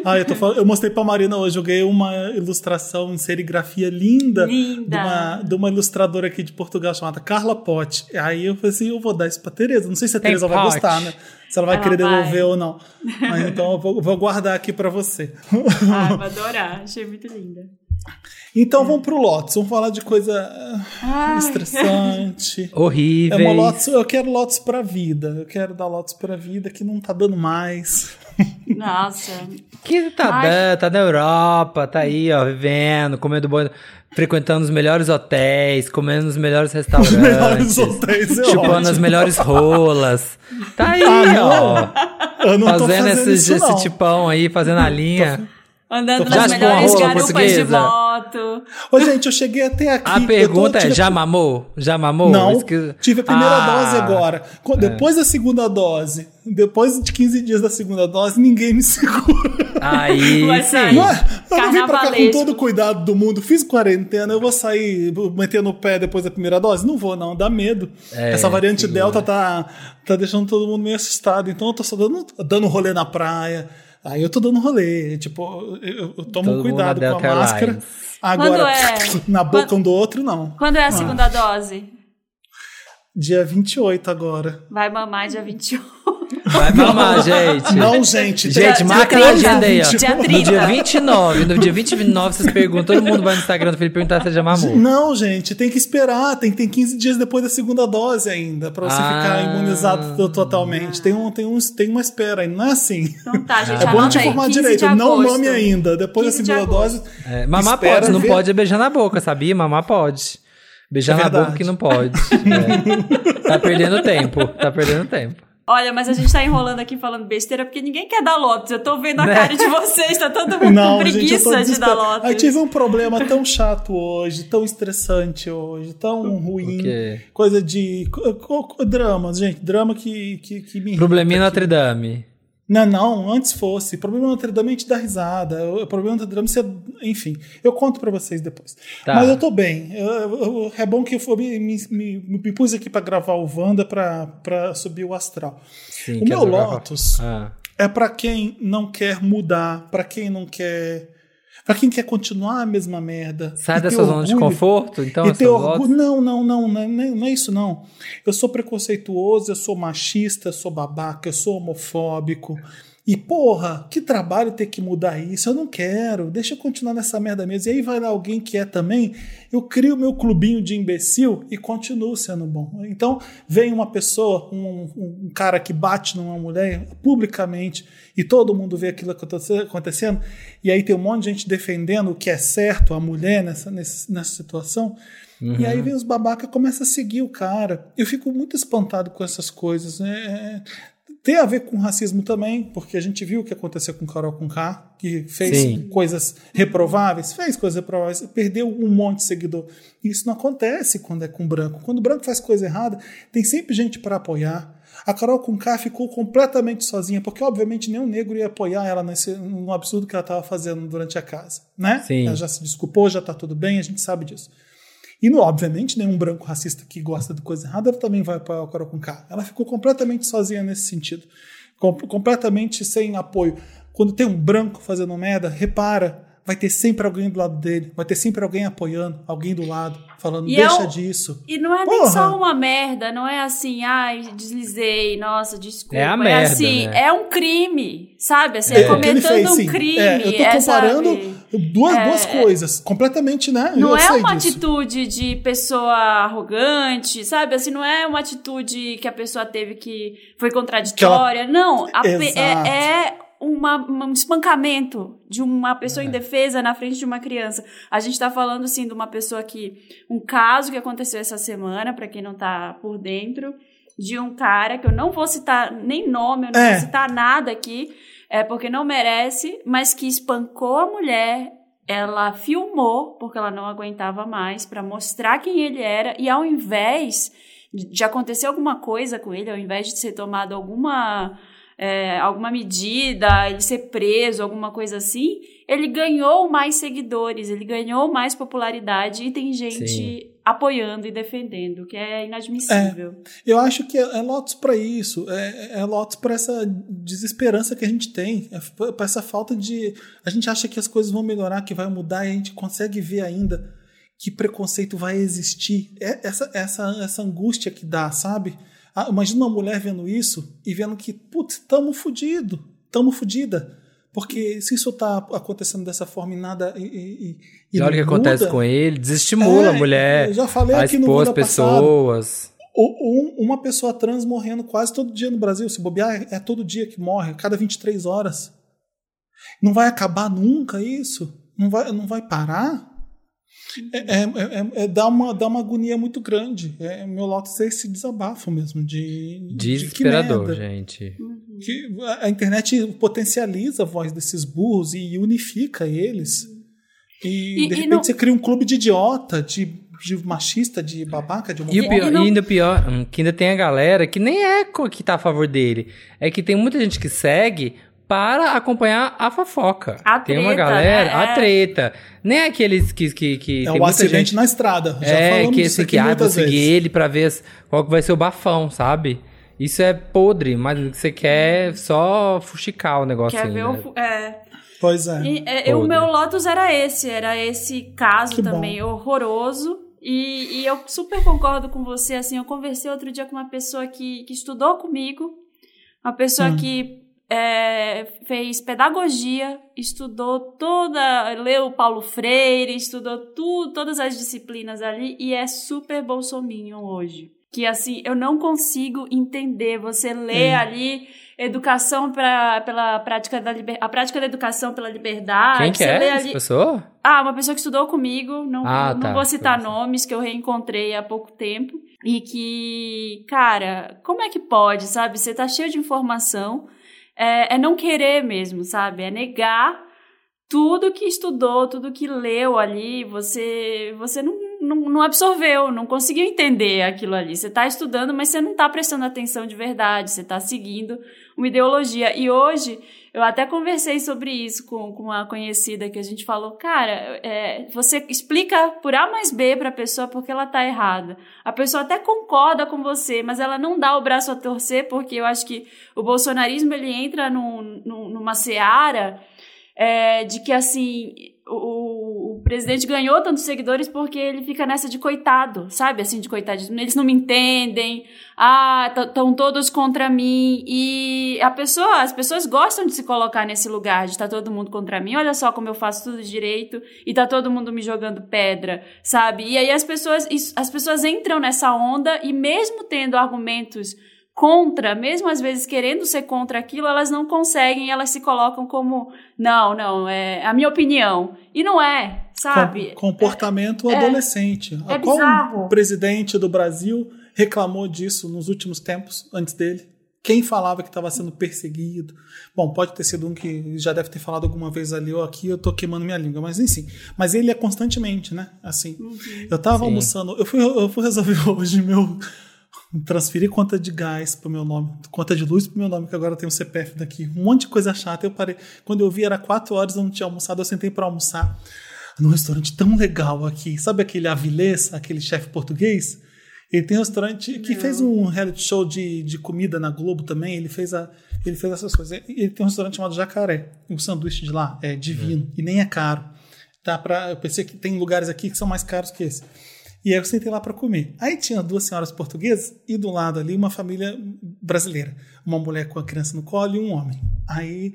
Speaker 1: ah, eu, tô falando, eu mostrei pra Marina hoje, eu ganhei uma ilustração em serigrafia linda,
Speaker 4: Linda.
Speaker 1: De, uma, de uma ilustradora aqui de Portugal chamada Carla Pote. Aí eu falei assim, eu vou dar isso pra Tereza. Não sei se a
Speaker 2: Tem
Speaker 1: Tereza vai
Speaker 2: Pote.
Speaker 1: gostar, né? Se ela vai
Speaker 4: Ela
Speaker 1: querer
Speaker 4: vai.
Speaker 1: devolver ou não. Mas então eu vou, vou guardar aqui pra você. [laughs]
Speaker 4: Ah, eu vou adorar, achei muito linda.
Speaker 1: Então vamos pro Lotus, vamos falar de coisa ah, estressante. É
Speaker 2: Horrível.
Speaker 1: uma Lotus, eu quero Lotus pra vida. Eu quero dar Lotus pra vida que não tá dando mais.
Speaker 4: Nossa.
Speaker 2: Que tá,
Speaker 4: Ai.
Speaker 2: dan- tá na Europa, tá aí, ó, vivendo, comendo bom, frequentando os melhores hotéis, comendo
Speaker 1: [laughs]
Speaker 2: nos melhores restaurantes,
Speaker 1: Melhores hotéis, é
Speaker 2: chupando as
Speaker 1: ótimo.
Speaker 2: melhores rolas. Tá aí,
Speaker 1: Ah, não.
Speaker 2: ó.
Speaker 1: Eu não tô
Speaker 2: Fazendo
Speaker 1: fazendo
Speaker 2: esse,
Speaker 1: isso, não.
Speaker 2: esse tipo- tipão aí, fazendo a linha.
Speaker 4: Andando
Speaker 1: Tô
Speaker 4: nas
Speaker 1: fazendo uma
Speaker 4: melhores
Speaker 1: rola
Speaker 4: garupas de
Speaker 2: portuguesa.
Speaker 4: moto.
Speaker 1: Ô, gente, eu cheguei até aqui.
Speaker 2: A
Speaker 1: eu tô-
Speaker 2: pergunta é:
Speaker 1: tive a-
Speaker 2: já mamou? Já mamou?
Speaker 1: Não,
Speaker 2: Isso que-
Speaker 1: tive a primeira
Speaker 2: Ah, É.
Speaker 1: dose agora. Co- Depois da segunda dose, depois de 15 dias da segunda dose, ninguém me [laughs] segura.
Speaker 2: Aí
Speaker 4: [laughs] Vai
Speaker 2: sim.
Speaker 4: sair.
Speaker 1: Não é? Eu não vim pra cá com
Speaker 4: Carnavalesco.
Speaker 1: todo o cuidado do mundo, fiz quarentena, eu vou sair metendo o pé depois da primeira dose? Não vou, não, dá medo.
Speaker 2: É,
Speaker 1: Essa variante
Speaker 2: sim,
Speaker 1: Delta tá, tá deixando todo mundo meio assustado, então eu tô só dando, dando rolê na praia. Aí eu tô dando rolê, tipo, eu, eu tomo
Speaker 2: Todo mundo
Speaker 1: cuidado
Speaker 2: na
Speaker 1: com a
Speaker 2: Delta
Speaker 1: máscara.
Speaker 2: Airlines.
Speaker 1: Agora,
Speaker 4: Quando é?
Speaker 1: [laughs] na boca
Speaker 4: Quando-
Speaker 1: um do outro, não.
Speaker 4: Quando é a segunda dose?
Speaker 1: Dia 28 agora.
Speaker 4: Vai mamar dia 21. [laughs]
Speaker 2: Vai mamar, gente.
Speaker 1: Não, gente.
Speaker 2: Gente,
Speaker 1: dia
Speaker 2: marca na
Speaker 1: 30,
Speaker 2: agenda aí, ó.
Speaker 4: Dia
Speaker 2: No
Speaker 4: 30.
Speaker 2: dia 29, no dia 29 vocês perguntam, todo mundo vai no Instagram do Felipe perguntar se já mamou.
Speaker 1: Não, gente, tem que esperar. Tem que ter 15 dias depois da segunda dose ainda, pra você
Speaker 2: Ah.
Speaker 1: ficar imunizado to- totalmente. Tem, um, tem, um, tem uma espera ainda, não é assim.
Speaker 4: Então tá, gente,
Speaker 1: É bom
Speaker 4: anota
Speaker 1: te
Speaker 4: aí,
Speaker 1: informar
Speaker 4: 15 de
Speaker 1: direito, não
Speaker 4: agosto.
Speaker 1: mame ainda. Depois da
Speaker 4: 15 de
Speaker 1: segunda dose.
Speaker 4: agosto. [laughs]
Speaker 2: É, mamar
Speaker 1: espera
Speaker 2: pode, não
Speaker 1: ver-
Speaker 2: pode é beijar na boca, sabia? Mamar pode. Beijar
Speaker 1: É
Speaker 2: na
Speaker 1: verdade.
Speaker 2: boca que
Speaker 1: [laughs]
Speaker 2: não pode. É. Tá perdendo tempo, tá perdendo tempo.
Speaker 4: Olha, mas a gente tá enrolando aqui falando besteira porque ninguém quer dar lotes. Eu tô vendo a cara de vocês,
Speaker 1: [laughs]
Speaker 4: tá todo mundo
Speaker 1: Né? Não,
Speaker 4: com
Speaker 1: gente, eu tô
Speaker 4: preguiça de dar
Speaker 1: desesperado. Aí
Speaker 4: lotes.
Speaker 1: tive um problema tão chato hoje, tão estressante hoje, tão ruim.
Speaker 2: O quê?
Speaker 1: Coisa de. co- co- co- Drama, gente. Drama que, que, que me. irrita.
Speaker 2: Probleminha Notre Dame.
Speaker 1: Não, não, antes fosse. O problema do Notre Dame é a gente dar risada. O problema do Notre Dame é. Enfim, eu conto pra vocês depois.
Speaker 2: Tá.
Speaker 1: Mas eu tô bem. Eu- eu- é bom que eu for- me, me, me- me pus aqui pra gravar o Wanda pra, pra subir o astral.
Speaker 2: Sim,
Speaker 1: o
Speaker 2: quer
Speaker 1: é meu
Speaker 2: jogar-
Speaker 1: Lotus
Speaker 2: Ah,
Speaker 1: é pra quem não quer mudar, pra quem não quer. Pra quem quer continuar a mesma merda.
Speaker 2: Sai
Speaker 1: e
Speaker 2: da
Speaker 1: ter
Speaker 2: sua zona de
Speaker 1: orgulho-
Speaker 2: conforto, então,
Speaker 1: e ter
Speaker 2: essas
Speaker 1: orgulho.
Speaker 2: Lotus.
Speaker 1: Não, não, não, não, não, não é isso, não. Eu sou preconceituoso, eu sou machista, eu sou babaca, eu sou homofóbico. E, porra, que trabalho ter que mudar isso? Eu não quero. Deixa eu continuar nessa merda mesmo. E aí vai lá alguém que é também. Eu crio meu clubinho de imbecil e continuo sendo bom. Então, vem uma pessoa, um, um- um cara que bate numa mulher publicamente e todo mundo vê aquilo aconte- acontecendo. E aí tem um monte de gente defendendo o que é certo, a mulher nessa, nesse- nessa situação. E
Speaker 2: Uhum.
Speaker 1: aí vem os babaca e começa a seguir o cara. Eu fico muito espantado com essas coisas. né? Tem a ver com racismo também, porque a gente viu o que aconteceu com Carol Conká, que fez
Speaker 2: Sim.
Speaker 1: coisas reprováveis, fez coisas reprováveis, perdeu um monte de seguidor. E isso não acontece quando é com branco. Quando o branco faz coisa errada, tem sempre gente para apoiar. A Carol Conká ficou completamente sozinha, porque obviamente nenhum negro ia apoiar ela nesse, no absurdo que ela estava fazendo durante a casa, né?
Speaker 2: Sim.
Speaker 1: Ela já se desculpou, já está tudo bem, a gente sabe disso. E, no- obviamente, nenhum branco racista que gosta de coisa errada também vai apoiar o Carol Conká. Ela ficou completamente sozinha nesse sentido. Com- completamente sem apoio. Quando tem um branco fazendo merda, repara, vai ter sempre alguém do lado dele, vai ter sempre alguém apoiando, alguém do lado, falando,
Speaker 4: E é
Speaker 1: deixa
Speaker 4: um-
Speaker 1: disso.
Speaker 4: E não é nem
Speaker 1: Porra.
Speaker 4: só uma merda, não é assim, ai, deslizei, nossa, desculpa.
Speaker 2: É a merda,
Speaker 4: assim,
Speaker 2: né?
Speaker 4: é um crime, sabe? Assim,
Speaker 2: É.
Speaker 4: é,
Speaker 1: O que ele
Speaker 4: comentando
Speaker 1: fez,
Speaker 4: um
Speaker 1: sim.
Speaker 4: crime.
Speaker 1: É, eu tô
Speaker 4: é,
Speaker 1: comparando
Speaker 4: sabe?
Speaker 1: duas, duas coisas, completamente, né?
Speaker 4: É. Não
Speaker 1: eu
Speaker 4: é
Speaker 1: sei
Speaker 4: uma
Speaker 1: disso.
Speaker 4: atitude de pessoa arrogante, sabe? Assim, não é uma atitude que a pessoa teve que foi contraditória. Não, a pe-
Speaker 1: Exato.
Speaker 4: é, é uma- um espancamento de uma
Speaker 1: É.
Speaker 4: pessoa indefesa na frente de uma criança. A gente tá falando, assim, de uma pessoa que. Um caso que aconteceu essa semana, pra quem não tá por dentro, de um cara que eu não vou citar nem nome, eu não
Speaker 1: É.
Speaker 4: vou citar nada aqui, é porque não merece, mas que espancou a mulher ela filmou porque ela não aguentava mais pra mostrar quem ele era e ao invés de de acontecer alguma coisa com ele, ao invés de ser tomado alguma é, alguma medida, ele ser preso, alguma coisa assim, ele ganhou mais seguidores, ele ganhou mais popularidade e tem gente
Speaker 2: Sim.
Speaker 4: apoiando e defendendo, que é inadmissível.
Speaker 1: Eu acho que é, é Lotus para isso, é, é Lotus para essa desesperança que a gente tem, é para essa falta de. A gente acha que as coisas vão melhorar, que vai mudar, e a gente consegue ver ainda que preconceito vai existir. É essa, essa, essa angústia que dá, sabe? Ah, imagina uma mulher vendo isso e vendo que, putz, tamo fudido, tamo fudida. Porque se isso tá acontecendo dessa forma e nada. E, e, e
Speaker 2: E olha o que
Speaker 1: não
Speaker 2: acontece
Speaker 1: muda,
Speaker 2: com ele, desestimula a
Speaker 1: É,
Speaker 2: mulher,
Speaker 1: eu já falei
Speaker 2: a
Speaker 1: aqui no
Speaker 2: expor as
Speaker 1: Muda Passado.
Speaker 2: pessoas.
Speaker 1: o- um- uma pessoa trans morrendo quase todo dia no Brasil. Se bobear, é, é todo dia que morre, a cada 23 horas. Não vai acabar nunca isso? Não vai, não vai parar? É, é- é- é- é- dá, uma, dá uma agonia muito grande. É, meu Lotus é esse desabafo mesmo. De,
Speaker 2: Desesperador,
Speaker 1: de que merda.
Speaker 2: gente.
Speaker 1: Que a- a internet potencializa a voz desses burros e unifica eles. E, de
Speaker 4: E- e
Speaker 1: repente
Speaker 4: não-
Speaker 1: você cria um clube de idiota, de, de machista, de babaca, de
Speaker 2: E, o
Speaker 1: homofóbico.
Speaker 2: pior,
Speaker 4: e não-
Speaker 2: e ainda pior, hum, que ainda tem a galera que nem é co- que tá a favor dele. É que tem muita gente que segue para acompanhar a fofoca.
Speaker 4: A
Speaker 2: tem uma
Speaker 4: treta,
Speaker 2: galera,
Speaker 4: né?
Speaker 2: a
Speaker 4: É.
Speaker 2: treta. Nem aqueles que. que, que
Speaker 1: É
Speaker 2: tem
Speaker 1: o
Speaker 2: muita
Speaker 1: acidente
Speaker 2: gente.
Speaker 1: na estrada. Já
Speaker 2: é,
Speaker 1: falamos
Speaker 2: que
Speaker 1: disso
Speaker 2: esse
Speaker 1: aqui
Speaker 2: que ah, vou
Speaker 1: muitas
Speaker 2: seguir
Speaker 1: vezes.
Speaker 2: ele pra ver as- qual que vai ser o bafão, sabe? Isso é podre, mas o que você quer é só fuxicar o negócio
Speaker 4: Quer
Speaker 2: ainda.
Speaker 4: ver o. É.
Speaker 1: Pois é.
Speaker 4: E, é, eu- o
Speaker 2: Podre.
Speaker 4: meu Lotus era esse, era esse caso
Speaker 1: Que bom.
Speaker 4: também horroroso. E, e eu super concordo com você, assim, eu conversei outro dia com uma pessoa que, que estudou comigo, uma pessoa
Speaker 1: Hum.
Speaker 4: que é, fez pedagogia, estudou toda, leu Paulo Freire, estudou tu, todas as disciplinas ali e é super bolsominho hoje. Que assim, eu não consigo entender. Você lê
Speaker 1: Hum.
Speaker 4: ali educação pra, pela prática da liber, a prática da educação pela liberdade.
Speaker 2: Quem que
Speaker 4: Ah, você
Speaker 2: é
Speaker 4: lê
Speaker 2: essa
Speaker 4: ali-
Speaker 2: pessoa?
Speaker 4: ah, uma pessoa que estudou comigo, não,
Speaker 2: Ah,
Speaker 4: não
Speaker 2: tá.
Speaker 4: vou citar
Speaker 2: Tá.
Speaker 4: nomes, que eu reencontrei há pouco tempo. E que, cara, como é que pode, sabe? Você tá cheio de informação, é, é não querer mesmo, sabe? É negar tudo que estudou, tudo que leu ali, você, você não, não, não absorveu, não conseguiu entender aquilo ali. Você tá estudando, mas você não tá prestando atenção de verdade, você tá seguindo uma ideologia. E hoje, eu até conversei sobre isso com, com uma conhecida que a gente falou, cara, é, você explica por A mais B pra pessoa porque ela tá errada. A pessoa até concorda com você, mas ela não dá o braço a torcer porque eu acho que o bolsonarismo ele entra num- num- numa seara é, de que assim o, o presidente ganhou tantos seguidores porque ele fica nessa de coitado, sabe? Assim, de coitadismo. Eles não me entendem, ah, estão todos contra mim. E a pessoa, as pessoas gostam de se colocar nesse lugar de tá todo mundo contra mim, olha só como eu faço tudo direito e tá todo mundo me jogando pedra, sabe? E aí as pessoas, isso- as pessoas entram nessa onda e mesmo tendo argumentos contra, mesmo às vezes querendo ser contra aquilo, elas não conseguem, elas se colocam como não, não, é a minha opinião. E não é, sabe?
Speaker 1: Com- comportamento
Speaker 4: É.
Speaker 1: adolescente.
Speaker 4: É
Speaker 1: Qual
Speaker 4: bizarro.
Speaker 1: presidente do Brasil reclamou disso nos últimos tempos, antes dele? Quem falava que estava sendo perseguido? Bom, pode ter sido um que já deve ter falado alguma vez ali ou aqui, eu tô queimando minha língua, mas enfim. Mas ele é constantemente, né? Assim.
Speaker 4: Uhum.
Speaker 1: Eu tava
Speaker 2: Sim.
Speaker 1: almoçando, eu fui, eu fui resolver [laughs] hoje meu. Transferir conta de gás pro meu nome, conta de luz pro meu nome, que agora tem o CPF daqui. Um monte de coisa chata. Eu parei. Quando eu vi, era quatro horas, eu não tinha almoçado, eu sentei pra almoçar num restaurante tão legal aqui. Sabe aquele Avilés, aquele chefe português? Ele tem um restaurante que fez um reality show de, de comida na Globo também. Ele fez, a, ele fez essas coisas. Ele- Ele tem um restaurante chamado Jacaré. O sanduíche de lá é divino e nem é caro. Dá pra, eu pensei que tem lugares aqui que são mais caros que esse. E aí eu sentei lá para comer. Aí tinha duas senhoras portuguesas e do lado ali uma família brasileira. Uma mulher com a criança no colo e um homem. Aí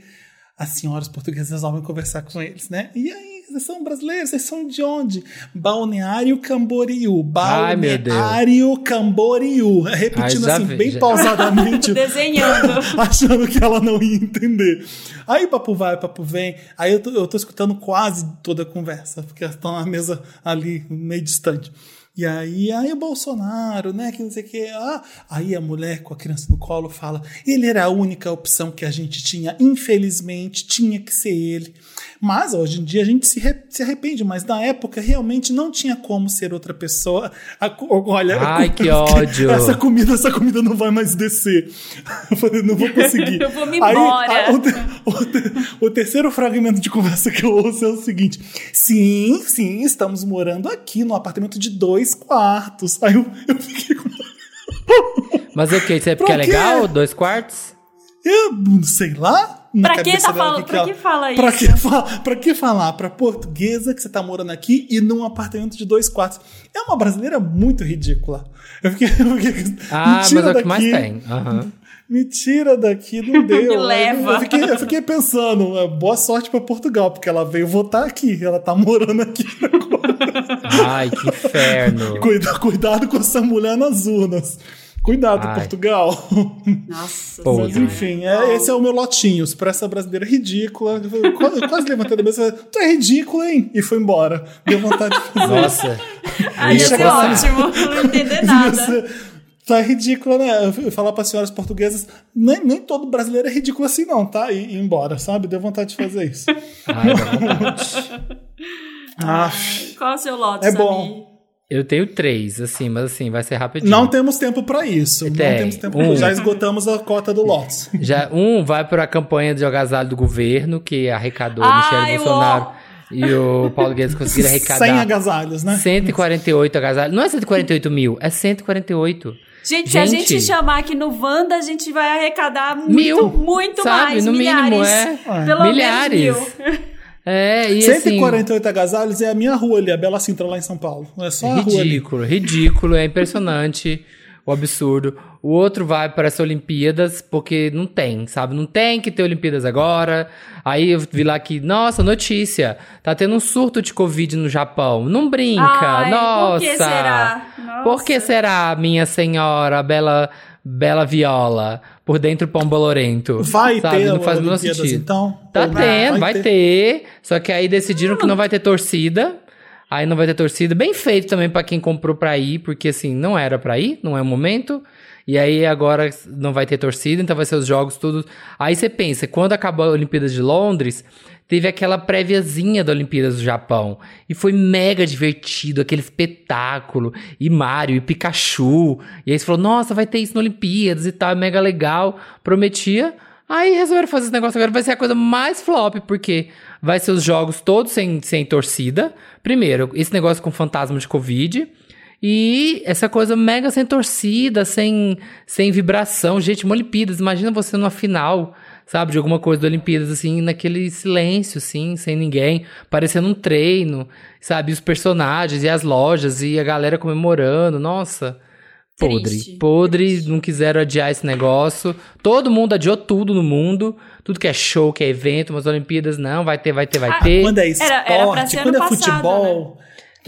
Speaker 1: as senhoras portuguesas resolvem conversar com eles, né? E aí, vocês são brasileiros? Vocês são de onde? Balneário Camboriú.
Speaker 2: Ai, meu Deus.
Speaker 1: Balneário Camboriú. Repetindo
Speaker 2: Ai, já
Speaker 1: assim,
Speaker 2: vi,
Speaker 1: bem
Speaker 2: já.
Speaker 4: [laughs]
Speaker 1: pausadamente. [laughs]
Speaker 4: Desenhando.
Speaker 1: achando que ela não ia entender. Aí papo vai, papo vem. Aí eu tô, eu tô escutando quase toda a conversa, porque elas estão na mesa ali, meio distante. E aí, aí o Bolsonaro, né, que não sei o que. Ah, aí a mulher com a criança no colo fala, ele era a única opção que a gente tinha, infelizmente, tinha que ser ele. Mas hoje em dia a gente se, re- se arrepende, mas na época realmente não tinha como ser outra pessoa. A co- olha,
Speaker 2: Ai, que ódio.
Speaker 1: Essa comida, essa comida não vai mais descer. Eu falei, não vou conseguir.
Speaker 4: [laughs] Eu vou me embora.
Speaker 1: a- o, te- o te- o terceiro fragmento de conversa que eu ouço é o seguinte: sim, sim, estamos morando aqui num apartamento de dois quartos. Aí eu, eu fiquei com.
Speaker 2: Mas o que? Isso é
Speaker 1: Pra
Speaker 2: porque é
Speaker 1: quê?
Speaker 2: legal? Dois quartos?
Speaker 1: Eu não sei lá. na
Speaker 4: Pra que
Speaker 1: cabeça
Speaker 4: tá
Speaker 1: dela,
Speaker 4: falando- pra
Speaker 1: ela-
Speaker 4: que fala
Speaker 1: pra
Speaker 4: isso?
Speaker 1: Que fa- pra que falar pra portuguesa que você tá morando aqui e num apartamento de dois quartos? É uma brasileira muito ridícula. Eu fiquei. Eu fiquei
Speaker 2: Ah,
Speaker 1: me
Speaker 2: mas
Speaker 1: tira
Speaker 2: é o que mais
Speaker 1: daqui.
Speaker 2: tem. Aham.
Speaker 1: me tira daqui, não
Speaker 4: [laughs]
Speaker 1: deu.
Speaker 4: Me leva.
Speaker 1: Eu fiquei, eu fiquei pensando, é, boa sorte pra Portugal, porque ela veio votar aqui, ela tá morando
Speaker 2: [laughs]
Speaker 1: aqui agora.
Speaker 2: Ai,
Speaker 1: [laughs]
Speaker 2: que inferno.
Speaker 1: Cuida- cuidado com essa mulher nas urnas. Cuidado,
Speaker 2: Ai. [laughs]
Speaker 1: Portugal.
Speaker 4: Nossa.
Speaker 2: Pô,
Speaker 4: senhora.
Speaker 1: Mas enfim, é- esse é o meu lotinho. Expressa brasileira ridícula. Eu quase, eu quase levantei da mesa e falei, tu é ridículo, hein? E foi embora. Deu vontade de fazer
Speaker 2: Nossa.
Speaker 4: Ah, ia ser
Speaker 1: Nossa.
Speaker 4: ótimo, não
Speaker 1: [laughs]
Speaker 4: entender
Speaker 1: E
Speaker 4: nada.
Speaker 1: você- Tá ridículo, né? Eu falar para senhoras portuguesas, nem, nem todo brasileiro é ridículo assim, não, tá? E, e ir embora, sabe? Deu vontade de fazer
Speaker 2: [laughs]
Speaker 1: isso.
Speaker 2: Ai, dá vontade.
Speaker 1: Ah,
Speaker 4: Qual é o seu lote,
Speaker 1: É
Speaker 4: Samir?
Speaker 1: bom.
Speaker 2: Eu tenho três, assim, mas assim, vai ser rapidinho.
Speaker 1: não temos tempo para isso. Não
Speaker 2: Tem.
Speaker 1: temos tempo.
Speaker 2: Um.
Speaker 1: Já esgotamos a cota do Lotus.
Speaker 2: Já, um vai para a campanha de agasalho do governo, que arrecadou o
Speaker 4: Ai,
Speaker 2: Michele Bolsonaro e o Paulo
Speaker 1: [laughs]
Speaker 2: Guedes conseguiram arrecadar.
Speaker 1: 100 agasalhos, né?
Speaker 2: 148 agasalhos. Não é 148 mil, é 148.
Speaker 4: Gente, se a gente
Speaker 2: Gente.
Speaker 4: chamar aqui no Wanda, a gente vai arrecadar muito,
Speaker 2: Mil,
Speaker 4: muito
Speaker 2: sabe?
Speaker 4: mais.
Speaker 2: No
Speaker 4: milhares.
Speaker 2: mínimo, é.
Speaker 4: Pelo
Speaker 2: Milhares.
Speaker 4: menos mil.
Speaker 2: É, e assim.
Speaker 1: 148 agasalhos é a minha rua ali, a Bela Sintra, lá em São Paulo. É só a
Speaker 4: né?
Speaker 1: rua ali.
Speaker 2: Ridículo, ridículo, é impressionante o absurdo. O outro vai para as Olimpíadas, porque não tem, sabe? Não tem que ter Olimpíadas agora. Aí eu vi lá que, nossa, notícia, tá tendo um surto de Covid no Japão. Não brinca,
Speaker 4: Ai,
Speaker 2: nossa.
Speaker 4: Por que será? Nossa. é
Speaker 2: Por que será, minha senhora, bela, bela viola, por dentro pão bolorento?
Speaker 1: Vai
Speaker 2: sabe?
Speaker 1: ter
Speaker 2: não faz o menor
Speaker 1: Olimpíadas,
Speaker 2: sentido.
Speaker 1: então?
Speaker 2: Tá
Speaker 1: Ou não?
Speaker 2: tendo, vai ter. Só que aí decidiram que não vai ter torcida. Aí não vai ter torcida. Bem feito também pra quem comprou pra ir, porque assim, não era pra ir, não é o momento. E aí agora não vai ter torcida, então vai ser os jogos tudo. Aí você pensa, quando acabou a Olimpíada de Londres, teve aquela préviazinha da Olimpíadas do Japão. E foi mega divertido, aquele espetáculo. E Mario, e Pikachu. E aí você falou, nossa, vai ter isso na Olimpíadas e tal, é mega legal. Prometia. Aí resolveram fazer esse negócio agora, vai ser a coisa mais flop, porque vai ser os jogos todos sem, sem torcida. Primeiro, esse negócio com fantasma de Covid. E essa coisa mega sem torcida, sem, sem vibração. Gente, uma Olimpíadas, imagina você numa final, sabe, de alguma coisa da Olimpíadas, assim, naquele silêncio, assim, sem ninguém, parecendo um treino, sabe? Os personagens e as lojas e a galera comemorando, nossa. Podre,
Speaker 4: Triste.
Speaker 2: podre, não quiseram adiar esse negócio. Todo mundo adiou tudo no mundo. Tudo que é show, que é evento, mas Olimpíadas não, vai ter, vai ter, vai
Speaker 4: Ah,
Speaker 2: ter.
Speaker 1: Quando é
Speaker 4: Era-
Speaker 1: esporte,
Speaker 4: era pra ser
Speaker 1: quando é
Speaker 4: ano passado, né?
Speaker 1: futebol.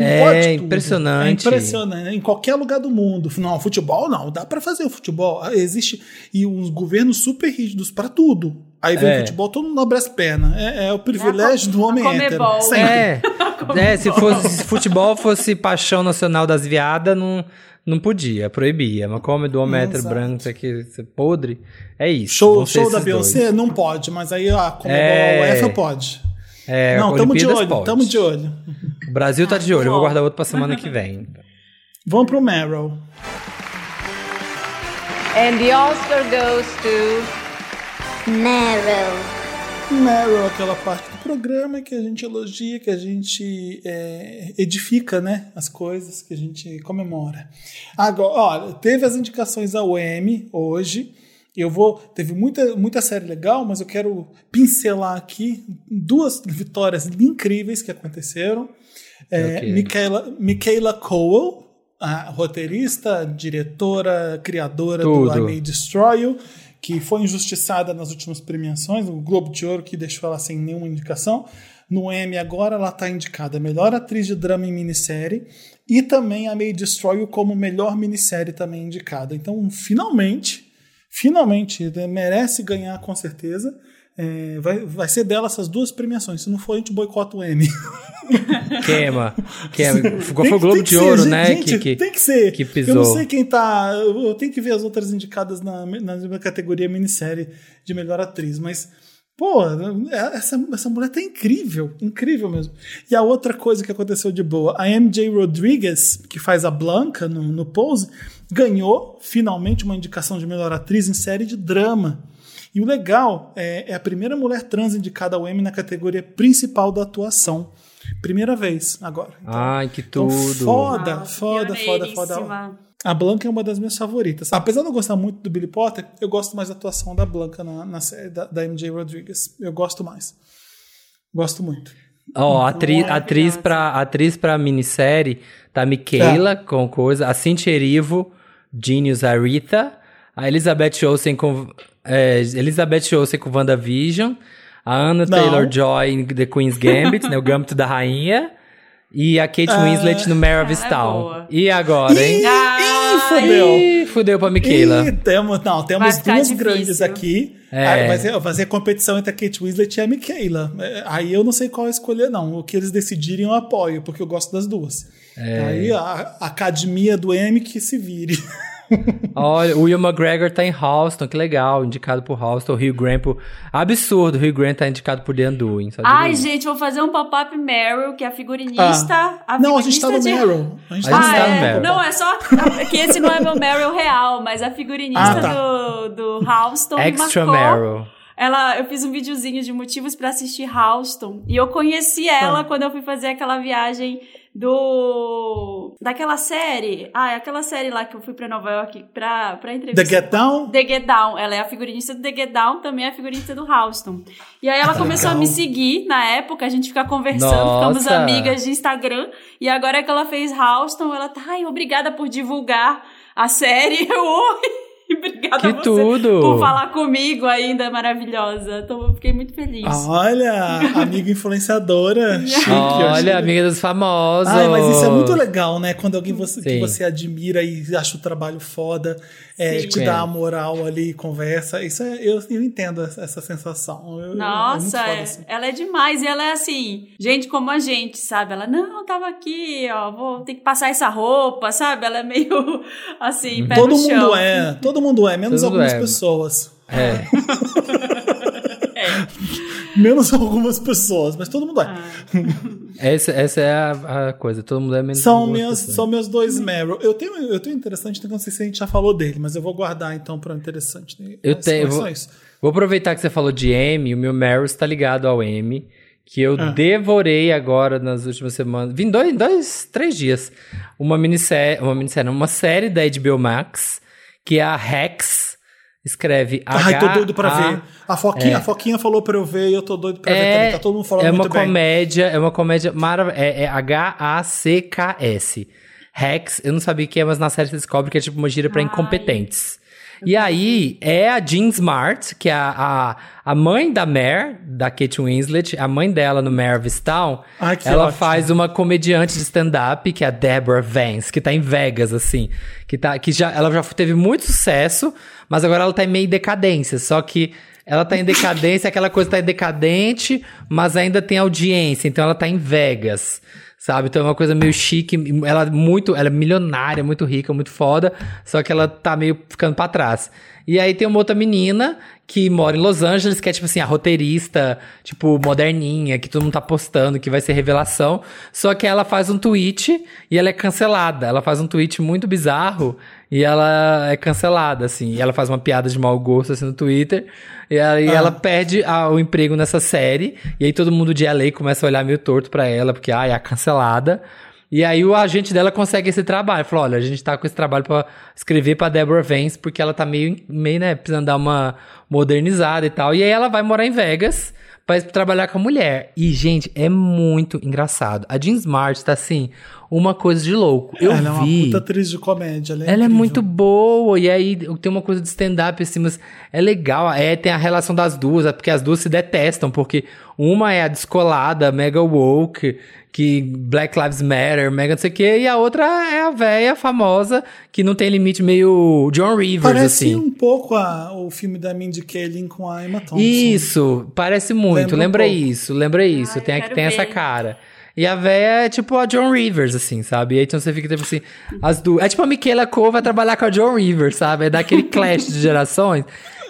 Speaker 2: É,
Speaker 1: pode tudo.
Speaker 2: impressionante.
Speaker 1: É impressionante. Em qualquer lugar do mundo. Não, futebol não. Dá pra fazer o futebol. Ah, Existe. E uns governos super rígidos pra tudo. Aí vem
Speaker 2: É.
Speaker 1: o futebol, todo mundo abre as pernas. É, é o privilégio do homem
Speaker 4: Comebol. né?
Speaker 1: hétero. Sempre. [laughs]
Speaker 2: É, é se, fosse, se futebol fosse paixão nacional das viadas, não, não podia, proibia. Mas como é do homem hétero
Speaker 1: Exato.
Speaker 2: branco, isso aqui, isso é podre, é isso.
Speaker 1: Show,
Speaker 2: vão ser
Speaker 1: show da
Speaker 2: esses dois.
Speaker 1: Beyoncé não pode, mas aí ah, a Comebol
Speaker 2: É.
Speaker 1: a UEFA pode.
Speaker 2: É,
Speaker 1: não, tamo de
Speaker 2: Olimpíadas
Speaker 1: olho,
Speaker 2: pode.
Speaker 1: tamo de olho. Ah,
Speaker 2: O Brasil tá de olho, eu vou
Speaker 4: bom.
Speaker 2: guardar outro pra semana que vem.
Speaker 1: Vamos pro Meryl.
Speaker 7: And the Oscar goes to
Speaker 8: Meryl.
Speaker 1: Meryl, aquela parte do programa que a gente elogia, que a gente é, edifica, né? As coisas que a gente comemora. Agora, olha, teve as indicações ao Emmy hoje. Eu vou. Teve muita, muita série legal, mas eu quero pincelar aqui duas vitórias incríveis que aconteceram. É,
Speaker 2: Ok.
Speaker 1: Michaela, Michaela Cowell, a roteirista, diretora, criadora do I
Speaker 2: Tudo.
Speaker 1: May Destroy You, que foi injustiçada nas últimas premiações, o Globo de Ouro que deixou ela sem nenhuma indicação. No Emmy agora ela está indicada a melhor atriz de drama em minissérie e também a May Destroy You como melhor minissérie também indicada. Então, finalmente, finalmente, né, merece ganhar com certeza. É, vai, vai ser dela essas duas premiações. Se não for, a gente boicota o Emmy.
Speaker 2: Queima,
Speaker 1: [laughs]
Speaker 2: queima. Ficou
Speaker 1: Tem que-
Speaker 2: foi o Globo
Speaker 1: tem que
Speaker 2: de
Speaker 1: ser,
Speaker 2: Ouro,
Speaker 1: gente,
Speaker 2: né?
Speaker 1: gente,
Speaker 2: que, que,
Speaker 1: tem que ser.
Speaker 2: que
Speaker 1: Eu não
Speaker 2: pisou.
Speaker 1: sei quem tá. Eu eu tenho que ver as outras indicadas na, na mesma categoria minissérie de melhor atriz, mas. Pô, é, essa, essa mulher tá incrível, incrível mesmo. E a outra coisa que aconteceu de boa, a MJ Rodriguez, que faz a Blanca no, no Pose, ganhou finalmente uma indicação de melhor atriz em série de drama. E o legal é, é a primeira mulher trans indicada ao Emmy na categoria principal da atuação. Primeira vez agora.
Speaker 2: Ai, que
Speaker 1: Então,
Speaker 2: tudo.
Speaker 1: foda,
Speaker 4: Nossa,
Speaker 1: foda, foda, foda.
Speaker 4: Ah, pioneiríssima.
Speaker 1: A Blanca é uma das minhas favoritas. Apesar de eu gostar muito do Billy Potter, eu gosto mais da atuação da Blanca na, na série da, da MJ Rodriguez. Eu gosto mais. Gosto muito.
Speaker 2: Ó, atriz,
Speaker 4: é
Speaker 2: atriz, pra, atriz pra
Speaker 1: Tá.
Speaker 2: minissérie tá Michaela com coisa, a Cintia Erivo, Genius Aretha, A Elizabeth Olsen com. É, Elizabeth Olsen com WandaVision. A Anna
Speaker 1: Não.
Speaker 2: Taylor-Joy em The Queen's Gambit, né? O Gambito da Rainha. E a Kate
Speaker 1: Ah.
Speaker 2: Winslet no Mare of
Speaker 4: Ah,
Speaker 2: Town.
Speaker 4: boa.
Speaker 2: E agora,
Speaker 1: Ih,
Speaker 2: hein?
Speaker 1: ih, fudeu.
Speaker 2: Ih, fudeu pra Miquela.
Speaker 1: Ih, temos, não, temos
Speaker 4: ficar
Speaker 1: duas
Speaker 4: difícil.
Speaker 1: grandes aqui.
Speaker 2: É.
Speaker 1: Ah, vai, ser, vai ser competição entre a Kate Winslet e a Michaela. É, Aí eu não sei qual escolher, não. O que eles decidirem eu apoio, porque eu gosto das duas.
Speaker 2: É.
Speaker 1: Aí a, a academia do M que se vire. [laughs]
Speaker 2: Olha, o Will McGregor tá em Houston, que legal, indicado por Houston. O Hugh Grant por... Absurdo, o Hugh Grant tá indicado por The Undoing. só digo
Speaker 4: Ai,
Speaker 2: isso.
Speaker 4: gente, vou fazer um pop-up Meryl, que é a figurinista. a
Speaker 1: não, a gente
Speaker 4: figurinista
Speaker 1: tá no
Speaker 4: de-
Speaker 1: Meryl. A gente
Speaker 2: Ah,
Speaker 1: tá
Speaker 4: Ah,
Speaker 2: no
Speaker 4: é.
Speaker 2: Meryl.
Speaker 4: Não, é só que esse não é meu Meryl real, mas a figurinista
Speaker 1: Ah, tá.
Speaker 4: do, do Houston
Speaker 2: Extra
Speaker 4: marcou.
Speaker 2: Meryl.
Speaker 4: Ela, eu fiz um videozinho de motivos pra assistir Houston. E eu conheci ela
Speaker 1: Ah.
Speaker 4: quando eu fui fazer aquela viagem do. daquela série. Ah, é aquela série lá que eu fui pra Nova York pra, pra entrevista.
Speaker 1: The Get Down?
Speaker 4: The Get Down. Ela é a figurinista do The Get Down, também é a figurinista do Houston. E aí ela
Speaker 1: Ah,
Speaker 4: começou a me seguir na época, a gente fica conversando, ficamos
Speaker 2: Nossa!
Speaker 4: amigas de Instagram. E agora que ela fez Houston, ela tá, ai, obrigada por divulgar a série. [laughs] Eu, oi! Obrigada a
Speaker 2: Que
Speaker 4: você
Speaker 2: tudo!
Speaker 4: por falar comigo ainda, maravilhosa. Então eu fiquei muito feliz.
Speaker 1: Ah,
Speaker 4: [laughs]
Speaker 1: Olha, amiga influenciadora. Chique, eu achei.
Speaker 2: Olha, amiga dos famosos.
Speaker 1: Ai, mas isso é muito legal, né? Quando alguém você, que
Speaker 2: Sim.
Speaker 1: você admira e acha o trabalho foda, é,
Speaker 4: Sim.
Speaker 1: te dá
Speaker 2: É.
Speaker 1: a moral ali, conversa. Isso é, eu, eu entendo essa, essa sensação. Eu- eu-
Speaker 4: Nossa,
Speaker 1: é muito
Speaker 4: é-
Speaker 1: foda, assim.
Speaker 4: ela é demais. E ela é assim, gente como a gente, sabe? Ela, não, eu tava aqui, ó, vou ter que passar essa roupa, sabe? Ela é meio [laughs] assim, pé
Speaker 1: Todo
Speaker 4: no
Speaker 1: mundo
Speaker 4: chão.
Speaker 1: é, todo mundo é, menos
Speaker 2: Todo mundo
Speaker 1: algumas
Speaker 2: é.
Speaker 1: pessoas.
Speaker 2: É.
Speaker 1: Menos [laughs] algumas pessoas, mas todo mundo é.
Speaker 2: Essa, essa é a, a coisa. Todo mundo é menos.
Speaker 1: São
Speaker 2: boas
Speaker 1: meus,
Speaker 2: pessoas.
Speaker 1: são meus dois Meryl. Eu tenho, eu tenho interessante, não sei se a gente já falou dele, mas eu vou guardar então para interessante. né?
Speaker 2: Eu
Speaker 1: Mas
Speaker 2: tenho,
Speaker 1: foi
Speaker 2: eu
Speaker 1: só
Speaker 2: vou-
Speaker 1: isso.
Speaker 2: Vou aproveitar que você falou de M, o meu Meryl está ligado ao M, que eu
Speaker 1: Ah.
Speaker 2: devorei agora nas últimas semanas. Vim dois, dois três dias. Uma minissérie, uma minissérie, uma série da HBO Max, que é a Rex. Escreve H
Speaker 1: Ai, tô doido pra
Speaker 2: A-
Speaker 1: ver. A Foquinha, a Foquinha falou pra eu ver e eu tô doido pra ver
Speaker 2: É-
Speaker 1: também. Tá todo mundo falando
Speaker 2: é uma
Speaker 1: muito bem.
Speaker 2: comédia, é uma comédia maravilhosa. É, é H-A-C-K-S. Rex, eu não sabia o que é, mas na série você descobre que é tipo uma gíria pra
Speaker 4: Ai.
Speaker 2: incompetentes. E aí, é a Jean Smart, que é a, a, a mãe da Mare, da Kate Winslet, a mãe dela no Mare of Town,
Speaker 1: Ai, que
Speaker 2: ela
Speaker 1: ótimo.
Speaker 2: faz uma comediante de stand-up, que é a Deborah Vance, que tá em Vegas, assim. Que, tá, que já, ela já teve muito sucesso, mas agora ela tá em meio decadência. Só que ela tá em decadência, [laughs] aquela coisa tá em decadente, mas ainda tem audiência. Então ela tá em Vegas, sabe? Então é uma coisa meio chique. Ela é muito, ela é milionária, muito rica, muito foda. Só que ela tá meio ficando pra trás. E aí tem uma outra menina que mora em Los Angeles, que é tipo assim, a roteirista, tipo, moderninha, que todo mundo tá postando, que vai ser revelação. Só que ela faz um tweet e ela é cancelada. Ela faz um tweet muito bizarro e ela é cancelada, assim. E ela faz uma piada de mau gosto, assim, no Twitter. E aí
Speaker 1: Ah.
Speaker 2: ela perde a- o emprego nessa série. E aí todo mundo de LA começa a olhar meio torto pra ela, porque, ah, é a cancelada. E aí o agente dela consegue esse trabalho. Falou, olha, a gente tá com esse trabalho pra escrever pra Deborah Vance, porque ela tá meio, meio, né, precisando dar uma modernizada e tal. E aí ela vai morar em Vegas pra trabalhar com a mulher. E, gente, é muito engraçado. A Jean Smart tá, assim, uma coisa de louco. Eu
Speaker 1: ela é uma
Speaker 2: vi...
Speaker 1: puta atriz de comédia. Ela é,
Speaker 2: Ela é
Speaker 1: incrível.
Speaker 2: muito boa, e aí tem uma coisa de stand-up assim, mas é legal. É, tem a relação das duas, é porque as duas se detestam, porque uma é a descolada, mega woke, que Black Lives Matter, mega não sei o quê, e a outra é a velha famosa, que não tem limite, meio John Rivers,
Speaker 1: Parece
Speaker 2: assim.
Speaker 1: um pouco a- o filme da Mindy Kaling com a Emma Thompson.
Speaker 2: Isso, parece muito.
Speaker 1: Lembra um
Speaker 2: Lembra,
Speaker 1: pouco.
Speaker 2: isso, lembra isso.
Speaker 4: Ai,
Speaker 2: tem
Speaker 4: eu
Speaker 2: a-
Speaker 4: quero
Speaker 2: tem essa
Speaker 4: ver.
Speaker 2: cara. E a véia é tipo a John Rivers, assim, sabe? E aí então você fica tipo assim, as duas. É tipo a Michaela Cole vai trabalhar com a John Rivers, sabe? É daquele clash de gerações.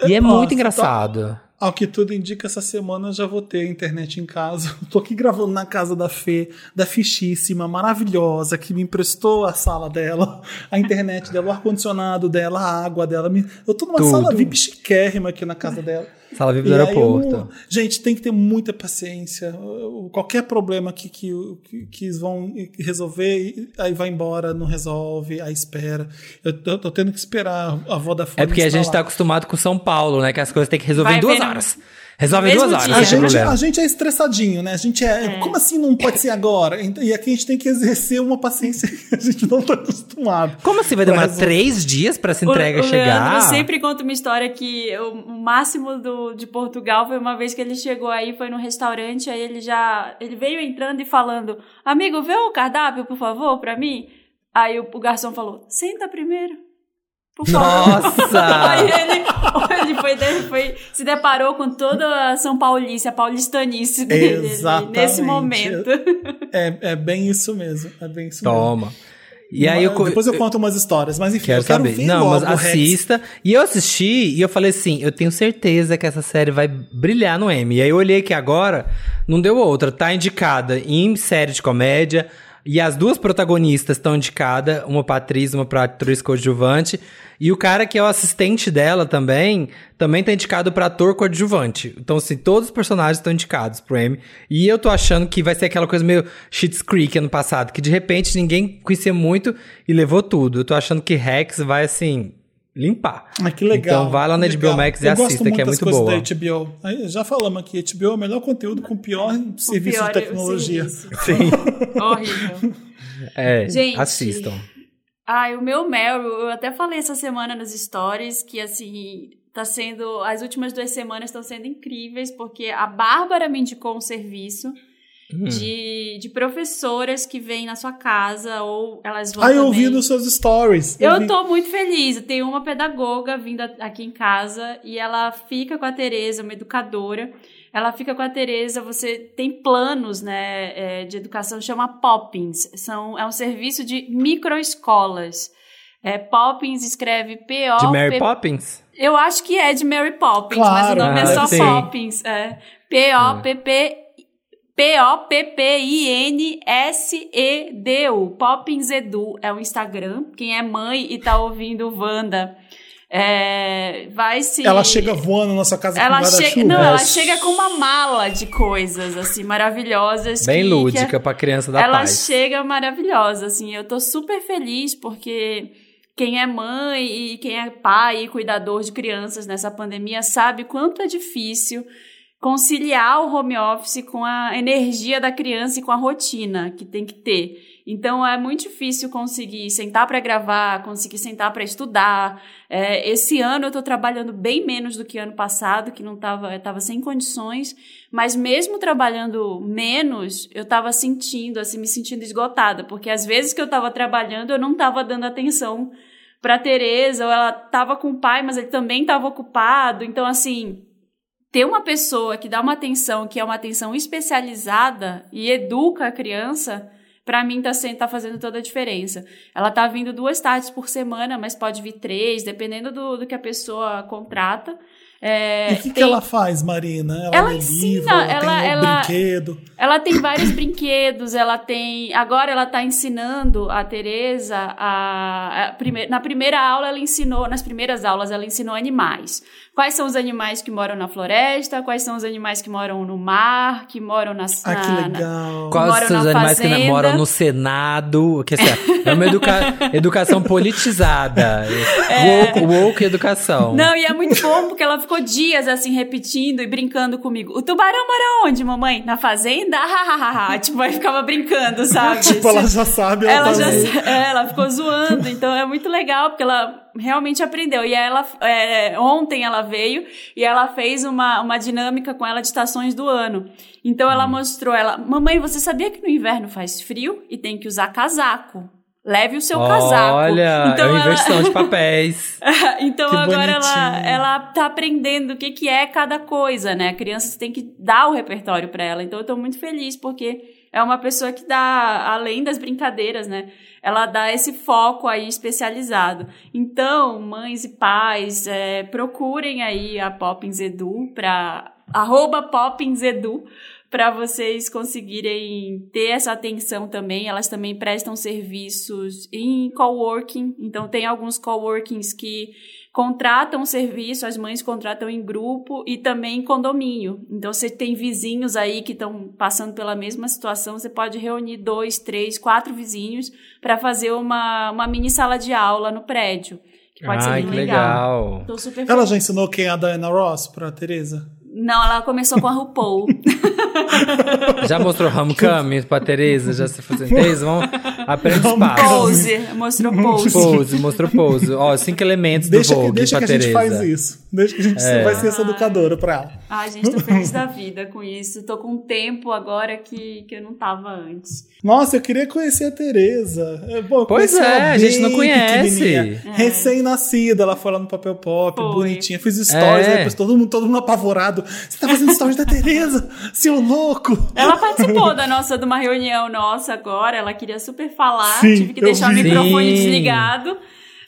Speaker 2: E
Speaker 1: [laughs]
Speaker 2: é
Speaker 1: Nossa,
Speaker 2: muito engraçado.
Speaker 1: Ao que tudo indica, essa semana eu já vou ter internet em casa. [laughs] Tô aqui gravando na casa da Fê, da fichíssima, maravilhosa, que me emprestou a sala dela, a internet dela, o ar-condicionado dela, a água dela. Me- Eu tô numa
Speaker 2: Tudo.
Speaker 1: sala VIP chiquérrima aqui na casa dela.
Speaker 2: Sala VIP
Speaker 1: E
Speaker 2: do
Speaker 1: aí eu
Speaker 2: aeroporto.
Speaker 1: não- gente, tem que ter muita paciência. O- Qualquer problema que, que, que, que eles vão resolver, e- aí vai embora, não resolve, aí espera. Eu tô, tô tendo que esperar a Vodafone.
Speaker 2: É porque a gente tá
Speaker 1: instalar.
Speaker 2: acostumado com São Paulo, né? Que as coisas tem que resolver
Speaker 4: Vai
Speaker 2: em duas
Speaker 4: vendo-
Speaker 2: horas. Resolve em
Speaker 4: Mesmo
Speaker 2: duas horas.
Speaker 4: dia.
Speaker 1: A
Speaker 2: sem
Speaker 4: É.
Speaker 1: gente,
Speaker 2: problema.
Speaker 1: a gente é estressadinho, né? A gente é, Como assim não pode ser agora? Ent- E aqui a gente tem que exercer uma paciência [laughs] que a gente não tá acostumado.
Speaker 4: [laughs]
Speaker 2: Como assim? Vai demorar
Speaker 1: Mas-
Speaker 2: três dias pra essa
Speaker 4: O-
Speaker 2: entrega
Speaker 4: o
Speaker 2: chegar? [laughs]
Speaker 4: Leandro sempre conta uma história que o o máximo do, de Portugal foi uma vez que ele chegou aí, foi num restaurante, aí ele já. Ele veio entrando e falando: Amigo, vê o cardápio, por favor, pra mim. Aí o, o garçom falou: Senta primeiro. Por favor. [laughs]
Speaker 1: [laughs]
Speaker 4: Aí
Speaker 2: Nossa!
Speaker 4: ele, ele foi, ele foi- se deparou com toda a São Paulista, a paulistanice dele ali,
Speaker 1: Exatamente.
Speaker 4: nesse momento.
Speaker 1: É, é bem isso mesmo. É bem isso mesmo.
Speaker 2: Toma. E aí eu, co-
Speaker 1: Depois eu conto umas histórias, mas enfim,
Speaker 2: Quero
Speaker 1: eu quero
Speaker 2: saber.
Speaker 1: ver
Speaker 2: Não,
Speaker 1: logo
Speaker 2: mas
Speaker 1: o Rex.
Speaker 2: assista. E eu assisti e eu falei assim: eu tenho certeza que essa série vai brilhar no Emmy. E aí eu olhei que agora não deu outra. Tá indicada em série de comédia. E as duas protagonistas estão indicadas, uma pra atriz, uma pra atriz coadjuvante. E o cara que é o assistente dela também, também tá indicado pra ator coadjuvante. Então, assim, todos os personagens estão indicados pro Emmy. E eu tô achando que vai ser aquela coisa meio Schitt's Creek ano passado, que de repente ninguém conhecia muito e levou tudo. Eu tô achando que Rex vai, assim, limpar.
Speaker 1: Ah, que legal.
Speaker 2: Então vai lá na
Speaker 1: que
Speaker 2: HBO Max e
Speaker 1: Eu gosto
Speaker 2: assista, que é
Speaker 1: das
Speaker 2: muito
Speaker 1: coisas
Speaker 2: boa.
Speaker 1: Da HBO. Aí, Já falamos aqui, HBO é o melhor conteúdo com o pior serviço
Speaker 4: Pior,
Speaker 1: de tecnologia.
Speaker 4: o serviço. Horrível.
Speaker 2: É,
Speaker 4: Gente.
Speaker 2: assistam.
Speaker 4: Ai, o meu Meryl, eu até falei essa semana nos stories que assim, tá sendo. As últimas duas semanas estão sendo incríveis, porque a Bárbara me indicou um serviço
Speaker 2: Hum.
Speaker 4: de, de professoras que vêm na sua casa, ou elas vão.
Speaker 1: Ah, eu
Speaker 4: também.
Speaker 1: ouvi nos seus stories.
Speaker 4: Eu
Speaker 1: vi.
Speaker 4: tô muito feliz. Tem uma pedagoga vindo a- aqui em casa e ela fica com a Tereza, uma educadora. Ela fica com a Tereza. Você tem planos, né, é, de educação, chama Poppins. São, é um serviço de microescolas. É, Poppins escreve p o
Speaker 2: De Mary Poppins?
Speaker 4: Eu acho que é de Mary Poppins, mas o
Speaker 1: Claro, Ah,
Speaker 4: nome é
Speaker 2: deve
Speaker 4: só
Speaker 2: ser.
Speaker 4: Poppins. É. P-O-P-P... P-O-P-P-I-N-S-E-D-U. Poppins Edu é o Instagram. Quem é mãe e tá ouvindo Wanda, é, vai se...
Speaker 1: Ela chega voando na sua casa
Speaker 4: Ela
Speaker 1: com um
Speaker 4: chega,
Speaker 1: guarda-chuva.
Speaker 4: não, ela chega com uma mala de coisas, assim, maravilhosas.
Speaker 2: Bem
Speaker 4: que- que
Speaker 2: lúdica pra criança da
Speaker 4: ela
Speaker 2: paz.
Speaker 4: chega maravilhosa, assim. Eu tô super feliz porque quem é mãe e quem é pai e cuidador de crianças nessa pandemia sabe quanto é difícil conciliar o home office com a energia da criança e com a rotina que tem que ter. Então é muito difícil conseguir sentar para gravar, conseguir sentar para estudar. É, esse ano eu tô trabalhando bem menos do que ano passado, que não tava, eu tava sem condições. Mas mesmo trabalhando menos, eu tava sentindo, assim, me sentindo esgotada, porque às vezes que eu tava trabalhando, eu não tava dando atenção pra Tereza, ou ela tava com o pai, mas ele também tava ocupado. Então, assim, ter uma pessoa que dá uma atenção, que é uma atenção especializada e educa a criança, pra mim tá, sendo, tá fazendo toda a diferença. Ela tá vindo duas tardes por semana, mas pode vir três, dependendo do, do que a pessoa contrata.
Speaker 1: E
Speaker 4: É,
Speaker 1: o que, que
Speaker 4: tem-
Speaker 1: ela faz, Marina? Ela,
Speaker 4: Ela
Speaker 1: lê
Speaker 4: ensina,
Speaker 1: livro, ela,
Speaker 4: ela-
Speaker 1: tem um
Speaker 4: ela-
Speaker 1: brinquedo.
Speaker 4: Ela tem vários [coughs] brinquedos, ela tem. Agora ela tá ensinando a Tereza a. a prime- Na primeira aula ela ensinou, nas primeiras aulas ela ensinou animais. Quais são os animais que moram na floresta, quais são os animais que moram no mar, que moram nas- na.
Speaker 1: Ah, que
Speaker 4: na-
Speaker 1: legal.
Speaker 2: Quais
Speaker 4: moram
Speaker 2: são os
Speaker 4: na
Speaker 2: animais que
Speaker 4: fazenda.
Speaker 2: moram no Senado? Que, assim, é uma
Speaker 4: [laughs]
Speaker 2: educa- educação politizada. Woke, woke educação.
Speaker 4: É. Não, e é muito bom porque ela ficou dias assim repetindo e brincando comigo. O tubarão mora onde, mamãe? Na fazenda? Ah, ah, ah, ah. Tipo, aí ficava brincando, sabe?
Speaker 1: [laughs] Tipo, ela já sabe.
Speaker 4: Ela,
Speaker 1: tá
Speaker 4: já,
Speaker 1: ali.
Speaker 4: é, ela ficou zoando, então é muito legal, porque ela realmente aprendeu. E ela, é, ontem ela veio e ela fez uma, uma dinâmica com ela de estações do ano. Então ela mostrou, ela, mamãe, você sabia que no inverno faz frio e tem que usar casaco? Leve o seu casaco.
Speaker 2: Olha, é
Speaker 4: então
Speaker 2: uma
Speaker 4: ela-
Speaker 2: inversão
Speaker 4: [laughs]
Speaker 2: de papéis.
Speaker 4: então
Speaker 1: Que
Speaker 4: agora ela,
Speaker 1: bonitinho.
Speaker 4: ela tá aprendendo o que, que é cada coisa, né? A criança tem que dar o repertório pra ela. Então eu tô muito feliz porque é uma pessoa que dá, além das brincadeiras, né? Ela dá esse foco aí especializado. Então, mães e pais, é, procurem aí a Poppins Edu pra. Arroba Poppins Edu para vocês conseguirem ter essa atenção também. Elas também prestam serviços em coworking. Então tem alguns coworkings que contratam serviço, as mães contratam em grupo e também em condomínio. Então você tem vizinhos aí que estão passando pela mesma situação, você pode reunir dois, três, quatro vizinhos para fazer uma, uma mini sala de aula no prédio. Que pode ser
Speaker 2: Ai,
Speaker 4: bem
Speaker 2: que
Speaker 4: legal.
Speaker 2: legal.
Speaker 4: Tô super
Speaker 1: Ela
Speaker 4: feliz.
Speaker 1: já ensinou quem é a Diana Ross pra Tereza?
Speaker 4: Não, ela começou com a RuPaul.
Speaker 2: Já mostrou Homecoming pra Tereza? Já se fazendo Tereza? Vamos aprender os passos.
Speaker 4: Pose, mostrou pose.
Speaker 2: Pose, mostrou pose. Ó, cinco elementos
Speaker 1: Deixa,
Speaker 2: do
Speaker 1: que,
Speaker 2: Vogue
Speaker 1: deixa que
Speaker 2: pra É.
Speaker 1: a
Speaker 2: Tereza.
Speaker 1: gente faz isso. Deixa que a gente vai ser
Speaker 4: Ah.
Speaker 1: essa educadora pra ela.
Speaker 4: Ai, gente, tô feliz da vida com isso. Tô com um tempo agora que, que eu não tava antes.
Speaker 1: Nossa, eu queria conhecer a Tereza. É, bom, eu
Speaker 2: Pois
Speaker 1: conheci
Speaker 2: é,
Speaker 1: ela
Speaker 2: a gente
Speaker 1: bem
Speaker 2: não conhece.
Speaker 1: pequenininha. Recém-nascida, ela foi lá no Papel Pop,
Speaker 4: É. Foi.
Speaker 1: bonitinha. Fiz stories,
Speaker 2: É.
Speaker 1: aí depois todo mundo, todo mundo apavorado. Você tá fazendo stories da Tereza, seu louco! [laughs]
Speaker 4: Ela participou da nossa, de uma reunião nossa agora, ela queria super falar,
Speaker 1: Sim,
Speaker 4: tive que
Speaker 1: eu
Speaker 4: deixar o
Speaker 1: vi.
Speaker 4: microfone
Speaker 2: Sim.
Speaker 4: desligado.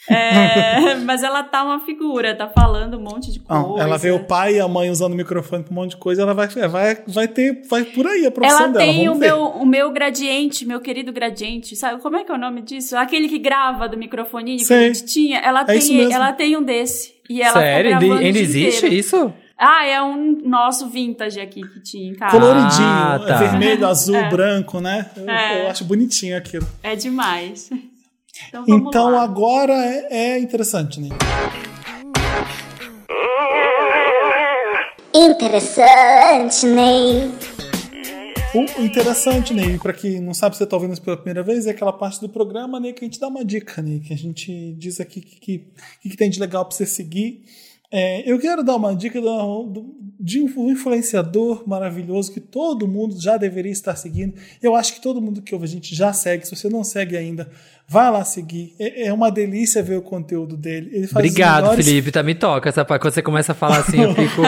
Speaker 4: É, [laughs] mas ela tá uma figura, tá falando um monte de coisa.
Speaker 1: Não, Ah, ela
Speaker 4: é.
Speaker 1: vê o pai e a mãe usando o microfone pra um monte de coisa, ela vai, vai, vai ter, vai por aí a profissão
Speaker 4: Ela
Speaker 1: dela.
Speaker 4: tem o
Speaker 1: vamos ver.
Speaker 4: meu, o meu gradiente, meu querido gradiente, sabe? Como é que é o nome disso? Aquele que grava do microfone que a
Speaker 1: Sei.
Speaker 4: gente tinha. Ela,
Speaker 1: É isso
Speaker 4: tem,
Speaker 1: mesmo.
Speaker 4: ela tem um desse. E ela
Speaker 2: Sério?
Speaker 4: fica
Speaker 2: Ainda,
Speaker 4: gravando o
Speaker 2: ainda
Speaker 4: dia
Speaker 2: existe
Speaker 4: inteiro.
Speaker 2: isso?
Speaker 4: Ah, é um nosso vintage aqui que tinha em casa.
Speaker 1: Coloridinho,
Speaker 2: Ah, tá.
Speaker 1: é vermelho, azul, branco, né? Eu,
Speaker 4: É.
Speaker 1: eu acho bonitinho aquilo.
Speaker 4: É demais. [laughs] Então, vamos
Speaker 1: Então
Speaker 4: lá.
Speaker 1: agora é, é interessante, né?
Speaker 8: Interessante, né? Ney.
Speaker 1: O Um, interessante, Ney, pra quem não sabe se você tá ouvindo isso pela primeira vez, é aquela parte do programa, Ney, que a gente dá uma dica, Ney, que a gente diz aqui o que, que, que que tem de legal pra você seguir. É, eu quero dar uma dica da- do- de um influenciador maravilhoso que todo mundo já deveria estar seguindo. Eu acho que todo mundo que ouve a gente já segue. Se você não segue ainda, vai lá seguir. É, é uma delícia ver o conteúdo dele. Ele faz os
Speaker 2: Obrigado,
Speaker 1: melhores-
Speaker 2: Felipe. Tá, me toca. Essa, parte. quando você começa a falar
Speaker 1: [laughs]
Speaker 2: assim, eu fico,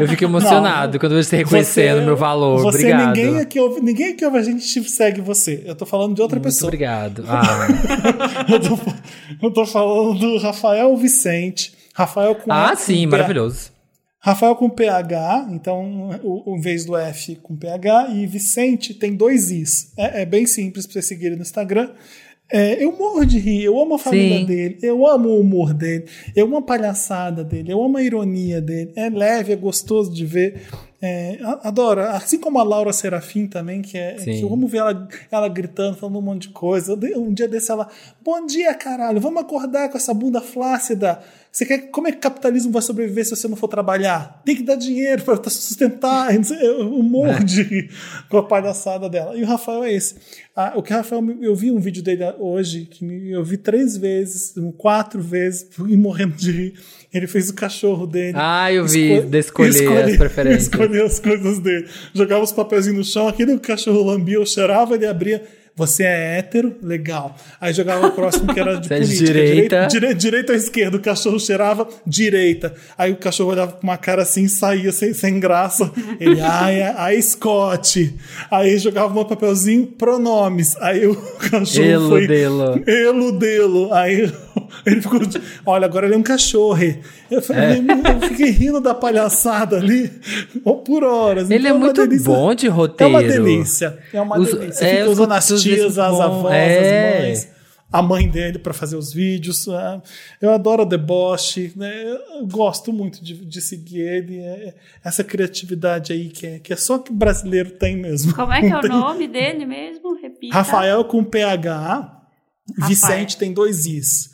Speaker 2: eu fico emocionado
Speaker 1: Não.
Speaker 2: quando você reconhecendo
Speaker 1: Você-
Speaker 2: meu valor.
Speaker 1: Você, é
Speaker 2: obrigado.
Speaker 1: Ninguém aqui, ouve, ninguém que ouve a gente te segue você. Eu tô falando de outra
Speaker 2: Muito
Speaker 1: pessoa. [laughs]
Speaker 2: obrigado. Ah,
Speaker 1: eu, tô, eu tô falando do Rafael Vicente. Rafael com
Speaker 2: Ah,
Speaker 1: com
Speaker 2: sim,
Speaker 1: PH.
Speaker 2: maravilhoso.
Speaker 1: Rafael com PH, então o, o em vez do F com PH, e Vicente tem dois Is. É, é bem simples pra vocês seguirem no Instagram. É, eu morro de rir, eu amo a família
Speaker 2: Sim.
Speaker 1: dele, eu amo o humor dele, eu amo a palhaçada dele, eu amo a ironia dele. É leve, é gostoso de ver. É, a- adoro, assim como a Laura Serafim também, que é
Speaker 2: Sim.
Speaker 1: que eu amo ver ela, ela gritando, falando um monte de coisa. Eu dei- Um dia desse ela, bom dia, caralho, vamos acordar com essa bunda flácida. Você quer, como é que o capitalismo vai sobreviver se você não for trabalhar? Tem que dar dinheiro para sustentar. [laughs] Um monte
Speaker 2: É.
Speaker 1: com a palhaçada dela. E o Rafael é esse. Ah, o que o Rafael, eu vi um vídeo dele hoje, que me- eu vi três vezes, um, quatro vezes, [laughs] e morrendo de rir. Ele fez o cachorro dele.
Speaker 2: Ah, eu vi,
Speaker 1: Esco-
Speaker 2: de escolher as preferências.
Speaker 1: Escolher as coisas dele. Jogava os papelzinhos no chão, aquele cachorro lambia, eu cheirava, ele abria. Você é hétero? Legal. Aí jogava o próximo que era de
Speaker 2: Você é de
Speaker 1: política.
Speaker 2: direita?
Speaker 1: Direita, dire- direita ou esquerda? O cachorro cheirava direita. Aí o cachorro olhava com uma cara assim e saía sem, sem graça. Ele, ai, é, ai, Scott. Aí jogava um papelzinho, pronomes. Aí o cachorro foi...
Speaker 2: Eludê-lo.
Speaker 1: Eludê-lo. Aí ele ficou. de- Olha, agora ele é um cachorro. Eu, falei,
Speaker 2: É.
Speaker 1: eu fiquei rindo da palhaçada ali ó, por horas. Então
Speaker 2: Ele é
Speaker 1: uma
Speaker 2: muito
Speaker 1: delícia.
Speaker 2: bom de
Speaker 1: É uma
Speaker 2: roteiro.
Speaker 1: delícia. É uma
Speaker 2: Os-
Speaker 1: delícia.
Speaker 2: é,
Speaker 1: Fica
Speaker 2: os
Speaker 1: usando as
Speaker 2: conteúdos dele
Speaker 1: tias,
Speaker 2: são
Speaker 1: as
Speaker 2: bons.
Speaker 1: avós,
Speaker 2: É.
Speaker 1: as mães. A mãe dele para fazer os vídeos. ah, Eu adoro o deboche. Né? Eu gosto muito de, de seguir ele. é- Essa criatividade aí que é, que é só que brasileiro tem mesmo.
Speaker 4: Como é que é
Speaker 1: Não [laughs]
Speaker 4: o
Speaker 1: tem-
Speaker 4: nome dele mesmo? Repita.
Speaker 1: Rafael com PH. Vicente tem dois Is.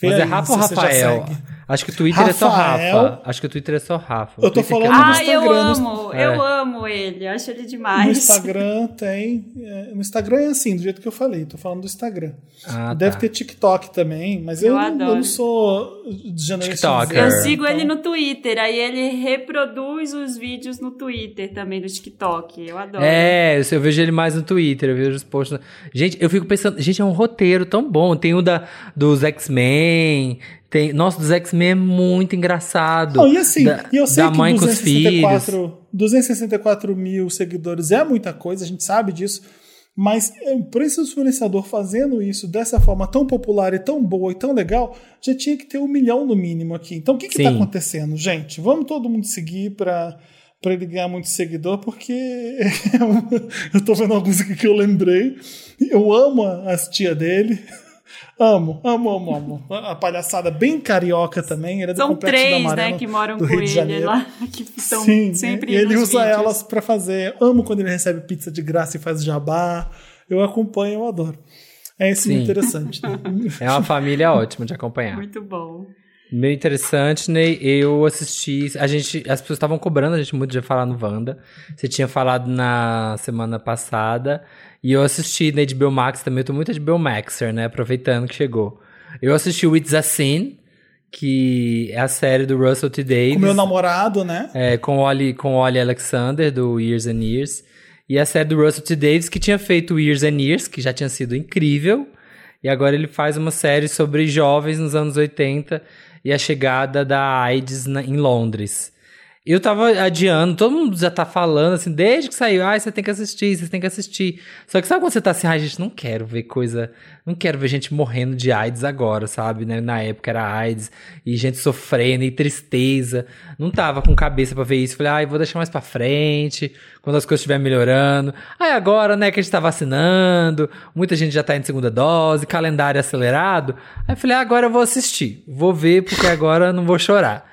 Speaker 1: Vê
Speaker 2: Mas é
Speaker 1: aí
Speaker 2: Rafa
Speaker 1: se
Speaker 2: ou
Speaker 1: você já
Speaker 2: Rafael?
Speaker 1: segue.
Speaker 2: Acho que o Twitter é só
Speaker 1: Rafael.
Speaker 2: Rafa. Acho que o Twitter é só Rafa. O
Speaker 1: Eu tô
Speaker 2: Twitter
Speaker 1: falando
Speaker 2: que-
Speaker 1: do
Speaker 4: Ah, eu
Speaker 1: Instagram, no-
Speaker 4: amo,
Speaker 2: É.
Speaker 4: eu amo ele, acho ele
Speaker 1: No
Speaker 4: demais.
Speaker 1: Instagram tem. é, no Instagram é assim, do jeito que eu falei, tô falando do Instagram.
Speaker 2: Ah,
Speaker 1: Deve
Speaker 2: tá.
Speaker 1: ter TikTok também, mas
Speaker 4: Eu
Speaker 1: eu, não- eu
Speaker 4: adoro.
Speaker 1: não sou de assim, geração Z,
Speaker 2: TikToker.
Speaker 4: Eu sigo
Speaker 1: então-
Speaker 4: ele no Twitter, aí ele reproduz os vídeos no Twitter também, no TikTok. Eu adoro.
Speaker 2: É, eu vejo ele mais no Twitter, eu vejo os posts. no- Gente, eu fico pensando, gente, é um roteiro tão bom. Tem o da, dos X-Men. Tem, nossa, dos X-Men é muito engraçado.
Speaker 1: Não, e assim,
Speaker 2: da,
Speaker 1: e eu sei
Speaker 2: da
Speaker 1: que
Speaker 2: mãe com os filhos.
Speaker 1: 264, 264 mil seguidores é muita coisa, a gente sabe disso. Mas é, por esse influenciador fazendo isso dessa forma tão popular e tão boa e tão legal, já tinha que ter um milhão no mínimo aqui. Então o que está
Speaker 2: Sim.
Speaker 1: acontecendo, gente? Vamos todo mundo seguir para para ele ganhar muito seguidor, porque [laughs] eu tô vendo alguns aqui que eu lembrei. Eu amo a- as tia dele. Amo, amo, amo, amo. A a palhaçada bem carioca também. Ele é do
Speaker 4: São
Speaker 1: Complexo do
Speaker 4: três,
Speaker 1: Amarelo
Speaker 4: né, que moram
Speaker 1: do
Speaker 4: com
Speaker 1: Rio de
Speaker 4: ele
Speaker 1: Janeiro.
Speaker 4: lá, [laughs] que estão
Speaker 1: Sim, né?
Speaker 4: sempre
Speaker 1: e ele
Speaker 4: nos
Speaker 1: usa
Speaker 4: vídeos.
Speaker 1: elas pra fazer. Amo quando ele recebe pizza de graça e faz jabá. Eu acompanho, eu adoro. É esse
Speaker 2: Sim.
Speaker 4: [laughs]
Speaker 1: muito interessante. né?
Speaker 2: É uma família ótima de acompanhar.
Speaker 4: Muito bom.
Speaker 2: Meio interessante, Ney. Eu assisti. A gente, as pessoas estavam cobrando a gente muito de falar no Wanda. Você tinha falado na semana passada. E eu assisti na HBO Max também. Eu tô muito de Maxer, né? Aproveitando que chegou. Eu assisti o It's a Sin, que é a série do Russell T. Davis.
Speaker 1: Com meu namorado, né?
Speaker 2: É, com Oli, com Oli Alexander, do Years and Years. E a série do Russell T. Davis, que tinha feito Years and Years, que já tinha sido incrível. E agora ele faz uma série sobre jovens nos anos 80 e a chegada da AIDS na- em Londres. Eu tava adiando, todo mundo já tá falando, assim, desde que saiu, ai, você tem que assistir, você tem que assistir. Só que sabe quando você tá assim, ai, gente, não quero ver coisa, não quero ver gente morrendo de AIDS agora, sabe? né? Na época era AIDS, e gente sofrendo, e tristeza. Não tava com cabeça pra ver isso. Falei, ai, vou deixar mais pra frente, quando as coisas estiver melhorando. Ai, agora, né, que a gente tá vacinando, muita gente já tá em segunda dose, calendário acelerado. Aí eu falei, ah, agora eu vou assistir, vou ver, porque agora eu não vou chorar.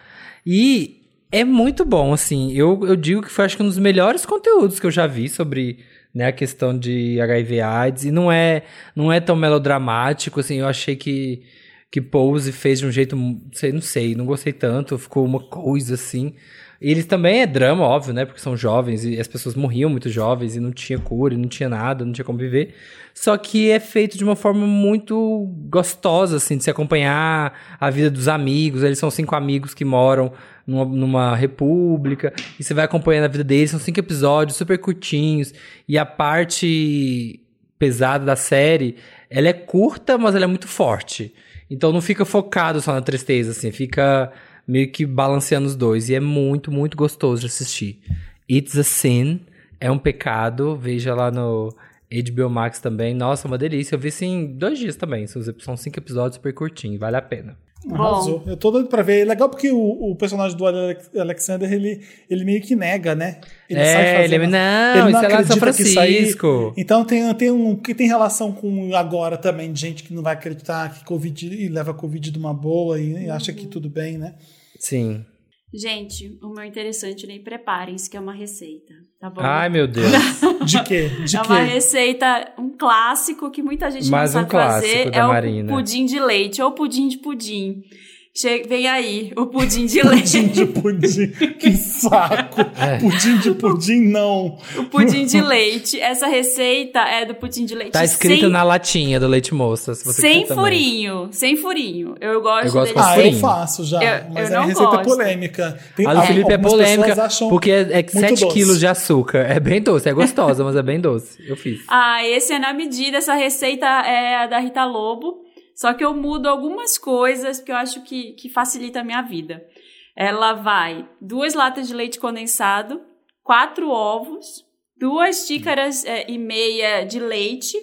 Speaker 2: E é muito bom, assim. Eu, eu digo que foi acho que um dos melhores conteúdos que eu já vi sobre né, a questão de HIV AIDS. E não é, não é tão melodramático, assim. Eu achei que, que Pose fez de um jeito. mu- Sei, não sei, não gostei tanto. Ficou uma coisa assim. Eles também é drama, óbvio, né? Porque são jovens e as pessoas morriam muito jovens e não tinha cura, e não tinha nada, não tinha como viver. Só que é feito de uma forma muito gostosa, assim, de se acompanhar a vida dos amigos. Eles são cinco amigos que moram numa, numa república e você vai acompanhando a vida deles. São cinco episódios super curtinhos e a parte pesada da série, ela é curta, mas ela é muito forte. Então não fica focado só na tristeza, assim, fica meio que balanceando os dois. E é muito, muito gostoso de assistir. It's a Sin, é um pecado, veja lá no HBO Max também. Nossa, uma delícia. Eu vi isso em dois dias também. São são cinco episódios super curtinhos, vale a pena.
Speaker 1: Arrasou. Eu tô doido pra ver. É legal porque o, o personagem do Alex- Alexander, ele, ele meio que nega, né?
Speaker 2: é, ele,
Speaker 1: fazendo-
Speaker 2: não,
Speaker 1: ele
Speaker 2: isso é lá em São
Speaker 1: acredita que isso aí-
Speaker 2: Francisco.
Speaker 1: Então tem, tem um que tem relação com agora também, gente que não vai acreditar que Covid e leva Covid de uma boa e, e acha
Speaker 4: Uhum.
Speaker 1: que tudo bem, né?
Speaker 2: Sim.
Speaker 4: Gente, o meu interessante, nem preparem-se, que é uma receita, tá bom?
Speaker 2: Ai, meu Deus.
Speaker 1: De quê?
Speaker 4: [laughs]
Speaker 1: De
Speaker 4: é uma
Speaker 1: quê?
Speaker 4: receita, um clássico que muita gente
Speaker 2: Mais
Speaker 4: não
Speaker 2: um
Speaker 4: sabe
Speaker 2: clássico
Speaker 4: fazer.
Speaker 2: da
Speaker 4: é
Speaker 2: Marina.
Speaker 4: o pudim de leite ou pudim de pudim. Che- Vem aí, o pudim
Speaker 2: [laughs]
Speaker 4: de leite.
Speaker 1: Pudim de pudim. Que saco.
Speaker 2: É.
Speaker 1: Pudim de pudim, não.
Speaker 4: [laughs] o pudim de leite. Essa receita é do pudim de leite.
Speaker 2: Tá escrito
Speaker 4: sem,
Speaker 2: na latinha do leite moça. Se você
Speaker 4: Sem
Speaker 2: quiser também.
Speaker 4: furinho, sem furinho. Eu gosto,
Speaker 2: Eu gosto
Speaker 4: dele
Speaker 2: com
Speaker 1: Ah, eu
Speaker 2: furinho.
Speaker 1: faço já.
Speaker 4: Eu-
Speaker 1: mas
Speaker 4: eu
Speaker 1: é
Speaker 4: não
Speaker 1: receita
Speaker 4: gosto.
Speaker 1: polêmica. Tem,
Speaker 2: A do
Speaker 1: al-
Speaker 2: Felipe é
Speaker 1: algumas pessoas
Speaker 2: polêmica,
Speaker 1: acham-
Speaker 2: porque é, é
Speaker 1: muito
Speaker 2: 7
Speaker 1: doce.
Speaker 2: quilos de açúcar. É bem doce, é gostosa, mas é bem doce. Eu fiz.
Speaker 4: Ah, esse é na medida, essa receita é a da Rita Lobo, só que eu mudo algumas coisas que eu acho que, que facilita a minha vida. Ela vai duas latas de leite condensado, quatro ovos, duas xícaras eh, e meia de leite,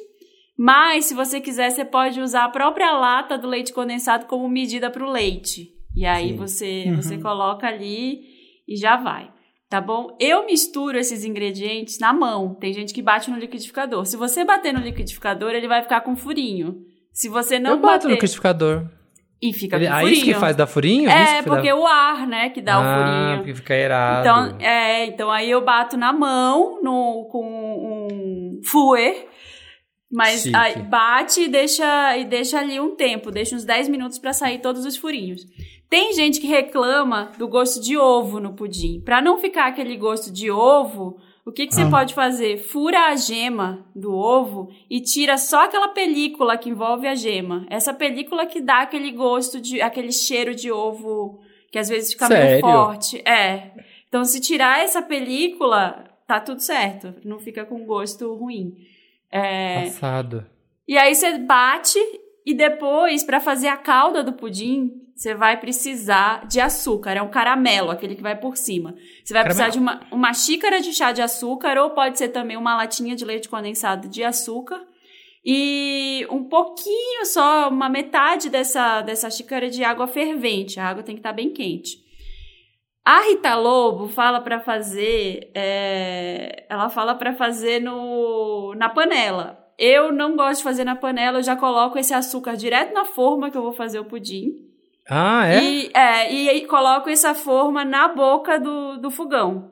Speaker 4: mas se você quiser, você pode usar a própria lata do leite condensado como medida para o leite. E aí
Speaker 2: Sim.
Speaker 4: você,
Speaker 1: Uhum.
Speaker 4: você coloca ali e já vai. Tá bom? Eu misturo esses ingredientes na mão. Tem gente que bate no liquidificador. Se você bater no liquidificador, ele vai ficar com furinho. Se você não
Speaker 2: eu bato no
Speaker 4: bater
Speaker 2: liquidificador.
Speaker 4: e fica
Speaker 2: Ele-
Speaker 4: com
Speaker 2: Aí
Speaker 4: furinho.
Speaker 2: isso que faz dar furinho? Isso
Speaker 4: é,
Speaker 2: que dá-
Speaker 4: porque o ar, né, que dá
Speaker 2: ah,
Speaker 4: o furinho.
Speaker 2: porque fica errado.
Speaker 4: Então, é, então aí eu bato na mão no, com um fouet, mas
Speaker 2: Chique.
Speaker 4: aí bate e deixa, e deixa ali um tempo, deixa uns 10 minutos pra sair todos os furinhos. Tem gente que reclama do gosto de ovo no pudim. Pra não ficar aquele gosto de ovo, o que, que você
Speaker 1: Ah.
Speaker 4: pode fazer? Fura a gema do ovo e tira só aquela película que envolve a gema. Essa película que dá aquele gosto de, aquele cheiro de ovo que às vezes fica
Speaker 2: Sério?
Speaker 4: meio forte. É. Então, se tirar essa película, tá tudo certo. Não fica com gosto ruim. É,
Speaker 2: Passado.
Speaker 4: e aí você bate e depois, pra fazer a calda do pudim, você vai precisar de açúcar. É um caramelo, aquele que vai por cima. Você vai precisar de uma, uma xícara de chá de açúcar ou pode ser também uma latinha de leite condensado de açúcar. E um pouquinho só, uma metade dessa, dessa xícara de água fervente. A água tem que estar bem quente. A Rita Lobo fala pra fazer, é, ela fala pra fazer no na panela. Eu não gosto de fazer na panela, eu já coloco esse açúcar direto na forma que eu vou fazer o pudim.
Speaker 2: Ah, é?
Speaker 4: E, é, e aí coloco essa forma na boca do, do fogão.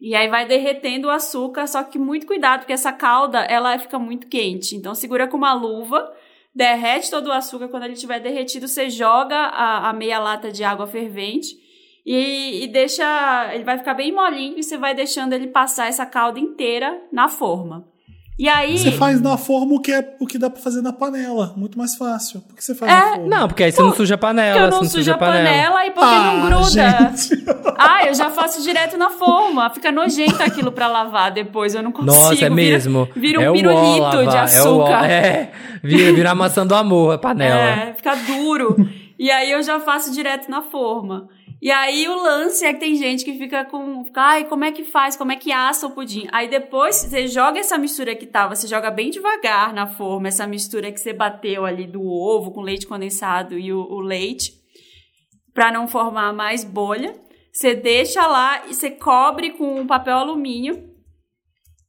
Speaker 4: E aí vai derretendo o açúcar, só que muito cuidado, porque essa calda, ela fica muito quente. Então segura com uma luva, derrete todo o açúcar. Quando ele estiver derretido, você joga a, a meia lata de água fervente e, e deixa. Ele vai ficar bem molinho e você vai deixando ele passar essa calda inteira na forma. E aí.
Speaker 1: Você faz na forma o que, é, o que dá pra fazer na panela. Muito mais fácil. Por que você faz
Speaker 4: É,
Speaker 1: na forma?
Speaker 2: Não, porque aí você não suja a panela.
Speaker 4: Porque eu
Speaker 2: você
Speaker 4: não sujo a panela, e porque não
Speaker 1: Ah,
Speaker 4: gruda.
Speaker 1: gente.
Speaker 4: Ah, eu já faço direto na forma. Fica nojento aquilo pra lavar depois. Eu não consigo.
Speaker 2: Nossa, é
Speaker 4: Vira-
Speaker 2: mesmo.
Speaker 4: Vira,
Speaker 2: é o
Speaker 4: um
Speaker 2: ó
Speaker 4: pirulito
Speaker 2: lá, vai,
Speaker 4: de
Speaker 2: É, o ó.
Speaker 4: açúcar.
Speaker 2: é vira, vira a maçã do amor, a panela.
Speaker 4: É, fica duro. e aí eu já faço direto na forma. E aí o lance é que tem gente que fica com, ai, como é que faz? Como é que assa o pudim? Aí depois você joga essa mistura que tava, você joga bem devagar na forma, essa mistura que você bateu ali do ovo com leite condensado e o, o leite, pra não formar mais bolha. Você deixa lá e você cobre com um papel alumínio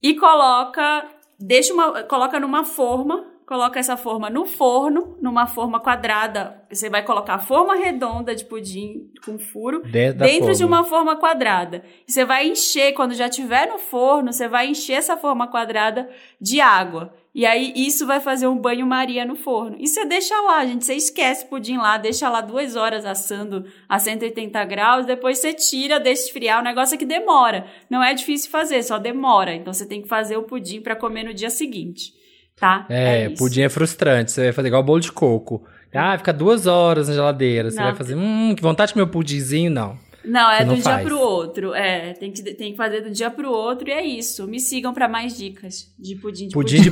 Speaker 4: e coloca deixa uma, coloca numa forma, coloca essa forma no forno, numa forma quadrada. Você vai colocar a forma redonda de pudim com furo
Speaker 2: Dentro, É, da
Speaker 4: dentro de
Speaker 2: forma.
Speaker 4: uma forma quadrada. E Você vai encher quando já tiver no forno, você vai encher essa forma quadrada de água. E aí isso vai fazer um banho Maria no forno. E você deixa lá, gente, você esquece o pudim lá, deixa lá duas horas assando a 180 graus, depois você tira, deixa esfriar, o negócio é que demora. Não é difícil fazer, só demora. Então você tem que fazer o pudim pra comer no dia seguinte, tá?
Speaker 2: É,
Speaker 4: isso.
Speaker 2: pudim é frustrante. Você vai fazer igual bolo de coco. Ah, fica duas horas na geladeira. Você
Speaker 4: Não.
Speaker 2: vai fazer, hum, que vontade de comer o pudinzinho, não.
Speaker 4: Não, é
Speaker 2: Você não
Speaker 4: do dia
Speaker 2: faz.
Speaker 4: pro outro. É, tem que, tem que fazer do dia pro outro e é isso. Me sigam pra mais dicas de pudim de
Speaker 2: Pudim de
Speaker 4: pudim.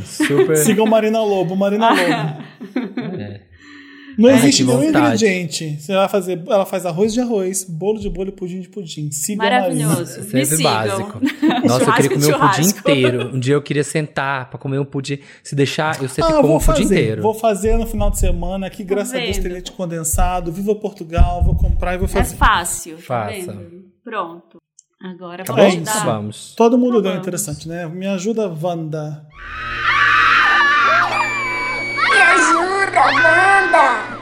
Speaker 2: pudim.
Speaker 4: [laughs]
Speaker 2: Super.
Speaker 1: Sigam Marina Lobo, Marina
Speaker 4: Ah.
Speaker 1: Lobo. Não
Speaker 2: Ai,
Speaker 1: existe
Speaker 2: que
Speaker 1: nenhum
Speaker 2: vontade.
Speaker 1: ingrediente. Você vai fazer, ela faz arroz de arroz, bolo de bolo e pudim de É pudim. Siga a Marina.
Speaker 4: Maravilhoso. Me
Speaker 2: Sempre
Speaker 4: sigam.
Speaker 2: básico. Nossa,
Speaker 4: [laughs]
Speaker 2: eu
Speaker 4: Churrasco
Speaker 2: queria
Speaker 4: de
Speaker 2: comer um pudim
Speaker 4: churrasco.
Speaker 2: inteiro. Um dia eu queria sentar pra comer um pudim. Se deixar, eu sempre
Speaker 1: Ah,
Speaker 2: como
Speaker 1: vou
Speaker 2: um pudim
Speaker 1: fazer.
Speaker 2: inteiro.
Speaker 1: Vou fazer no final de semana aqui, graças a Deus,
Speaker 4: vendo?
Speaker 1: tem leite condensado. Viva Portugal, vou comprar e vou
Speaker 4: É
Speaker 1: fazer.
Speaker 4: fácil. tá
Speaker 2: Faça.
Speaker 4: vendo? Pronto. Agora
Speaker 1: Tá
Speaker 2: Bom,
Speaker 1: É
Speaker 4: pode
Speaker 1: isso.
Speaker 4: dar.
Speaker 2: vamos.
Speaker 1: Todo mundo
Speaker 4: Tá
Speaker 1: deu
Speaker 4: bom.
Speaker 1: interessante, né? Me ajuda, Wanda.
Speaker 8: Me ajuda, Wanda!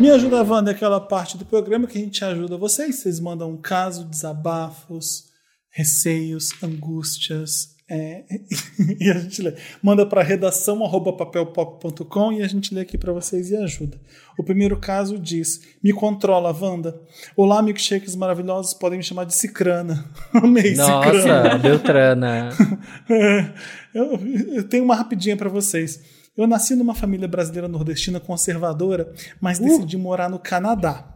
Speaker 1: Me ajuda, Wanda, é aquela parte do programa que a gente ajuda vocês. Vocês mandam um caso, desabafos, receios, angústias. é, [laughs] e a gente lê. Manda para redação arroba papelpop.com e a gente lê aqui para vocês e ajuda. O primeiro caso diz: Me controla, Wanda. Olá, milkshakes maravilhosos, podem me chamar de Cicrana. [laughs] Amei, Cicrana. [laughs]
Speaker 2: Nossa, Beltrana.
Speaker 1: Eu, eu tenho uma rapidinha pra vocês. Eu nasci numa família brasileira nordestina conservadora, mas decidi morar no Canadá.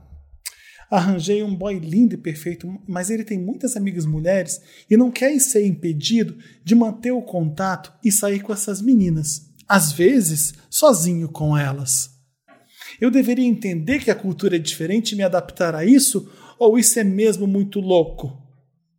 Speaker 1: Arranjei um boy lindo e perfeito, mas ele tem muitas amigas mulheres e não quer ser impedido de manter o contato e sair com essas meninas. Às vezes, sozinho com elas. Eu deveria entender que a cultura é diferente e me adaptar a isso? Ou isso é mesmo muito louco?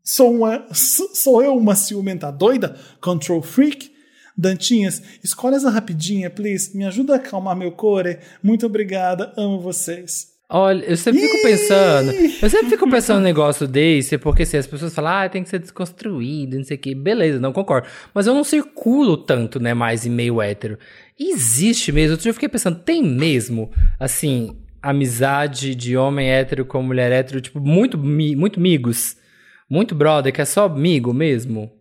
Speaker 1: Sou, uma, s- sou eu uma ciumenta doida? Control freak? Dantinhas, escolhe essa rapidinha, please. Me ajuda a acalmar meu core. Muito obrigada, amo vocês.
Speaker 2: Olha, eu sempre fico pensando, eu sempre fico
Speaker 1: [laughs]
Speaker 2: pensando num negócio desse, porque assim, as pessoas falam, ah, tem que ser desconstruído, não sei o quê. Beleza, não concordo. Mas eu não circulo tanto, né, mais em meio hétero. Existe mesmo, outro dia eu fiquei pensando, tem mesmo, assim, amizade de homem hétero com mulher hétero, tipo, muito, mi- muito amigos, muito brother, que é só amigo mesmo?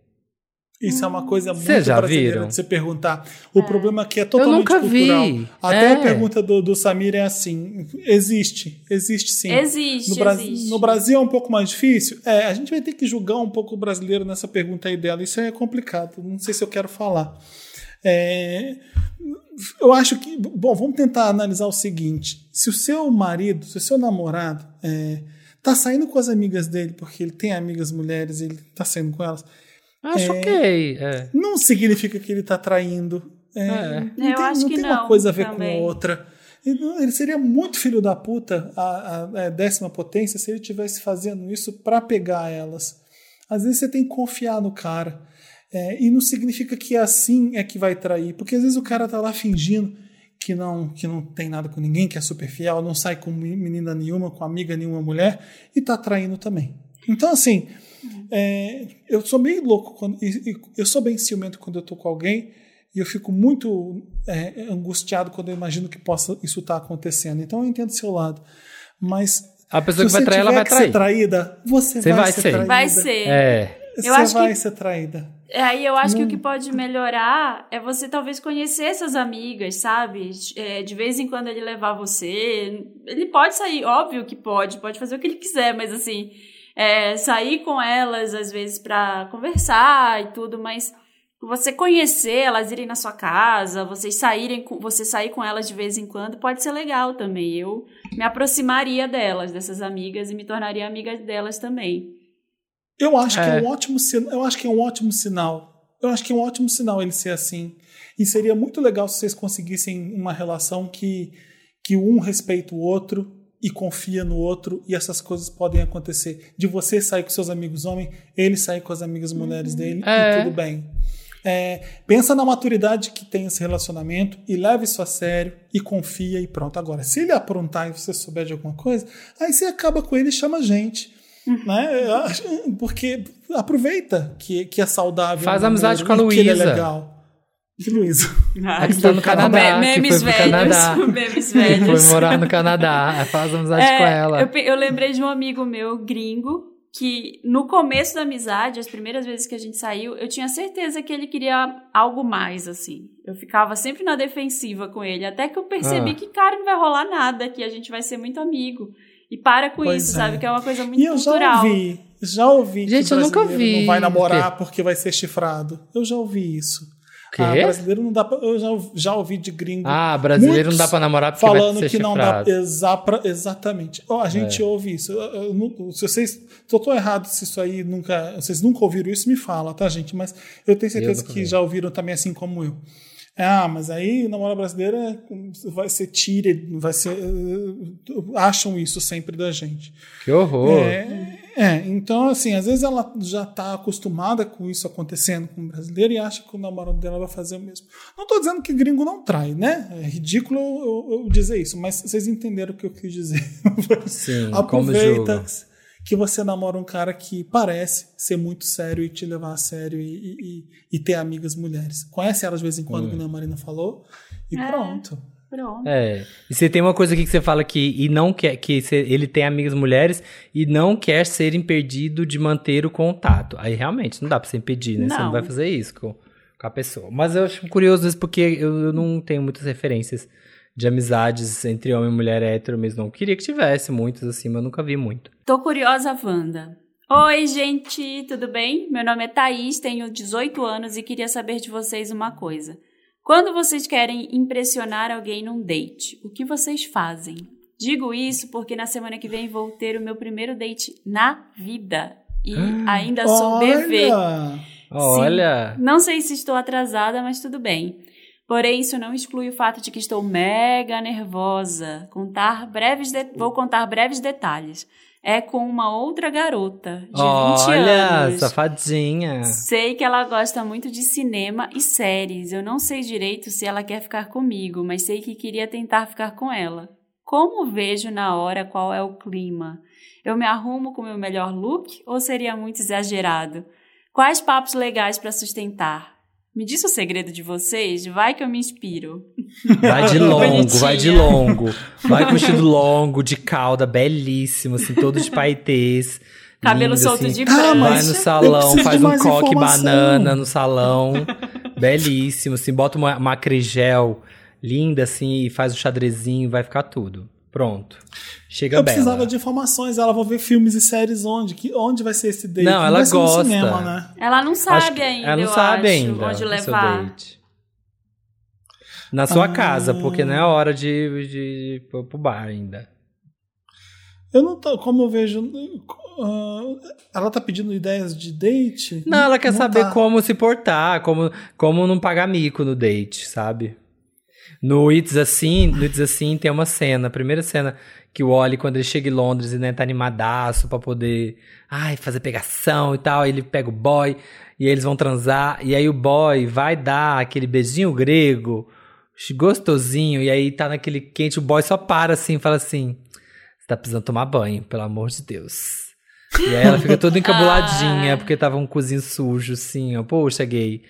Speaker 1: Isso é uma coisa muito
Speaker 2: Cês já
Speaker 1: brasileira
Speaker 2: viram?
Speaker 1: de se perguntar. O problema é que é totalmente
Speaker 2: nunca vi.
Speaker 1: cultural. Até a
Speaker 2: É.
Speaker 1: pergunta do, do Samir é assim: existe, existe sim.
Speaker 4: Existe,
Speaker 1: No, Bra-
Speaker 4: existe.
Speaker 1: no Brasil é um pouco mais difícil? É, a gente vai ter que julgar um pouco o brasileiro nessa pergunta aí dela. Isso aí é complicado. Não sei se eu quero falar. É, eu acho que. Bom, vamos tentar analisar o seguinte: se o seu marido, se o seu namorado é, tá saindo com as amigas dele, porque ele tem amigas mulheres, ele tá saindo com elas,
Speaker 2: Acho ok, é.
Speaker 1: não significa que ele tá traindo. É,
Speaker 2: É.
Speaker 1: Não
Speaker 4: Eu acho
Speaker 1: não
Speaker 4: que
Speaker 1: tem
Speaker 4: não,
Speaker 1: uma coisa a ver
Speaker 4: também.
Speaker 1: com outra. Ele, não- ele seria muito filho da puta, a, a- a décima potência, se ele tivesse fazendo isso pra pegar elas. Às vezes você tem que confiar no cara. É, e não significa que assim é que vai trair. Porque às vezes o cara tá lá fingindo que não, que não tem nada com ninguém, que é super fiel, não sai com menina nenhuma, com amiga nenhuma mulher, e tá traindo também. Então, assim, é, eu sou meio louco quando e- e eu sou bem ciumento quando eu tô com alguém e eu fico muito é, angustiado quando eu imagino que possa isso estar acontecendo. Então eu entendo o seu lado, mas
Speaker 2: A
Speaker 1: se
Speaker 2: pessoa que vai
Speaker 1: você
Speaker 2: trair, ela
Speaker 1: tiver
Speaker 2: vai
Speaker 1: que
Speaker 2: trair.
Speaker 1: ser traída, você
Speaker 2: Você
Speaker 1: vai,
Speaker 2: vai
Speaker 1: ser,
Speaker 2: ser.
Speaker 1: traída.
Speaker 4: Vai ser.
Speaker 2: É.
Speaker 1: Você
Speaker 4: Eu acho
Speaker 1: vai
Speaker 4: que-
Speaker 1: ser traída.
Speaker 4: É, Aí eu acho que o que pode melhorar é você talvez conhecer essas amigas, sabe? É, de vez em quando ele levar você. Ele pode sair, óbvio que pode, pode fazer o que ele quiser, mas assim, é, sair com elas às vezes pra conversar e tudo, mas você conhecer, elas irem na sua casa, vocês saírem, com- você sair com elas de vez em quando pode ser legal também. Eu me aproximaria delas, dessas amigas, e me tornaria amiga delas também.
Speaker 1: Eu acho que
Speaker 2: É.
Speaker 1: é um ótimo sinal. Eu acho que é um ótimo sinal. Eu acho que é um ótimo sinal ele ser assim. E seria muito legal se vocês conseguissem uma relação que, que um respeita o outro e confia no outro e essas coisas podem acontecer. De você sair com seus amigos homens, ele sair com as amigas mulheres
Speaker 2: Uhum.
Speaker 1: dele
Speaker 5: É.
Speaker 1: e tudo bem. É, pensa na maturidade que tem esse relacionamento e leve isso a sério e confia e pronto. Agora, se ele aprontar e você souber de alguma coisa, aí você acaba com ele e chama a gente.
Speaker 2: Uhum.
Speaker 1: Né? Eu acho- Porque aproveita que, que é saudável.
Speaker 2: Faz
Speaker 1: né,
Speaker 2: amizade
Speaker 1: mesmo,
Speaker 2: com a
Speaker 1: e que ele é
Speaker 2: Luísa.
Speaker 1: legal. Que Luísa.
Speaker 2: A que tá no Canadá,
Speaker 4: Me-
Speaker 2: que
Speaker 4: memes
Speaker 2: foi pro
Speaker 4: velhos.
Speaker 2: Canadá.
Speaker 4: [laughs] Memes
Speaker 2: Ele
Speaker 4: velhos.
Speaker 2: foi morar no Canadá, aí faz amizade
Speaker 4: É,
Speaker 2: com ela.
Speaker 4: Eu, pe- eu lembrei de um amigo meu, gringo, que no começo da amizade, as primeiras vezes que a gente saiu, eu tinha certeza que ele queria algo mais, assim. Eu ficava sempre na defensiva com ele, até que eu percebi
Speaker 2: Ah.
Speaker 4: que, cara, não vai rolar nada, que a gente vai ser muito amigo. E para com
Speaker 1: Pois
Speaker 4: isso,
Speaker 1: é.
Speaker 4: sabe? Que é uma coisa muito
Speaker 1: E eu já
Speaker 4: cultural.
Speaker 1: ouvi. Já ouvi
Speaker 2: Gente,
Speaker 1: que
Speaker 2: eu nunca
Speaker 1: brasileiro
Speaker 2: vi.
Speaker 1: não vai namorar porque vai ser chifrado. Eu já ouvi isso.
Speaker 2: Quê?
Speaker 1: Ah, brasileiro não dá pra, Eu já, já ouvi de gringo
Speaker 2: Ah, brasileiro não dá pra namorar porque
Speaker 1: falando
Speaker 2: vai
Speaker 1: que
Speaker 2: ser
Speaker 1: não dá.
Speaker 2: chifrado. É.
Speaker 1: exa- pra- exatamente. Ó, a gente ouve isso. Eu- eu nu- se vocês. Se eu tô errado, se isso aí nunca. Vocês nunca ouviram isso, me fala, tá, gente? Mas eu tenho certeza
Speaker 2: nunca
Speaker 1: que
Speaker 2: vi.
Speaker 1: já ouviram também assim como eu. Ah, mas aí namora brasileira é- vai ser tira, vai ser. eh, Acham isso sempre da gente.
Speaker 2: Que horror.
Speaker 1: É, é, então assim, às vezes ela já está acostumada com isso acontecendo com o brasileiro e acha que o namorado dela vai fazer o mesmo. Não estou dizendo que gringo não trai, né? É ridículo eu, eu- eu dizer isso, mas vocês entenderam o que eu quis dizer.
Speaker 2: [laughs]
Speaker 1: [laughs]
Speaker 2: Sim, como
Speaker 1: Aproveita
Speaker 2: julga.
Speaker 1: que você namora um cara que parece ser muito sério e te levar a sério e, e- e- e ter amigas mulheres. Conhece elas de vez em quando, como a Marina falou, e
Speaker 4: É.
Speaker 1: pronto.
Speaker 4: Pronto.
Speaker 2: É. E você tem uma coisa aqui que você fala que e não quer que você- ele tem amigas mulheres e não quer ser impedido de manter o contato. Aí realmente não dá pra você impedir, né? Você não
Speaker 4: Não.
Speaker 2: vai fazer isso com, com a pessoa. Mas eu acho curioso isso porque eu, eu não tenho muitas referências de amizades entre homem e mulher hétero mesmo. Não queria que tivesse muitas assim, mas eu nunca vi muito.
Speaker 4: Tô curiosa, Wanda. Oi, gente, tudo bem? Meu nome é Thaís, tenho 18 anos e queria saber de vocês uma coisa. Quando vocês querem impressionar alguém num date, o que vocês fazem? Digo isso porque na semana que vem vou ter o meu primeiro date na vida e ainda sou bebê.
Speaker 1: Olha!
Speaker 2: Olha,
Speaker 4: Não sei se estou atrasada, mas tudo bem. Porém, isso não exclui o fato de que estou mega nervosa. Contar breves de- Vou contar breves detalhes. É com uma outra garota de 20
Speaker 2: olha,
Speaker 4: anos.
Speaker 2: safadinha.
Speaker 4: Sei que ela gosta muito de cinema e séries. Eu não sei direito se ela quer ficar comigo, mas sei que queria tentar ficar com ela. Como vejo na hora qual é o clima? Eu me arrumo com meu melhor look ou seria muito exagerado? Quais papos legais para sustentar? Me diz o segredo de vocês, vai que eu me inspiro.
Speaker 2: Vai
Speaker 1: [laughs]
Speaker 2: de longo,
Speaker 4: Bonitinha.
Speaker 2: vai de longo. Vai com vestido longo, de cauda, belíssimo, assim, todo de paetês.
Speaker 4: Cabelo
Speaker 2: lindo,
Speaker 4: solto
Speaker 2: assim.
Speaker 4: de
Speaker 1: Ah,
Speaker 4: prancha.
Speaker 2: Vai
Speaker 1: mas-
Speaker 2: no
Speaker 1: Eu
Speaker 2: salão,
Speaker 1: preciso
Speaker 2: faz
Speaker 1: de
Speaker 2: um
Speaker 1: mais
Speaker 2: coque
Speaker 1: informação.
Speaker 2: banana no salão. belíssimo, assim, bota uma, uma crigel linda, assim, e faz o xadrezinho, vai ficar tudo. Pronto. Chega
Speaker 1: Eu
Speaker 2: bela.
Speaker 1: precisava de informações. Ela vai ver filmes e séries onde? Que, onde vai ser esse date?
Speaker 2: Não, ela
Speaker 1: vai ser no
Speaker 2: gosta.
Speaker 1: cinema, né?
Speaker 4: Ela não
Speaker 2: Acho
Speaker 4: sabe
Speaker 2: que-
Speaker 4: ainda,
Speaker 2: Ela não
Speaker 4: eu
Speaker 2: sabe
Speaker 4: acho,
Speaker 2: ainda
Speaker 4: onde
Speaker 2: o seu
Speaker 4: levar.
Speaker 2: date. Na sua
Speaker 1: Ah.
Speaker 2: casa, porque não é hora de, de ir pro pro bar ainda.
Speaker 1: Eu não tô, como eu vejo. ah, ela tá pedindo ideias de date?
Speaker 2: Não, ela quer saber
Speaker 1: tá.
Speaker 2: como se portar, como, como não pagar mico no date, sabe? No It's Assim, no It's Assim tem uma cena, a primeira cena que o Oli, quando ele chega em Londres e né, tá animadaço pra poder ai, fazer pegação e tal, ele pega o boy e eles vão transar, e aí o boy vai dar aquele beijinho grego, gostosinho, e aí tá naquele quente, o boy só para assim, e fala assim, você tá precisando tomar banho, pelo amor de Deus. E aí ela fica toda encabuladinha,
Speaker 4: Ah.
Speaker 2: porque tava um cozinho sujo, assim, ó. Poxa, gay.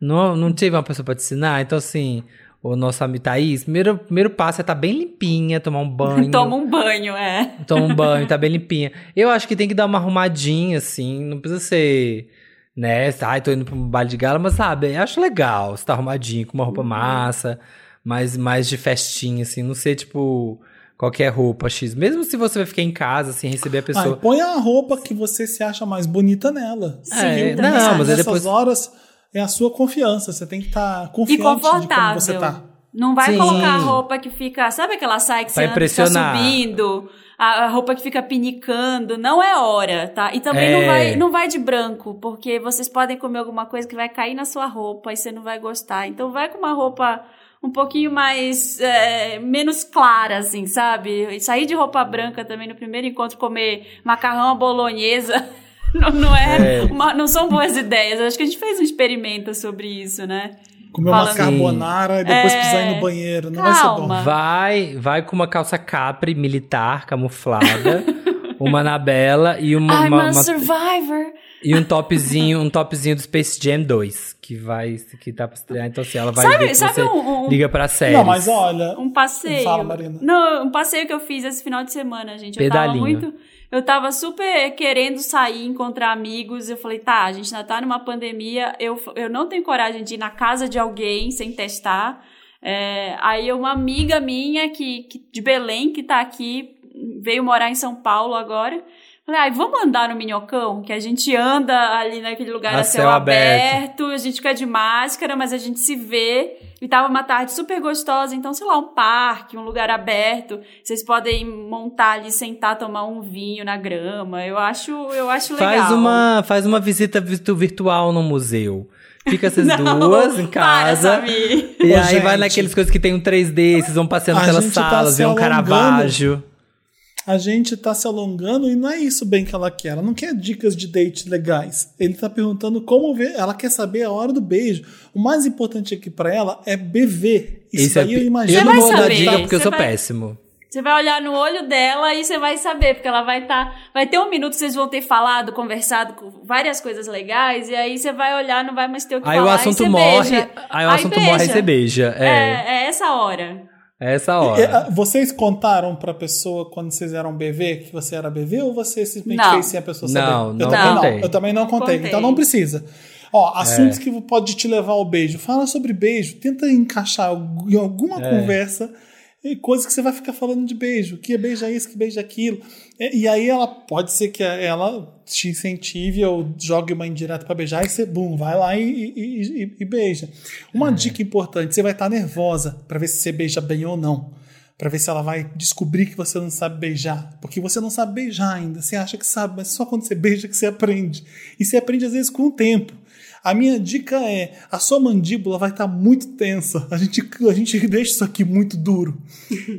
Speaker 2: Não, não teve uma pessoa pra te ensinar? Então, assim, o nosso amigo Thaís, primeiro, primeiro passo é tá bem limpinha, tomar um banho.
Speaker 4: Toma um banho, é.
Speaker 2: Toma um banho, tá bem limpinha. Eu acho que tem que dar uma arrumadinha, assim. Não precisa ser né? Ai, tô indo pra um baile de gala, mas sabe, eu acho legal, você tá arrumadinho, com uma
Speaker 4: Uhum.
Speaker 2: roupa massa, mais, mais de festinha, assim, não sei, tipo, qualquer roupa X. Mesmo se você vai ficar em casa, assim, receber a
Speaker 1: Aí,
Speaker 2: pessoa.
Speaker 1: Ah, põe a roupa que você se acha mais bonita nela.
Speaker 2: É, não,
Speaker 1: nessa-
Speaker 2: mas aí
Speaker 1: nessas
Speaker 2: depois-
Speaker 1: horas é a sua confiança. Você tem que estar
Speaker 4: E
Speaker 1: confiante de como
Speaker 4: confortável.
Speaker 1: você tá.
Speaker 4: Não vai
Speaker 2: Sim.
Speaker 4: colocar a roupa que fica. Sabe aquela saia que
Speaker 2: Pra
Speaker 4: você anda- fica
Speaker 2: impressionar.
Speaker 4: subindo? A a roupa que fica pinicando. Não é hora, tá? E também
Speaker 2: É.
Speaker 4: não, vai, não vai de branco, porque vocês podem comer alguma coisa que vai cair na sua roupa e você não vai gostar. Então vai com uma roupa um pouquinho mais. é, menos clara, assim, sabe? E sair de roupa branca também no primeiro encontro, comer macarrão à bolonhesa. [laughs] Não, não é,
Speaker 2: É.
Speaker 4: uma- não são boas ideias. Acho que a gente fez um experimento sobre isso, né?
Speaker 1: Comer uma
Speaker 4: Falando-
Speaker 1: carbonara e depois
Speaker 4: É.
Speaker 1: precisar ir no banheiro. Não vai ser
Speaker 4: Calma.
Speaker 1: bom.
Speaker 2: Vai, vai com uma calça capri militar,
Speaker 4: [laughs]
Speaker 2: camuflada, uma anabela e uma,
Speaker 4: I'm
Speaker 2: uma-
Speaker 4: a
Speaker 2: uma-
Speaker 4: survivor.
Speaker 2: e um topzinho, um topzinho do Space Jam 2, que vai que tá pra estrear, então assim, ela vai ver
Speaker 4: Sabe,
Speaker 2: que
Speaker 4: sabe
Speaker 2: você
Speaker 4: um, um,
Speaker 2: liga pra série.
Speaker 1: Não, mas olha,
Speaker 4: um passeio?
Speaker 1: Fala, Marina.
Speaker 4: Não, um passeio que eu fiz esse final de semana, gente. Eu
Speaker 2: Pedalinho.
Speaker 4: tava muito. Eu tava super querendo sair, encontrar amigos. Eu falei, tá, a gente ainda tá numa pandemia. Eu, f- eu não tenho coragem de ir na casa de alguém sem testar. É, aí uma amiga minha que, que- de Belém, que tá aqui, veio morar em São Paulo agora. Falei, ai, vamos andar no Minhocão, que a gente anda ali naquele lugar
Speaker 2: A
Speaker 4: a, céu,
Speaker 2: céu aberto.
Speaker 4: aberto. aberto, a gente fica de máscara, mas a gente se vê. E tava uma tarde super gostosa, então, sei lá, um parque, um lugar aberto. Vocês podem montar ali, sentar, tomar um vinho na grama. Eu acho, eu acho legal.
Speaker 2: Faz uma, faz uma visita virtu- virtual no museu. Fica essas
Speaker 4: [laughs] Não,
Speaker 2: duas em
Speaker 4: Para,
Speaker 2: casa.
Speaker 4: Samir.
Speaker 2: e
Speaker 1: Ô,
Speaker 2: aí vai
Speaker 1: gente.
Speaker 2: naqueles coisas que tem um 3D, vocês vão passeando
Speaker 1: A
Speaker 2: pelas
Speaker 1: gente tá
Speaker 2: salas,
Speaker 1: se
Speaker 2: vê um
Speaker 1: alongando.
Speaker 2: Caravaggio.
Speaker 1: a gente tá se alongando e não é isso bem que ela quer. Ela não quer dicas de date legais. Ele tá perguntando como ver. Ela quer saber a hora do beijo. O mais importante aqui pra ela é beber. Isso,
Speaker 2: Isso é
Speaker 1: aí eu
Speaker 2: pe-
Speaker 1: imagino.
Speaker 2: Eu
Speaker 4: vai
Speaker 2: não vou dar
Speaker 4: saber,
Speaker 2: dica porque eu
Speaker 4: você
Speaker 2: sou
Speaker 4: vai-
Speaker 2: péssimo.
Speaker 4: Você vai olhar no olho dela e você vai saber, porque ela vai estar. vai ter um minuto, vocês vão ter falado, conversado com várias coisas legais, e aí você vai olhar, não vai mais ter o que
Speaker 2: Aí o
Speaker 4: falar.
Speaker 2: assunto
Speaker 4: e você
Speaker 2: morre,
Speaker 4: beija.
Speaker 2: aí o assunto morre e
Speaker 4: beija.
Speaker 2: você beija.
Speaker 4: É,
Speaker 2: É,
Speaker 4: é essa hora.
Speaker 2: é essa
Speaker 1: É,
Speaker 2: hora.
Speaker 1: ah, Vocês contaram pra pessoa quando vocês eram bebê que você era bebê ou você simplesmente
Speaker 4: Não.
Speaker 1: fez sem a pessoa saber?
Speaker 2: Não,
Speaker 1: eu
Speaker 2: não
Speaker 1: também
Speaker 2: contei. É.
Speaker 1: Eu também não contei,
Speaker 4: Contei.
Speaker 1: então não precisa. Ó, assuntos que pode te levar ao beijo. Fala sobre beijo, tenta encaixar em alguma
Speaker 2: É.
Speaker 1: conversa e coisas que você vai ficar falando de beijo, que beija isso, que beija aquilo. É, E, e aí ela pode ser que ela te incentive ou jogue uma indireta pra beijar e você, bum, vai lá e, e- e- e beija. Uma dica importante, você vai estar nervosa pra ver se você beija bem ou não. Pra ver se ela vai descobrir que você não sabe beijar. Porque você não sabe beijar ainda. Você acha que sabe, mas só quando você beija que você aprende. E você aprende às vezes com o tempo. A minha dica é: a sua mandíbula vai estar muito tensa. A gente, a gente deixa isso aqui muito duro.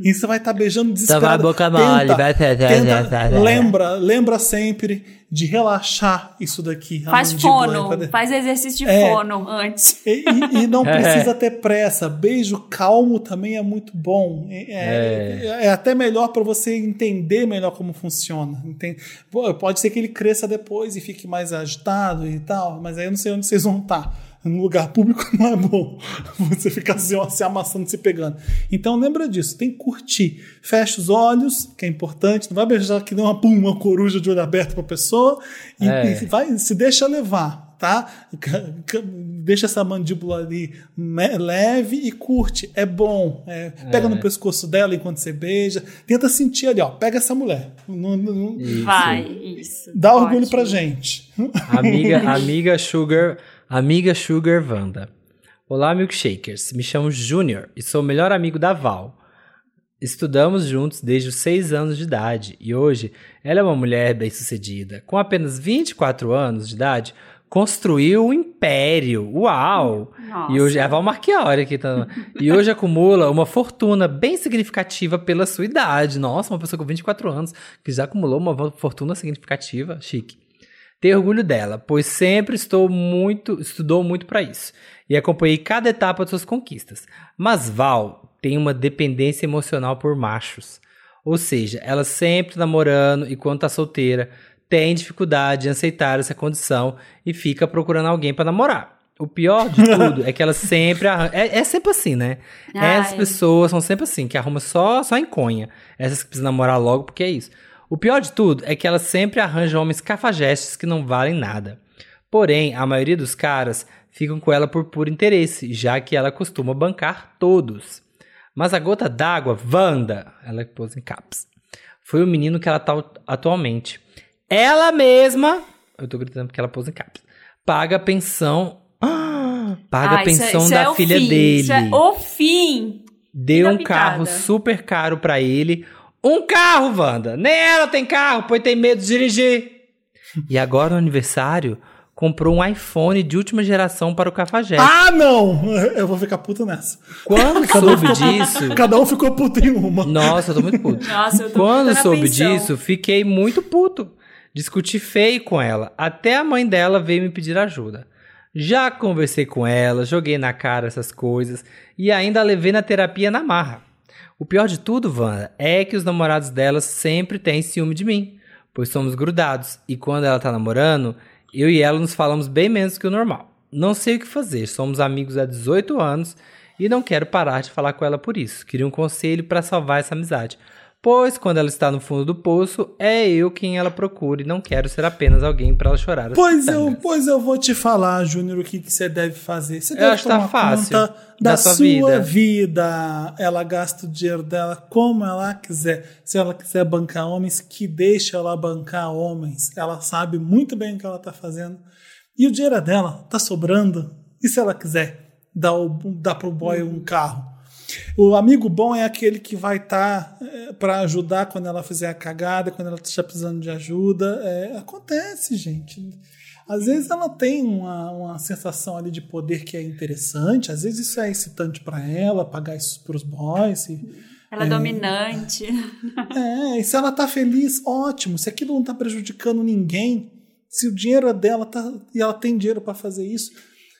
Speaker 1: E você vai estar beijando desesperado.
Speaker 2: Então vai a boca mole,
Speaker 1: Tenta-
Speaker 2: vai-
Speaker 1: tenta- Lembra, lembra sempre de relaxar isso daqui. a
Speaker 4: Faz
Speaker 1: mandíbula,
Speaker 4: fono,
Speaker 1: pra-
Speaker 4: faz exercício de
Speaker 1: É.
Speaker 4: fono antes.
Speaker 1: e, e- e não
Speaker 2: [laughs] É.
Speaker 1: precisa ter pressa. Beijo calmo também é muito bom. É, é- é até melhor para você entender melhor como funciona. Enten- Pô, Pode ser que ele cresça depois e fique mais agitado e tal, mas aí eu não sei onde vocês vão estar. No lugar público não é bom [laughs] você ficar se, se amassando, se pegando. Então lembra disso, tem que curtir. Fecha os olhos, que é importante. Não vai beijar que nem uma, pum, uma coruja de olho aberto pra pessoa. E,
Speaker 2: É.
Speaker 1: e vai, se deixa levar, tá? [laughs] Ca- ca- Deixa essa mandíbula ali me- leve e curte. É bom. É, pega no pescoço dela enquanto você beija. Tenta sentir ali, ó. Pega essa mulher. Não- não- não-
Speaker 2: Isso.
Speaker 4: Vai, isso.
Speaker 1: Dá
Speaker 4: Ótimo.
Speaker 1: orgulho pra gente.
Speaker 2: Amiga, amiga Sugar, amiga Sugar Vanda. Olá, milkshakers. Me chamo Júnior e sou o melhor amigo da Val. Estudamos juntos desde os 6 anos de idade e hoje ela é uma mulher bem-sucedida. Com apenas 24 anos de idade, construiu um império. Uau!
Speaker 4: Nossa.
Speaker 2: E hoje é a Val Marchiori aqui tá. E hoje acumula uma fortuna bem significativa pela sua idade. Nossa, uma pessoa com 24 anos que já acumulou uma fortuna significativa, chique. Tenho orgulho dela, pois sempre estou muito, estudou muito para isso e acompanhei cada etapa de suas conquistas. Mas Val tem uma dependência emocional por machos. Ou seja, ela sempre tá namorando e quando tá solteira, tem dificuldade em aceitar essa condição e fica procurando alguém para namorar. O pior de tudo é que ela sempre arranja. É, é sempre assim, né?
Speaker 4: Ai.
Speaker 2: Essas pessoas são sempre assim, que arruma só, só em conha. Essas que precisam namorar logo, porque é isso. O pior de tudo é que ela sempre arranja homens cafajestes que não valem nada. Porém, a maioria dos caras ficam com ela por puro interesse, já que ela costuma bancar todos. Mas a gota d'água, Wanda, ela que pôs em caps, foi o menino que ela tá atualmente. Ela mesma, eu tô gritando porque ela pôs em caps, paga a pensão. [gasps] Ah, Paga a
Speaker 4: Ah, isso é-
Speaker 2: pensão
Speaker 4: isso
Speaker 2: da
Speaker 4: é o
Speaker 2: filha
Speaker 4: fim,
Speaker 2: dele.
Speaker 4: Isso é o fim.
Speaker 2: Deu
Speaker 4: Fim
Speaker 2: um
Speaker 4: da
Speaker 2: carro
Speaker 4: picada.
Speaker 2: super caro pra ele. Um carro, Wanda! Nem ela tem carro, pois tem medo de dirigir. E agora, no aniversário, comprou um iPhone de última geração para o Cafajeste.
Speaker 1: Ah, não! [laughs] Eu vou ficar puto nessa.
Speaker 2: Quando soube disso...
Speaker 1: Cada um ficou puto em uma.
Speaker 2: Nossa, eu tô muito puto.
Speaker 4: Nossa, [laughs] eu tô
Speaker 2: Quando
Speaker 4: muito na
Speaker 2: soube
Speaker 4: pensão.
Speaker 2: disso, fiquei muito puto. Discuti feio com ela. Até a mãe dela veio me pedir ajuda. Já conversei com ela, joguei na cara essas coisas e ainda a levei na terapia na marra. O pior de tudo, Wanda, é que os namorados dela sempre têm ciúme de mim, pois somos grudados e quando ela tá namorando, eu e ela nos falamos bem menos que o normal. Não sei o que fazer, somos amigos há 18 anos e não quero parar de falar com ela por isso. Queria um conselho pra salvar essa amizade. Pois quando ela está no fundo do poço, é eu quem ela procura e não quero ser apenas alguém pra ela chorar. Assim tá, né? as
Speaker 1: Pois é, eu,
Speaker 2: pitangas.
Speaker 1: pois eu vou te falar, Júnior, o que que você deve fazer. Você
Speaker 2: Eu
Speaker 1: deve
Speaker 2: acho que tá
Speaker 1: tomar
Speaker 2: fácil,
Speaker 1: conta da,
Speaker 2: da
Speaker 1: sua,
Speaker 2: sua
Speaker 1: vida. Ela gasta o dinheiro dela como ela quiser. Se ela quiser bancar homens, que deixa ela bancar homens. Ela sabe muito bem o que ela tá fazendo. E o dinheiro é dela tá sobrando. E se ela quiser dar, o, dar pro boy
Speaker 2: Uhum.
Speaker 1: um carro? O amigo bom é aquele que vai estar pra para ajudar quando ela fizer a cagada, quando ela estiver precisando de ajuda. É, acontece, gente. Às vezes ela tem uma, uma sensação ali de poder que é interessante, às vezes isso é excitante para ela, pagar isso pros boys. E,
Speaker 4: Ela é dominante.
Speaker 1: é, e se ela tá feliz, ótimo. Se aquilo não tá prejudicando ninguém, se o dinheiro é dela tá, e ela tem dinheiro para fazer isso,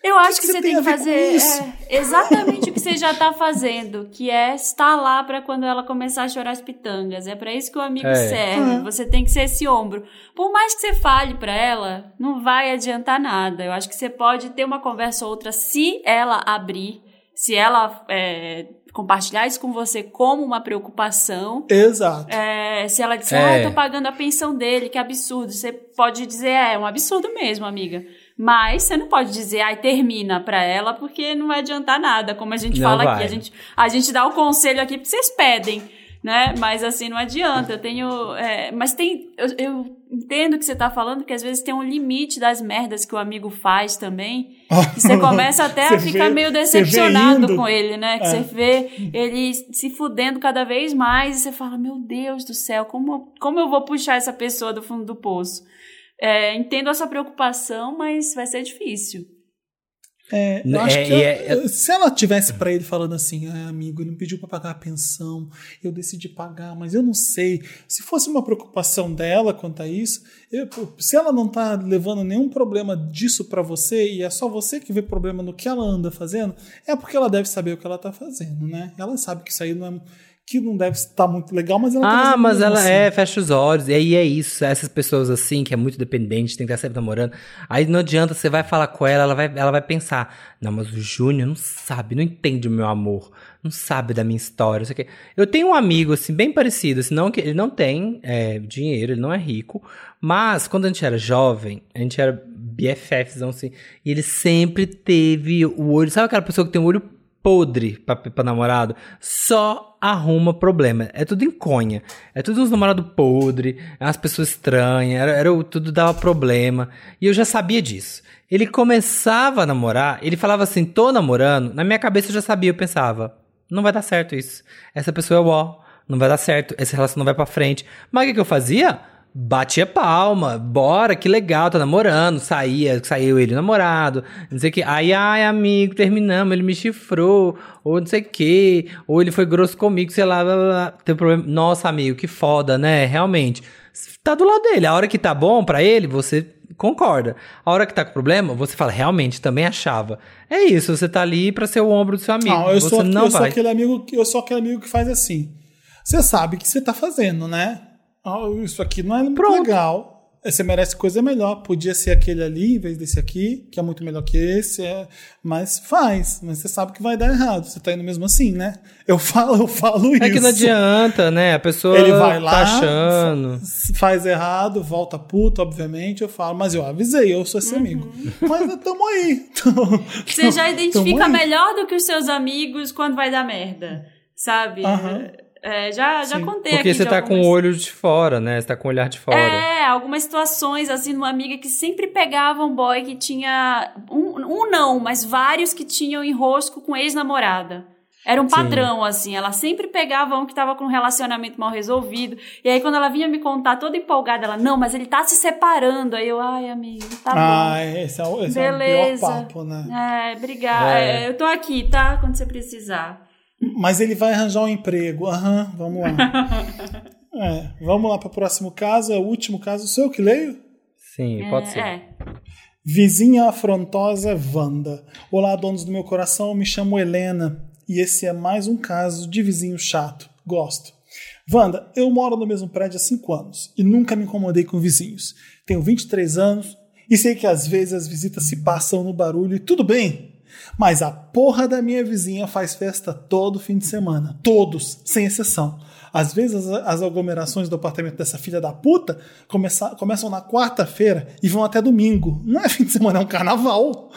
Speaker 4: Eu
Speaker 1: que
Speaker 4: acho
Speaker 1: que
Speaker 4: que,
Speaker 1: você
Speaker 4: você
Speaker 1: tem
Speaker 4: tem
Speaker 1: a
Speaker 4: que
Speaker 1: ver com
Speaker 4: fazer
Speaker 1: isso?
Speaker 4: é, exatamente o que você já tá fazendo, que é estar lá pra quando ela começar a chorar as pitangas. É pra isso que o amigo
Speaker 2: É.
Speaker 4: serve. Você tem que ser esse ombro. Por mais que você fale pra ela, não vai adiantar nada. Eu acho que você pode ter uma conversa ou outra se ela abrir, se ela é, compartilhar isso com você como uma preocupação.
Speaker 1: exato.
Speaker 4: É, se ela disser, ah,
Speaker 2: É.
Speaker 4: eu tô pagando a pensão dele, que absurdo. Você pode dizer, é, é um absurdo mesmo, amiga. Mas você não pode dizer, ai, termina pra ela, porque não vai adiantar nada, como a gente
Speaker 2: Não
Speaker 4: fala
Speaker 2: vai.
Speaker 4: aqui. A gente, a gente dá o conselho aqui porque vocês pedem, né? Mas assim, não adianta. Eu tenho. é, mas tem. Eu, eu entendo o que você tá falando, que às vezes tem um limite das merdas que o amigo faz também.
Speaker 1: [laughs]
Speaker 4: Que você começa até
Speaker 1: Você
Speaker 4: a ficar
Speaker 1: vê-
Speaker 4: meio
Speaker 1: você vê
Speaker 4: decepcionado
Speaker 1: indo.
Speaker 4: com ele, né?
Speaker 1: É.
Speaker 4: Que você vê ele se fudendo cada vez mais e você fala, meu Deus do céu, como, como eu vou puxar essa pessoa do fundo do poço? É, entendo a sua preocupação, mas vai ser difícil.
Speaker 1: É, eu acho
Speaker 2: É,
Speaker 1: que
Speaker 2: e
Speaker 1: eu-
Speaker 2: é-
Speaker 1: se ela tivesse pra ele falando assim, ah, amigo, ele me pediu pra pagar a pensão, eu decidi pagar, mas eu não sei. Se fosse uma preocupação dela quanto a isso, eu- se ela não tá levando nenhum problema disso pra você e é só você que vê problema no que ela anda fazendo, é porque ela deve saber o que ela tá fazendo, né? Ela sabe que isso aí não é que não deve estar muito legal, mas ela tá
Speaker 2: Ah,
Speaker 1: fazendo
Speaker 2: mas
Speaker 1: mesmo
Speaker 2: ela
Speaker 1: assim.
Speaker 2: é, fecha os olhos. E aí é isso. Essas pessoas assim, que é muito dependente, tem que estar sempre namorando. Aí não adianta, você vai falar com ela, ela vai, ela vai pensar. Não, mas o Júnior não sabe, não entende o meu amor. Não sabe da minha história. Isso aqui. Eu tenho um amigo, assim, bem parecido. Assim, não, que- ele não tem é, dinheiro, ele não é rico. Mas quando a gente era jovem, a gente era BFFs, assim. E ele sempre teve o olho. Sabe aquela pessoa que tem o olho podre pra, pra namorado, só arruma problema. É tudo em conha. É tudo uns namorados podre, é umas pessoas estranhas, era, era o- tudo dava problema. E eu já sabia disso. Ele começava a namorar, ele falava assim, tô namorando, na minha cabeça eu já sabia, eu pensava, não vai dar certo isso. Essa pessoa é o ó, não vai dar certo, essa relação não vai pra frente. Mas o que, que eu fazia? Batia palma, bora, que legal, tá namorando, saía, saiu ele namorado, não sei o que, ai, ai, amigo, terminamos, ele me chifrou, ou não sei o que, ou ele foi grosso comigo, sei lá, blá, blá, blá. tem um problema, nossa, amigo, que foda, né, realmente, tá do lado dele, a hora que tá bom pra ele, você concorda, a hora que tá com problema, você fala, realmente, também achava, é isso, você tá ali pra ser o ombro do seu amigo,
Speaker 1: Não, eu,
Speaker 2: você
Speaker 1: sou,
Speaker 2: não
Speaker 1: eu, sou
Speaker 2: vai,
Speaker 1: aquele amigo, que- eu sou aquele amigo que faz assim. Você sabe o que você tá fazendo, né? Ah, Isso aqui não é muito
Speaker 2: Pronto.
Speaker 1: legal. É, Você merece coisa melhor. Podia ser aquele ali em vez desse aqui, que é muito melhor que esse. é- Mas faz. Mas você sabe que vai dar errado. Você tá indo mesmo assim, né? Eu [laughs] falo, eu falo isso.
Speaker 2: É que não adianta, né? A pessoa
Speaker 1: Ele vai lá,
Speaker 2: tá achando.
Speaker 1: fa- faz errado, volta puto, obviamente. Eu falo, mas eu avisei, eu sou esse
Speaker 2: Uhum.
Speaker 1: amigo. Mas tamo aí. [laughs] Tamo-
Speaker 4: Você já
Speaker 1: tamo
Speaker 4: identifica
Speaker 1: aí.
Speaker 4: melhor do que os seus amigos quando vai dar merda, sabe?
Speaker 1: Aham.
Speaker 4: É, já, já
Speaker 1: Sim.
Speaker 4: contei
Speaker 2: Porque
Speaker 4: aqui
Speaker 2: você
Speaker 4: de
Speaker 2: tá com
Speaker 4: algumas-
Speaker 2: o olho de fora, né? Você tá com o olhar de fora.
Speaker 4: É, algumas situações, assim, uma amiga que sempre pegava um boy que tinha. Um, um não, mas vários que tinham enrosco com ex-namorada. Era um
Speaker 2: Sim.
Speaker 4: padrão, assim. Ela sempre pegava um que tava com um relacionamento mal resolvido. E aí, quando ela vinha me contar, toda empolgada, ela, não, mas ele tá se separando. Aí eu, ai, amigo, tá bom.
Speaker 1: Ah, esse é, o- esse é o pior
Speaker 4: Beleza.
Speaker 1: papo, né?
Speaker 4: É, obrigada.
Speaker 2: É.
Speaker 4: É, Eu tô aqui, tá? Quando você precisar.
Speaker 1: Mas ele vai arranjar um emprego. Aham, vamos
Speaker 4: [laughs]
Speaker 1: lá. É, vamos lá para o próximo caso, é o último caso seu que leio?
Speaker 2: Sim, pode ser.
Speaker 4: É.
Speaker 1: Vizinha afrontosa Wanda. Olá, donos do meu coração, eu me chamo Helena e esse é mais um caso de vizinho chato. Gosto. Wanda, eu moro no mesmo prédio há 5 anos e nunca me incomodei com vizinhos. Tenho 23 anos e sei que às vezes as visitas se passam no barulho e tudo bem. Mas a porra da minha vizinha faz festa todo fim de semana. Todos, sem exceção. Às vezes as, as aglomerações do apartamento dessa filha da puta começa- começam na quarta-feira e vão até domingo. Não é fim de semana, é um carnaval.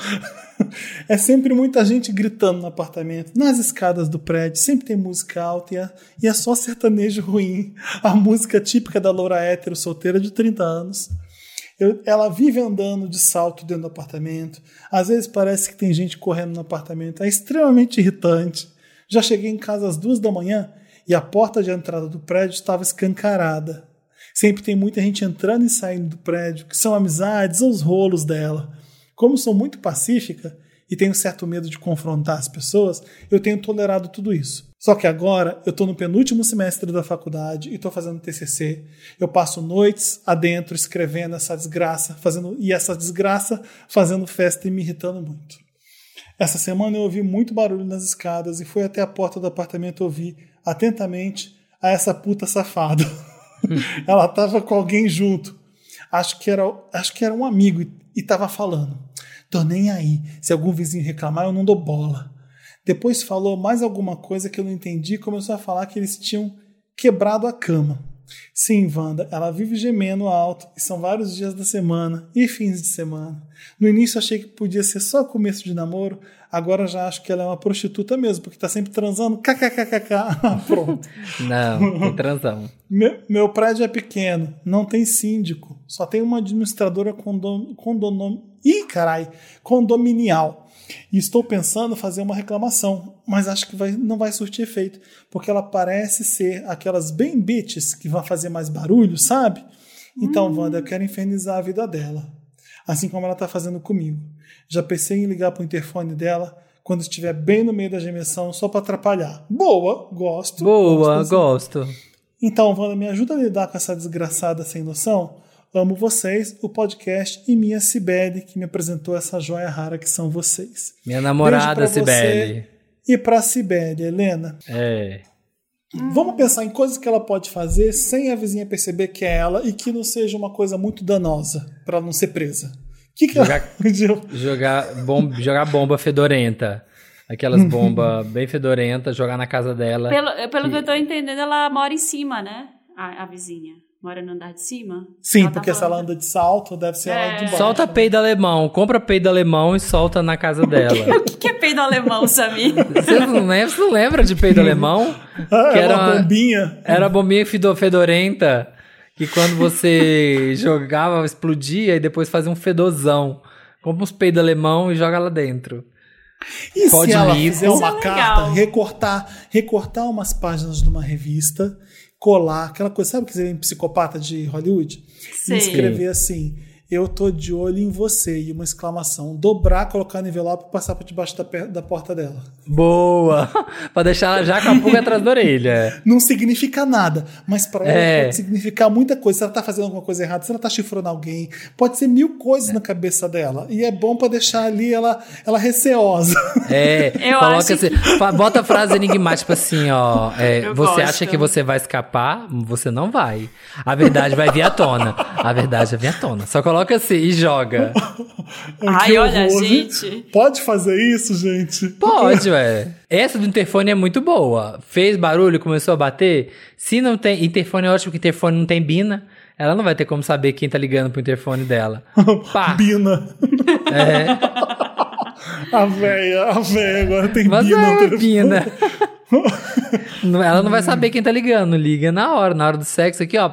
Speaker 1: [laughs] é sempre muita gente gritando no apartamento, nas escadas do prédio, sempre tem música alta e é, e é só sertanejo ruim. A música típica da loura hétero solteira de 30 anos. Eu- ela vive andando de salto dentro do apartamento. Às vezes parece que tem gente correndo no apartamento. É extremamente irritante. Já cheguei em casa às duas da manhã e a porta de entrada do prédio estava escancarada. Sempre tem muita gente entrando e saindo do prédio, que são amizades ou os rolos dela. Como sou muito pacífica e tenho certo medo de confrontar as pessoas, eu tenho tolerado tudo isso. Só que agora eu estou no penúltimo semestre da faculdade e estou fazendo TCC. Eu passo noites adentro escrevendo essa desgraça, fazendo e essa desgraça fazendo festa e me irritando muito. Essa semana eu ouvi muito barulho nas escadas e fui até a porta do apartamento ouvir atentamente a essa puta safada. [laughs] Ela tava com alguém junto. Acho que era, acho que era um amigo e, e tava falando. Tô nem aí. Se algum vizinho reclamar, eu não dou bola. Depois falou mais alguma coisa que eu não entendi e começou a falar que eles tinham quebrado a cama. Sim, Wanda, ela vive gemendo alto e são vários dias da semana e fins de semana. No início achei que podia ser só começo de namoro, agora já acho que ela é uma prostituta mesmo, porque tá sempre transando. KKKKK. [laughs] Pronto. [laughs]
Speaker 2: Não, tem transão.
Speaker 1: Meu, meu prédio é pequeno, não tem síndico, só tem uma administradora condom, condonom, Ih, carai, condominial. E estou pensando em fazer uma reclamação, mas acho que vai- não vai surtir efeito, porque ela parece ser aquelas bem bitches que vão fazer mais barulho, sabe? Então, Wanda, eu quero infernizar a vida dela, assim como ela está fazendo comigo. Já pensei em ligar para o interfone dela quando estiver bem no meio da gemessão, só para atrapalhar. Boa, gosto.
Speaker 2: Boa,
Speaker 1: gosto.
Speaker 2: gosto.
Speaker 1: Então, Wanda, me ajuda a lidar com essa desgraçada sem noção? Amo vocês, o podcast e minha Cibele, que me apresentou essa joia rara que são vocês.
Speaker 2: Minha namorada,
Speaker 1: Beijo pra você.
Speaker 2: Sibeli.
Speaker 1: E pra Cibele, Helena,
Speaker 2: É.
Speaker 4: Hum.
Speaker 1: vamos pensar em coisas que ela pode fazer sem a vizinha perceber que é ela e que não seja uma coisa muito danosa, pra ela não ser presa. O que, que ela [laughs]
Speaker 2: Jogar-
Speaker 1: podia
Speaker 2: Jogar, bom, jogar bomba fedorenta.
Speaker 1: [laughs]
Speaker 2: Aquelas bombas bem fedorentas, jogar na casa dela.
Speaker 4: Pelo, pelo que eu tô entendendo, ela mora em cima, né? A, a vizinha. Mora no andar de cima?
Speaker 1: Sim,
Speaker 4: Ela tá
Speaker 1: porque se ela
Speaker 4: falando-
Speaker 1: anda de salto, deve ser ela
Speaker 4: É.
Speaker 1: de baixo.
Speaker 2: Solta peido alemão, compra peido alemão e solta na casa dela.
Speaker 1: [laughs]
Speaker 4: O que, que é peido alemão, Samir?
Speaker 2: Você não lembra, você não lembra de peido alemão?
Speaker 1: Ah,
Speaker 2: que
Speaker 1: é
Speaker 2: era
Speaker 1: uma
Speaker 2: uma-
Speaker 1: bombinha.
Speaker 2: Era a bombinha fedo- fedorenta que quando
Speaker 4: [laughs]
Speaker 2: você jogava, explodia e depois fazia um fedorzão. Compra uns peido alemão e joga lá dentro.
Speaker 1: E
Speaker 2: Pode
Speaker 1: se ela
Speaker 2: ir.
Speaker 1: fizer
Speaker 4: Isso
Speaker 1: uma
Speaker 4: é legal.
Speaker 1: carta, recortar, recortar umas páginas de uma revista, colar, aquela coisa, sabe o que você vê em psicopata de é Hollywood? E
Speaker 4: Sei.
Speaker 1: escrever assim: eu tô de olho em você, e uma exclamação. Dobrar, colocar no envelope e passar por debaixo da, per- da porta dela.
Speaker 2: Boa! [laughs] pra deixar ela já com a pulga atrás da orelha.
Speaker 1: Não significa nada, mas pra ela
Speaker 2: É.
Speaker 1: pode significar muita coisa. Se ela tá fazendo alguma coisa errada, se ela tá chifrando alguém, pode ser mil
Speaker 2: É.
Speaker 1: coisas na cabeça dela. E é bom pra deixar ali ela, ela receosa.
Speaker 2: É,
Speaker 4: [laughs] Eu
Speaker 2: coloca
Speaker 4: acho
Speaker 2: assim, fa- bota a frase enigmática assim, ó. é,
Speaker 4: Eu
Speaker 2: você
Speaker 4: gosto.
Speaker 2: acha que você vai escapar? Você não vai. A verdade vai vir à tona. A verdade vai vir à tona. Só coloca assim e joga.
Speaker 4: Ai,
Speaker 1: Que
Speaker 4: olha,
Speaker 1: horror, viu?
Speaker 4: gente.
Speaker 1: Pode fazer isso, gente?
Speaker 2: Pode, ué. Essa do interfone é muito boa. Fez barulho, começou a bater. Se não tem. Interfone é ótimo, porque interfone não tem bina. Ela não vai ter como saber quem tá ligando pro
Speaker 1: [laughs]
Speaker 2: interfone dela. Pá!
Speaker 1: Bina.
Speaker 2: É,
Speaker 1: A véia, a véia agora tem
Speaker 2: mas
Speaker 1: Bina. no
Speaker 2: é uma
Speaker 1: telefone. [laughs]
Speaker 2: bina. Não- Ela não vai saber quem tá ligando. Liga na hora, na hora do sexo aqui, ó.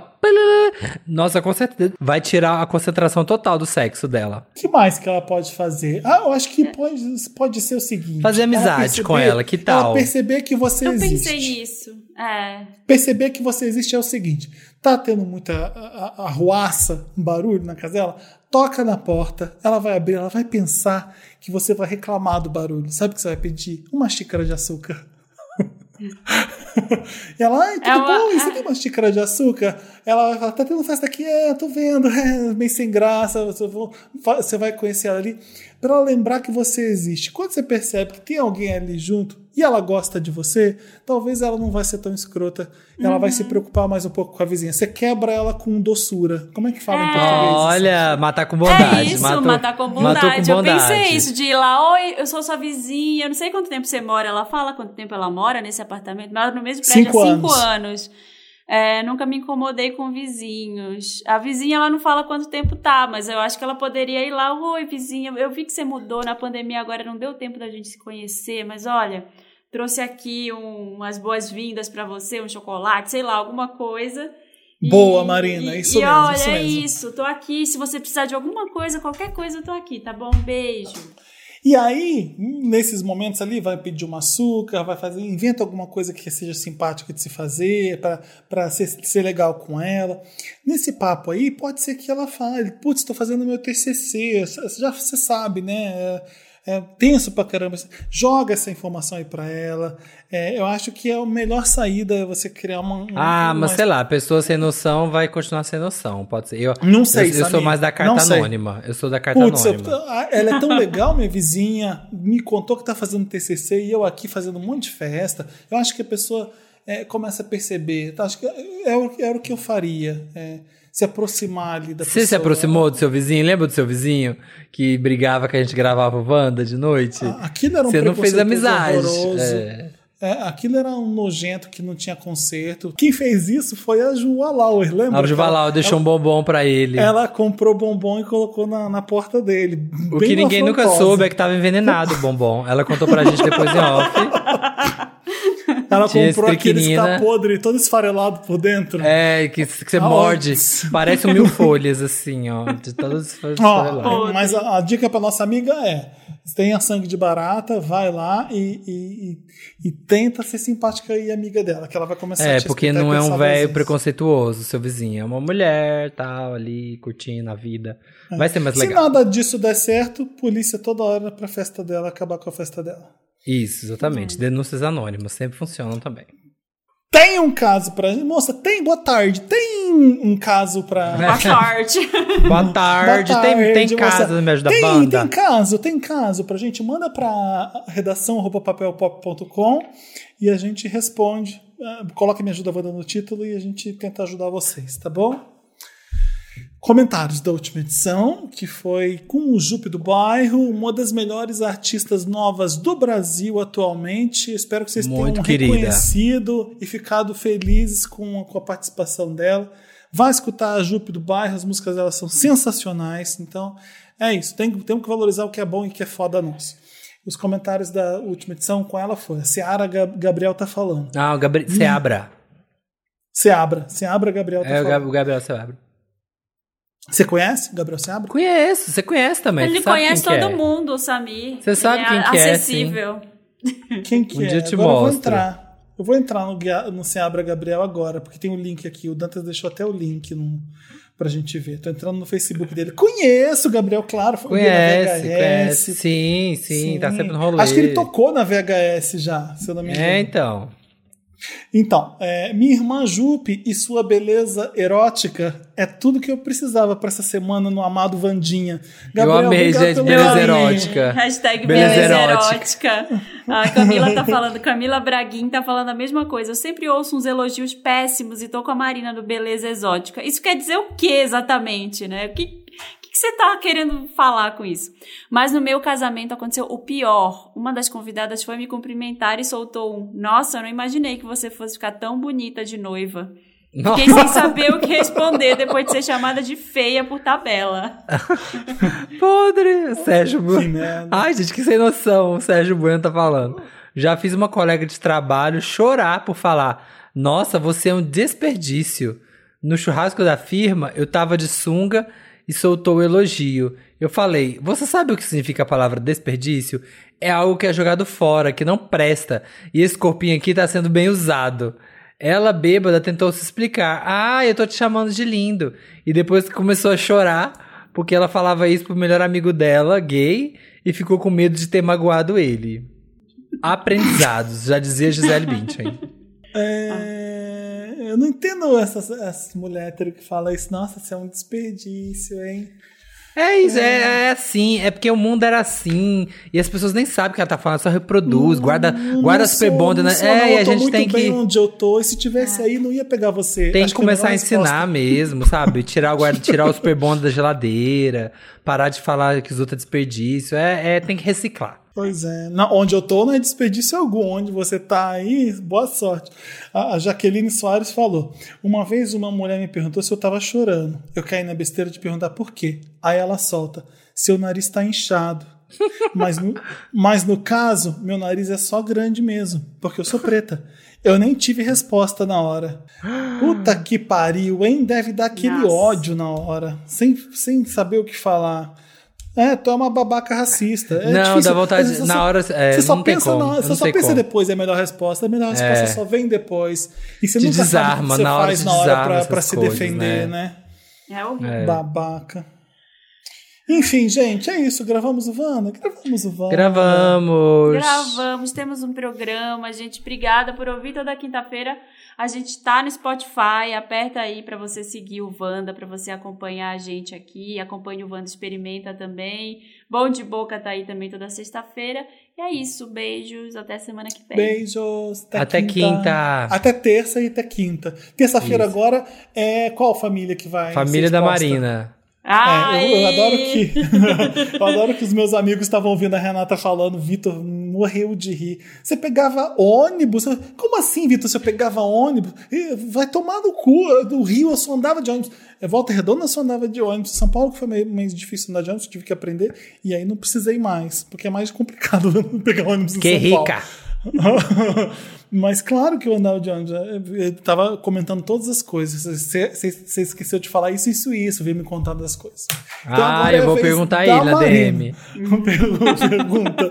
Speaker 2: Nossa, com certeza. Vai tirar a concentração total do sexo dela.
Speaker 1: O que mais que ela pode fazer? Ah, eu acho que pode, pode ser o seguinte.
Speaker 2: Fazer amizade com ela, que tal?
Speaker 1: Ela perceber que você
Speaker 4: Eu
Speaker 1: existe.
Speaker 4: pensei nisso. É.
Speaker 1: Perceber que você existe é o seguinte: tá tendo muita a- a- arruaça, um barulho na casa dela? Toca na porta, ela vai abrir, ela vai pensar que você vai reclamar do barulho. Sabe o que você vai pedir? Uma xícara de açúcar. [laughs] E ela, ai, tudo
Speaker 4: Hum. É uma-
Speaker 1: bom? Isso aqui é uma xícara de açúcar? Ela vai falar, tá tendo festa aqui? É, tô vendo, [laughs] é, meio sem graça. Você vou- fa- você vai conhecer ela ali. Pra ela lembrar que você existe. Quando você percebe que tem alguém ali junto e ela gosta de você, talvez ela não vai ser tão escrota. Ela vai se preocupar mais um pouco com a vizinha. Você quebra ela com doçura. Como é que fala em português?
Speaker 2: Olha, matar com bondade.
Speaker 4: É isso,
Speaker 2: matou-
Speaker 4: matar com
Speaker 2: matou
Speaker 4: bondade. Eu
Speaker 2: bondade.
Speaker 4: pensei isso, de ir lá, oi, eu sou sua vizinha, eu não sei quanto tempo você mora. Ela fala quanto tempo ela mora nesse apartamento, mas no mesmo prédio
Speaker 1: Cinco
Speaker 4: há cinco
Speaker 1: anos.
Speaker 4: anos. É, nunca me incomodei com vizinhos. A vizinha, ela não fala quanto tempo tá, mas eu acho que ela poderia ir lá, oi, vizinha, eu vi que você mudou na pandemia agora, não deu tempo da gente se conhecer, mas olha, trouxe aqui um- umas boas-vindas pra você, um chocolate, sei lá, alguma coisa. E-
Speaker 1: Boa, Marina,
Speaker 4: e-
Speaker 1: isso
Speaker 4: e
Speaker 1: mesmo,
Speaker 4: olha,
Speaker 1: isso
Speaker 4: é
Speaker 1: mesmo.
Speaker 4: isso, tô aqui. Se você precisar de alguma coisa, qualquer coisa, eu tô aqui, tá bom? Beijo.
Speaker 1: E aí, hum, nesses momentos ali, vai pedir uma açúcar, vai fazer, inventa alguma coisa que seja simpática de se fazer, pra- pra ser, ser legal com ela. Nesse papo aí, pode ser que ela fale: putz, tô fazendo meu TCC, você já você sabe, né? É, é tenso pra caramba. Joga essa informação aí pra ela. É, eu acho que é a melhor saída é você criar uma. um-
Speaker 2: Ah, mas
Speaker 1: uma-
Speaker 2: sei lá, a pessoa sem noção vai continuar sem noção. Pode ser. Eu,
Speaker 1: Não sei,
Speaker 2: Eu, eu sou
Speaker 1: Samir.
Speaker 2: mais da
Speaker 1: Não
Speaker 2: carta
Speaker 1: sei.
Speaker 2: anônima. Eu sou da carta
Speaker 1: Putz, eu-
Speaker 2: anônima.
Speaker 1: ah, ela é tão legal, minha vizinha. Me contou que tá fazendo TCC e eu aqui fazendo um monte de festa. Eu acho que a pessoa eh, começa a perceber. tá? Acho que é, o- era o que eu faria. eh, se aproximar ali da pessoa.
Speaker 2: Você se aproximou do seu vizinho? Lembra do seu vizinho que brigava que a gente gravava o Wanda de noite?
Speaker 1: Ah, Aquilo era um
Speaker 2: Você não fez
Speaker 1: preconceituoso
Speaker 2: amizade.
Speaker 1: horroroso.
Speaker 2: É.
Speaker 1: É, aquilo era um nojento que não tinha conserto. Quem fez isso foi a Ju Alauer, lembra?
Speaker 2: A Juvalau deixou um bombom pra ele.
Speaker 1: é Ela, ela comprou bombom e colocou na, na porta dele.
Speaker 2: o que ninguém nunca soube é que tava envenenado o bombom. Ela contou pra gente depois em off.
Speaker 1: Ela
Speaker 2: Tinha
Speaker 1: comprou aqueles que tá
Speaker 2: estricnina.
Speaker 1: podre, todo esfarelado por dentro.
Speaker 2: É, que, que você
Speaker 1: Ah,
Speaker 2: morde.
Speaker 1: ó.
Speaker 2: Parece um mil folhas, assim, ó. De todas as folhas.
Speaker 1: Ó,
Speaker 2: sei lá.
Speaker 1: mas a, a dica pra nossa amiga é: tenha sangue de barata, vai lá e, e- e- e tenta ser simpática e amiga dela, que ela vai começar a
Speaker 2: É,
Speaker 1: te
Speaker 2: porque
Speaker 1: escutar e
Speaker 2: não é
Speaker 1: pensar
Speaker 2: um
Speaker 1: duas
Speaker 2: velho
Speaker 1: vezes.
Speaker 2: preconceituoso, seu vizinho. É uma mulher, tal, ali, curtindo a vida. Vai ser mais
Speaker 1: É. Se
Speaker 2: legal.
Speaker 1: nada disso der certo, polícia toda hora pra festa dela acabar com a festa dela.
Speaker 2: Isso,
Speaker 1: Hum.
Speaker 2: exatamente. Denúncias anônimas sempre funcionam também.
Speaker 1: Tem um caso pra. Moça, tem, boa tarde. Tem um caso pra.
Speaker 4: Boa sorte.
Speaker 2: [laughs] Boa tarde.
Speaker 1: Hum. Boa
Speaker 2: tem,
Speaker 1: moça.
Speaker 2: tem casa no Me Ajuda
Speaker 1: tem,
Speaker 2: Banda?
Speaker 1: Tem caso, tem caso pra gente. Manda pra redação papelpop.com e a gente responde. Ah, Coloca Me Ajuda Banda no título e a gente tenta ajudar vocês, tá bom? Comentários da última edição, que foi com o Jupe do Bairro, uma das melhores artistas novas do Brasil atualmente. Espero que vocês
Speaker 2: Muito
Speaker 1: tenham
Speaker 2: querida.
Speaker 1: reconhecido e ficado felizes com a, com a participação dela. Vá escutar a Jupe do Bairro, as músicas delas são sensacionais. Então, é isso. Tem, temos que valorizar o que é bom e o que é foda nosso. Os comentários da última edição com ela foi a Seara Gab- Gabriel tá falando.
Speaker 2: Ah, o Gabriel.
Speaker 1: Hum.
Speaker 2: Seabra.
Speaker 1: Seabra. Seabra Gabriel tá
Speaker 2: É, o Gab-
Speaker 1: falando.
Speaker 2: o Gabriel Seabra.
Speaker 1: Você conhece o Gabriel Seabra?
Speaker 2: Conheço, você conhece também.
Speaker 4: Ele
Speaker 2: você sabe
Speaker 4: conhece
Speaker 2: quem que
Speaker 4: todo
Speaker 2: é.
Speaker 4: mundo, o Samir.
Speaker 2: Você sabe
Speaker 4: Ele
Speaker 2: quem
Speaker 4: é
Speaker 2: que é,
Speaker 4: acessível.
Speaker 1: Quem que
Speaker 2: Um
Speaker 1: é?
Speaker 2: dia eu te
Speaker 1: agora eu vou
Speaker 2: mostro.
Speaker 1: entrar. Eu um vou entrar no, Guia- no Seabra Gabriel agora, porque tem o link aqui. O Dantas deixou até o link no, pra gente ver. Tô entrando no Facebook dele. Conheço o Gabriel Claro, foi
Speaker 2: Conhece,
Speaker 1: um dia na
Speaker 2: conhece.
Speaker 1: VHS.
Speaker 2: Sim, sim, tá sempre no rolê.
Speaker 1: Acho que ele tocou na VHS já, se eu não me engano.
Speaker 2: É, então.
Speaker 1: Então, é, minha irmã Jupe e sua beleza erótica é tudo que eu precisava pra essa semana no amado Vandinha.
Speaker 2: eu amei,
Speaker 1: obrigado
Speaker 2: gente,
Speaker 1: pelo
Speaker 2: beleza
Speaker 1: carinho.
Speaker 2: erótica.
Speaker 4: Hashtag
Speaker 2: Beleza
Speaker 4: beleza,
Speaker 2: erótica.
Speaker 4: erótica. A Camila tá falando, Camila Braguin tá falando a mesma coisa. Eu sempre ouço uns elogios péssimos e tô com a Marina do Beleza Exótica. Isso quer dizer o que exatamente, né? O que, o que que você tá querendo falar com isso? Mas no meu casamento aconteceu o pior. Uma das convidadas foi me cumprimentar e soltou um: Nossa, eu não imaginei que você fosse ficar tão bonita de noiva. Fiquei sem saber o que responder depois de ser chamada de feia por tabela.
Speaker 2: Podre! Sérgio
Speaker 1: Que
Speaker 2: Bueno.
Speaker 1: merda.
Speaker 2: Ai, gente, que sem noção o Sérgio Bueno tá falando. Já fiz uma colega de trabalho chorar por falar: Nossa, você é um desperdício. No churrasco da firma, eu tava de sunga e soltou o elogio. Eu falei: Você sabe o que significa a palavra desperdício? É algo que é jogado fora, que não presta. E esse corpinho aqui tá sendo bem usado. Ela, bêbada, tentou se explicar. Ah, eu tô te chamando de lindo. E depois começou a chorar, porque ela falava isso pro melhor amigo dela, gay, e ficou com medo de ter magoado ele. Aprendizados, já dizia Gisele Bündchen.
Speaker 1: É, Eu não entendo essas, essas mulheres que falam isso. Nossa, isso é um desperdício, hein?
Speaker 2: [laughs] É isso, é, é assim, é porque o mundo era assim, e as pessoas nem sabem o que ela tá falando, só reproduz, guarda,
Speaker 1: Eu não
Speaker 2: guarda as
Speaker 1: sou-
Speaker 2: pebondas,
Speaker 1: não
Speaker 2: né?
Speaker 1: sou, não.
Speaker 2: É, e
Speaker 1: Eu
Speaker 2: a
Speaker 1: tô
Speaker 2: gente
Speaker 1: muito
Speaker 2: tem
Speaker 1: bem
Speaker 2: que.
Speaker 1: onde eu tô, e se tivesse aí, não ia pegar você.
Speaker 2: Tem
Speaker 1: Acho
Speaker 2: que começar
Speaker 1: melhor
Speaker 2: a ensinar
Speaker 1: resposta.
Speaker 2: [laughs] mesmo, sabe? Tirar o guarda, tirar os superbondos da geladeira, parar de falar que os outros é desperdício. É, é, tem que reciclar.
Speaker 1: Pois é. Na, onde eu tô não é desperdício algum. Onde você tá aí, boa sorte. A, a Jaqueline Soares falou: Uma vez uma mulher me perguntou se eu tava chorando. Eu caí na besteira de perguntar por quê. Aí ela solta: Seu nariz tá inchado. [laughs] Mas no, mas no caso, meu nariz é só grande mesmo, porque eu sou preta. Eu nem tive resposta na hora. Puta que pariu, hein? Deve dar aquele
Speaker 4: Nossa.
Speaker 1: ódio na hora, sem, sem saber o que falar. É, tu é uma babaca racista. É
Speaker 2: não,
Speaker 1: difícil.
Speaker 2: dá vontade.
Speaker 1: Às vezes
Speaker 2: na
Speaker 1: só-
Speaker 2: hora. É,
Speaker 1: você só
Speaker 2: não tem
Speaker 1: pensa,
Speaker 2: como.
Speaker 1: na-
Speaker 2: eu
Speaker 1: você
Speaker 2: não
Speaker 1: só
Speaker 2: sei
Speaker 1: pensa
Speaker 2: como.
Speaker 1: depois é a melhor resposta. A melhor resposta
Speaker 2: É.
Speaker 1: só vem depois. E você
Speaker 2: Te
Speaker 1: nunca sabe o
Speaker 2: desarma,
Speaker 1: que você
Speaker 2: na hora
Speaker 1: faz
Speaker 2: te
Speaker 1: na hora
Speaker 2: desarma
Speaker 1: pra, pra
Speaker 2: essas
Speaker 1: se
Speaker 2: coisas,
Speaker 1: defender,
Speaker 2: né?
Speaker 1: né?
Speaker 4: É o
Speaker 2: É.
Speaker 1: Babaca. Enfim, gente, é isso. Gravamos o Vanda? Gravamos o Vanda.
Speaker 2: Gravamos.
Speaker 4: Gravamos, temos um programa, gente. Obrigada por ouvir toda quinta-feira. A gente tá no Spotify, aperta aí pra você seguir o Wanda, pra você acompanhar a gente aqui. Acompanhe o Wanda Experimenta também. Bom de Boca tá aí também toda sexta-feira. E é isso, beijos, até semana que vem.
Speaker 1: Beijos.
Speaker 2: Até quinta.
Speaker 1: Até terça e até quinta. Terça-feira
Speaker 2: Isso.
Speaker 1: agora é qual família que vai?
Speaker 2: Família
Speaker 1: ser
Speaker 2: da
Speaker 1: exposta?
Speaker 2: Marina.
Speaker 1: É, eu, eu adoro
Speaker 4: Ai!
Speaker 1: que [laughs] eu adoro que os meus amigos estavam ouvindo a Renata falando, Vitor morreu de rir. Você pegava ônibus? Como assim, Vitor? Você pegava ônibus? Ih, Vai tomar no cu. Do Rio eu só andava de ônibus. É, Volta Redonda eu só andava de ônibus. São Paulo que foi meio, meio difícil andar de ônibus, tive que aprender. E aí não precisei mais, porque é mais complicado [laughs] pegar ônibus em
Speaker 2: Que
Speaker 1: São Paulo.
Speaker 2: rica!
Speaker 1: [laughs] Mas claro que eu andava de onde? Eu tava comentando todas as coisas. Você você- você esqueceu de falar isso, isso e isso, veio me contar das coisas.
Speaker 2: ah,
Speaker 1: agora é
Speaker 2: eu
Speaker 1: a
Speaker 2: vou
Speaker 1: vez
Speaker 2: perguntar a
Speaker 1: da
Speaker 2: ele na
Speaker 1: Marina. [laughs]
Speaker 2: DM.
Speaker 1: Pergunta.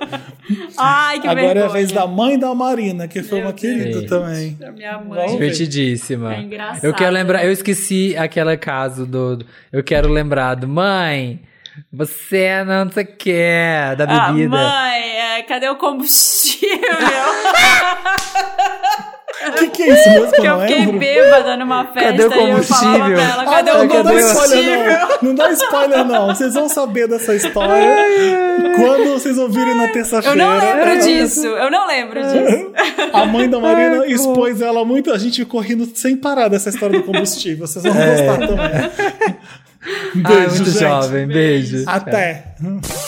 Speaker 4: Ai, que
Speaker 1: Agora é
Speaker 4: vergonha.
Speaker 1: a vez da mãe da Marina, que foi
Speaker 4: Meu
Speaker 1: uma
Speaker 4: Deus.
Speaker 1: querida
Speaker 2: Gente.
Speaker 1: também.
Speaker 4: Da minha
Speaker 1: Vamos
Speaker 4: mãe.
Speaker 1: ver.
Speaker 2: Divertidíssima.
Speaker 4: É engraçado.
Speaker 2: eu quero lembrar, eu esqueci aquele caso do. do- Eu quero lembrar do mãe. Você é não sei o que, da
Speaker 4: Ah,
Speaker 2: bebida.
Speaker 4: mãe, é, cadê o
Speaker 1: [laughs]
Speaker 4: combustível?
Speaker 1: O que, que é isso mesmo que
Speaker 4: Que
Speaker 1: eu
Speaker 4: eu
Speaker 1: não
Speaker 4: fiquei
Speaker 1: lembro?
Speaker 4: bêbada um numa festa
Speaker 2: Cadê o
Speaker 4: e eu falava
Speaker 2: combustível?
Speaker 4: pra ela,
Speaker 1: Ah,
Speaker 4: cadê
Speaker 1: não,
Speaker 4: o
Speaker 1: não dá spoiler,
Speaker 4: combustível?
Speaker 1: não. Não dá spoiler, não. Vocês vão saber dessa história quando vocês ouvirem na
Speaker 4: Eu
Speaker 1: terça-feira.
Speaker 4: não lembro disso, eu não lembro disso.
Speaker 1: A mãe da Marina expôs ela muito. A gente ficou rindo sem parar dessa história do combustível. Vocês
Speaker 2: [laughs]
Speaker 1: vão gostar também.
Speaker 2: É. Ai,
Speaker 1: Beijo,
Speaker 2: muito
Speaker 1: gente.
Speaker 2: jovem. Beijo.
Speaker 1: Até.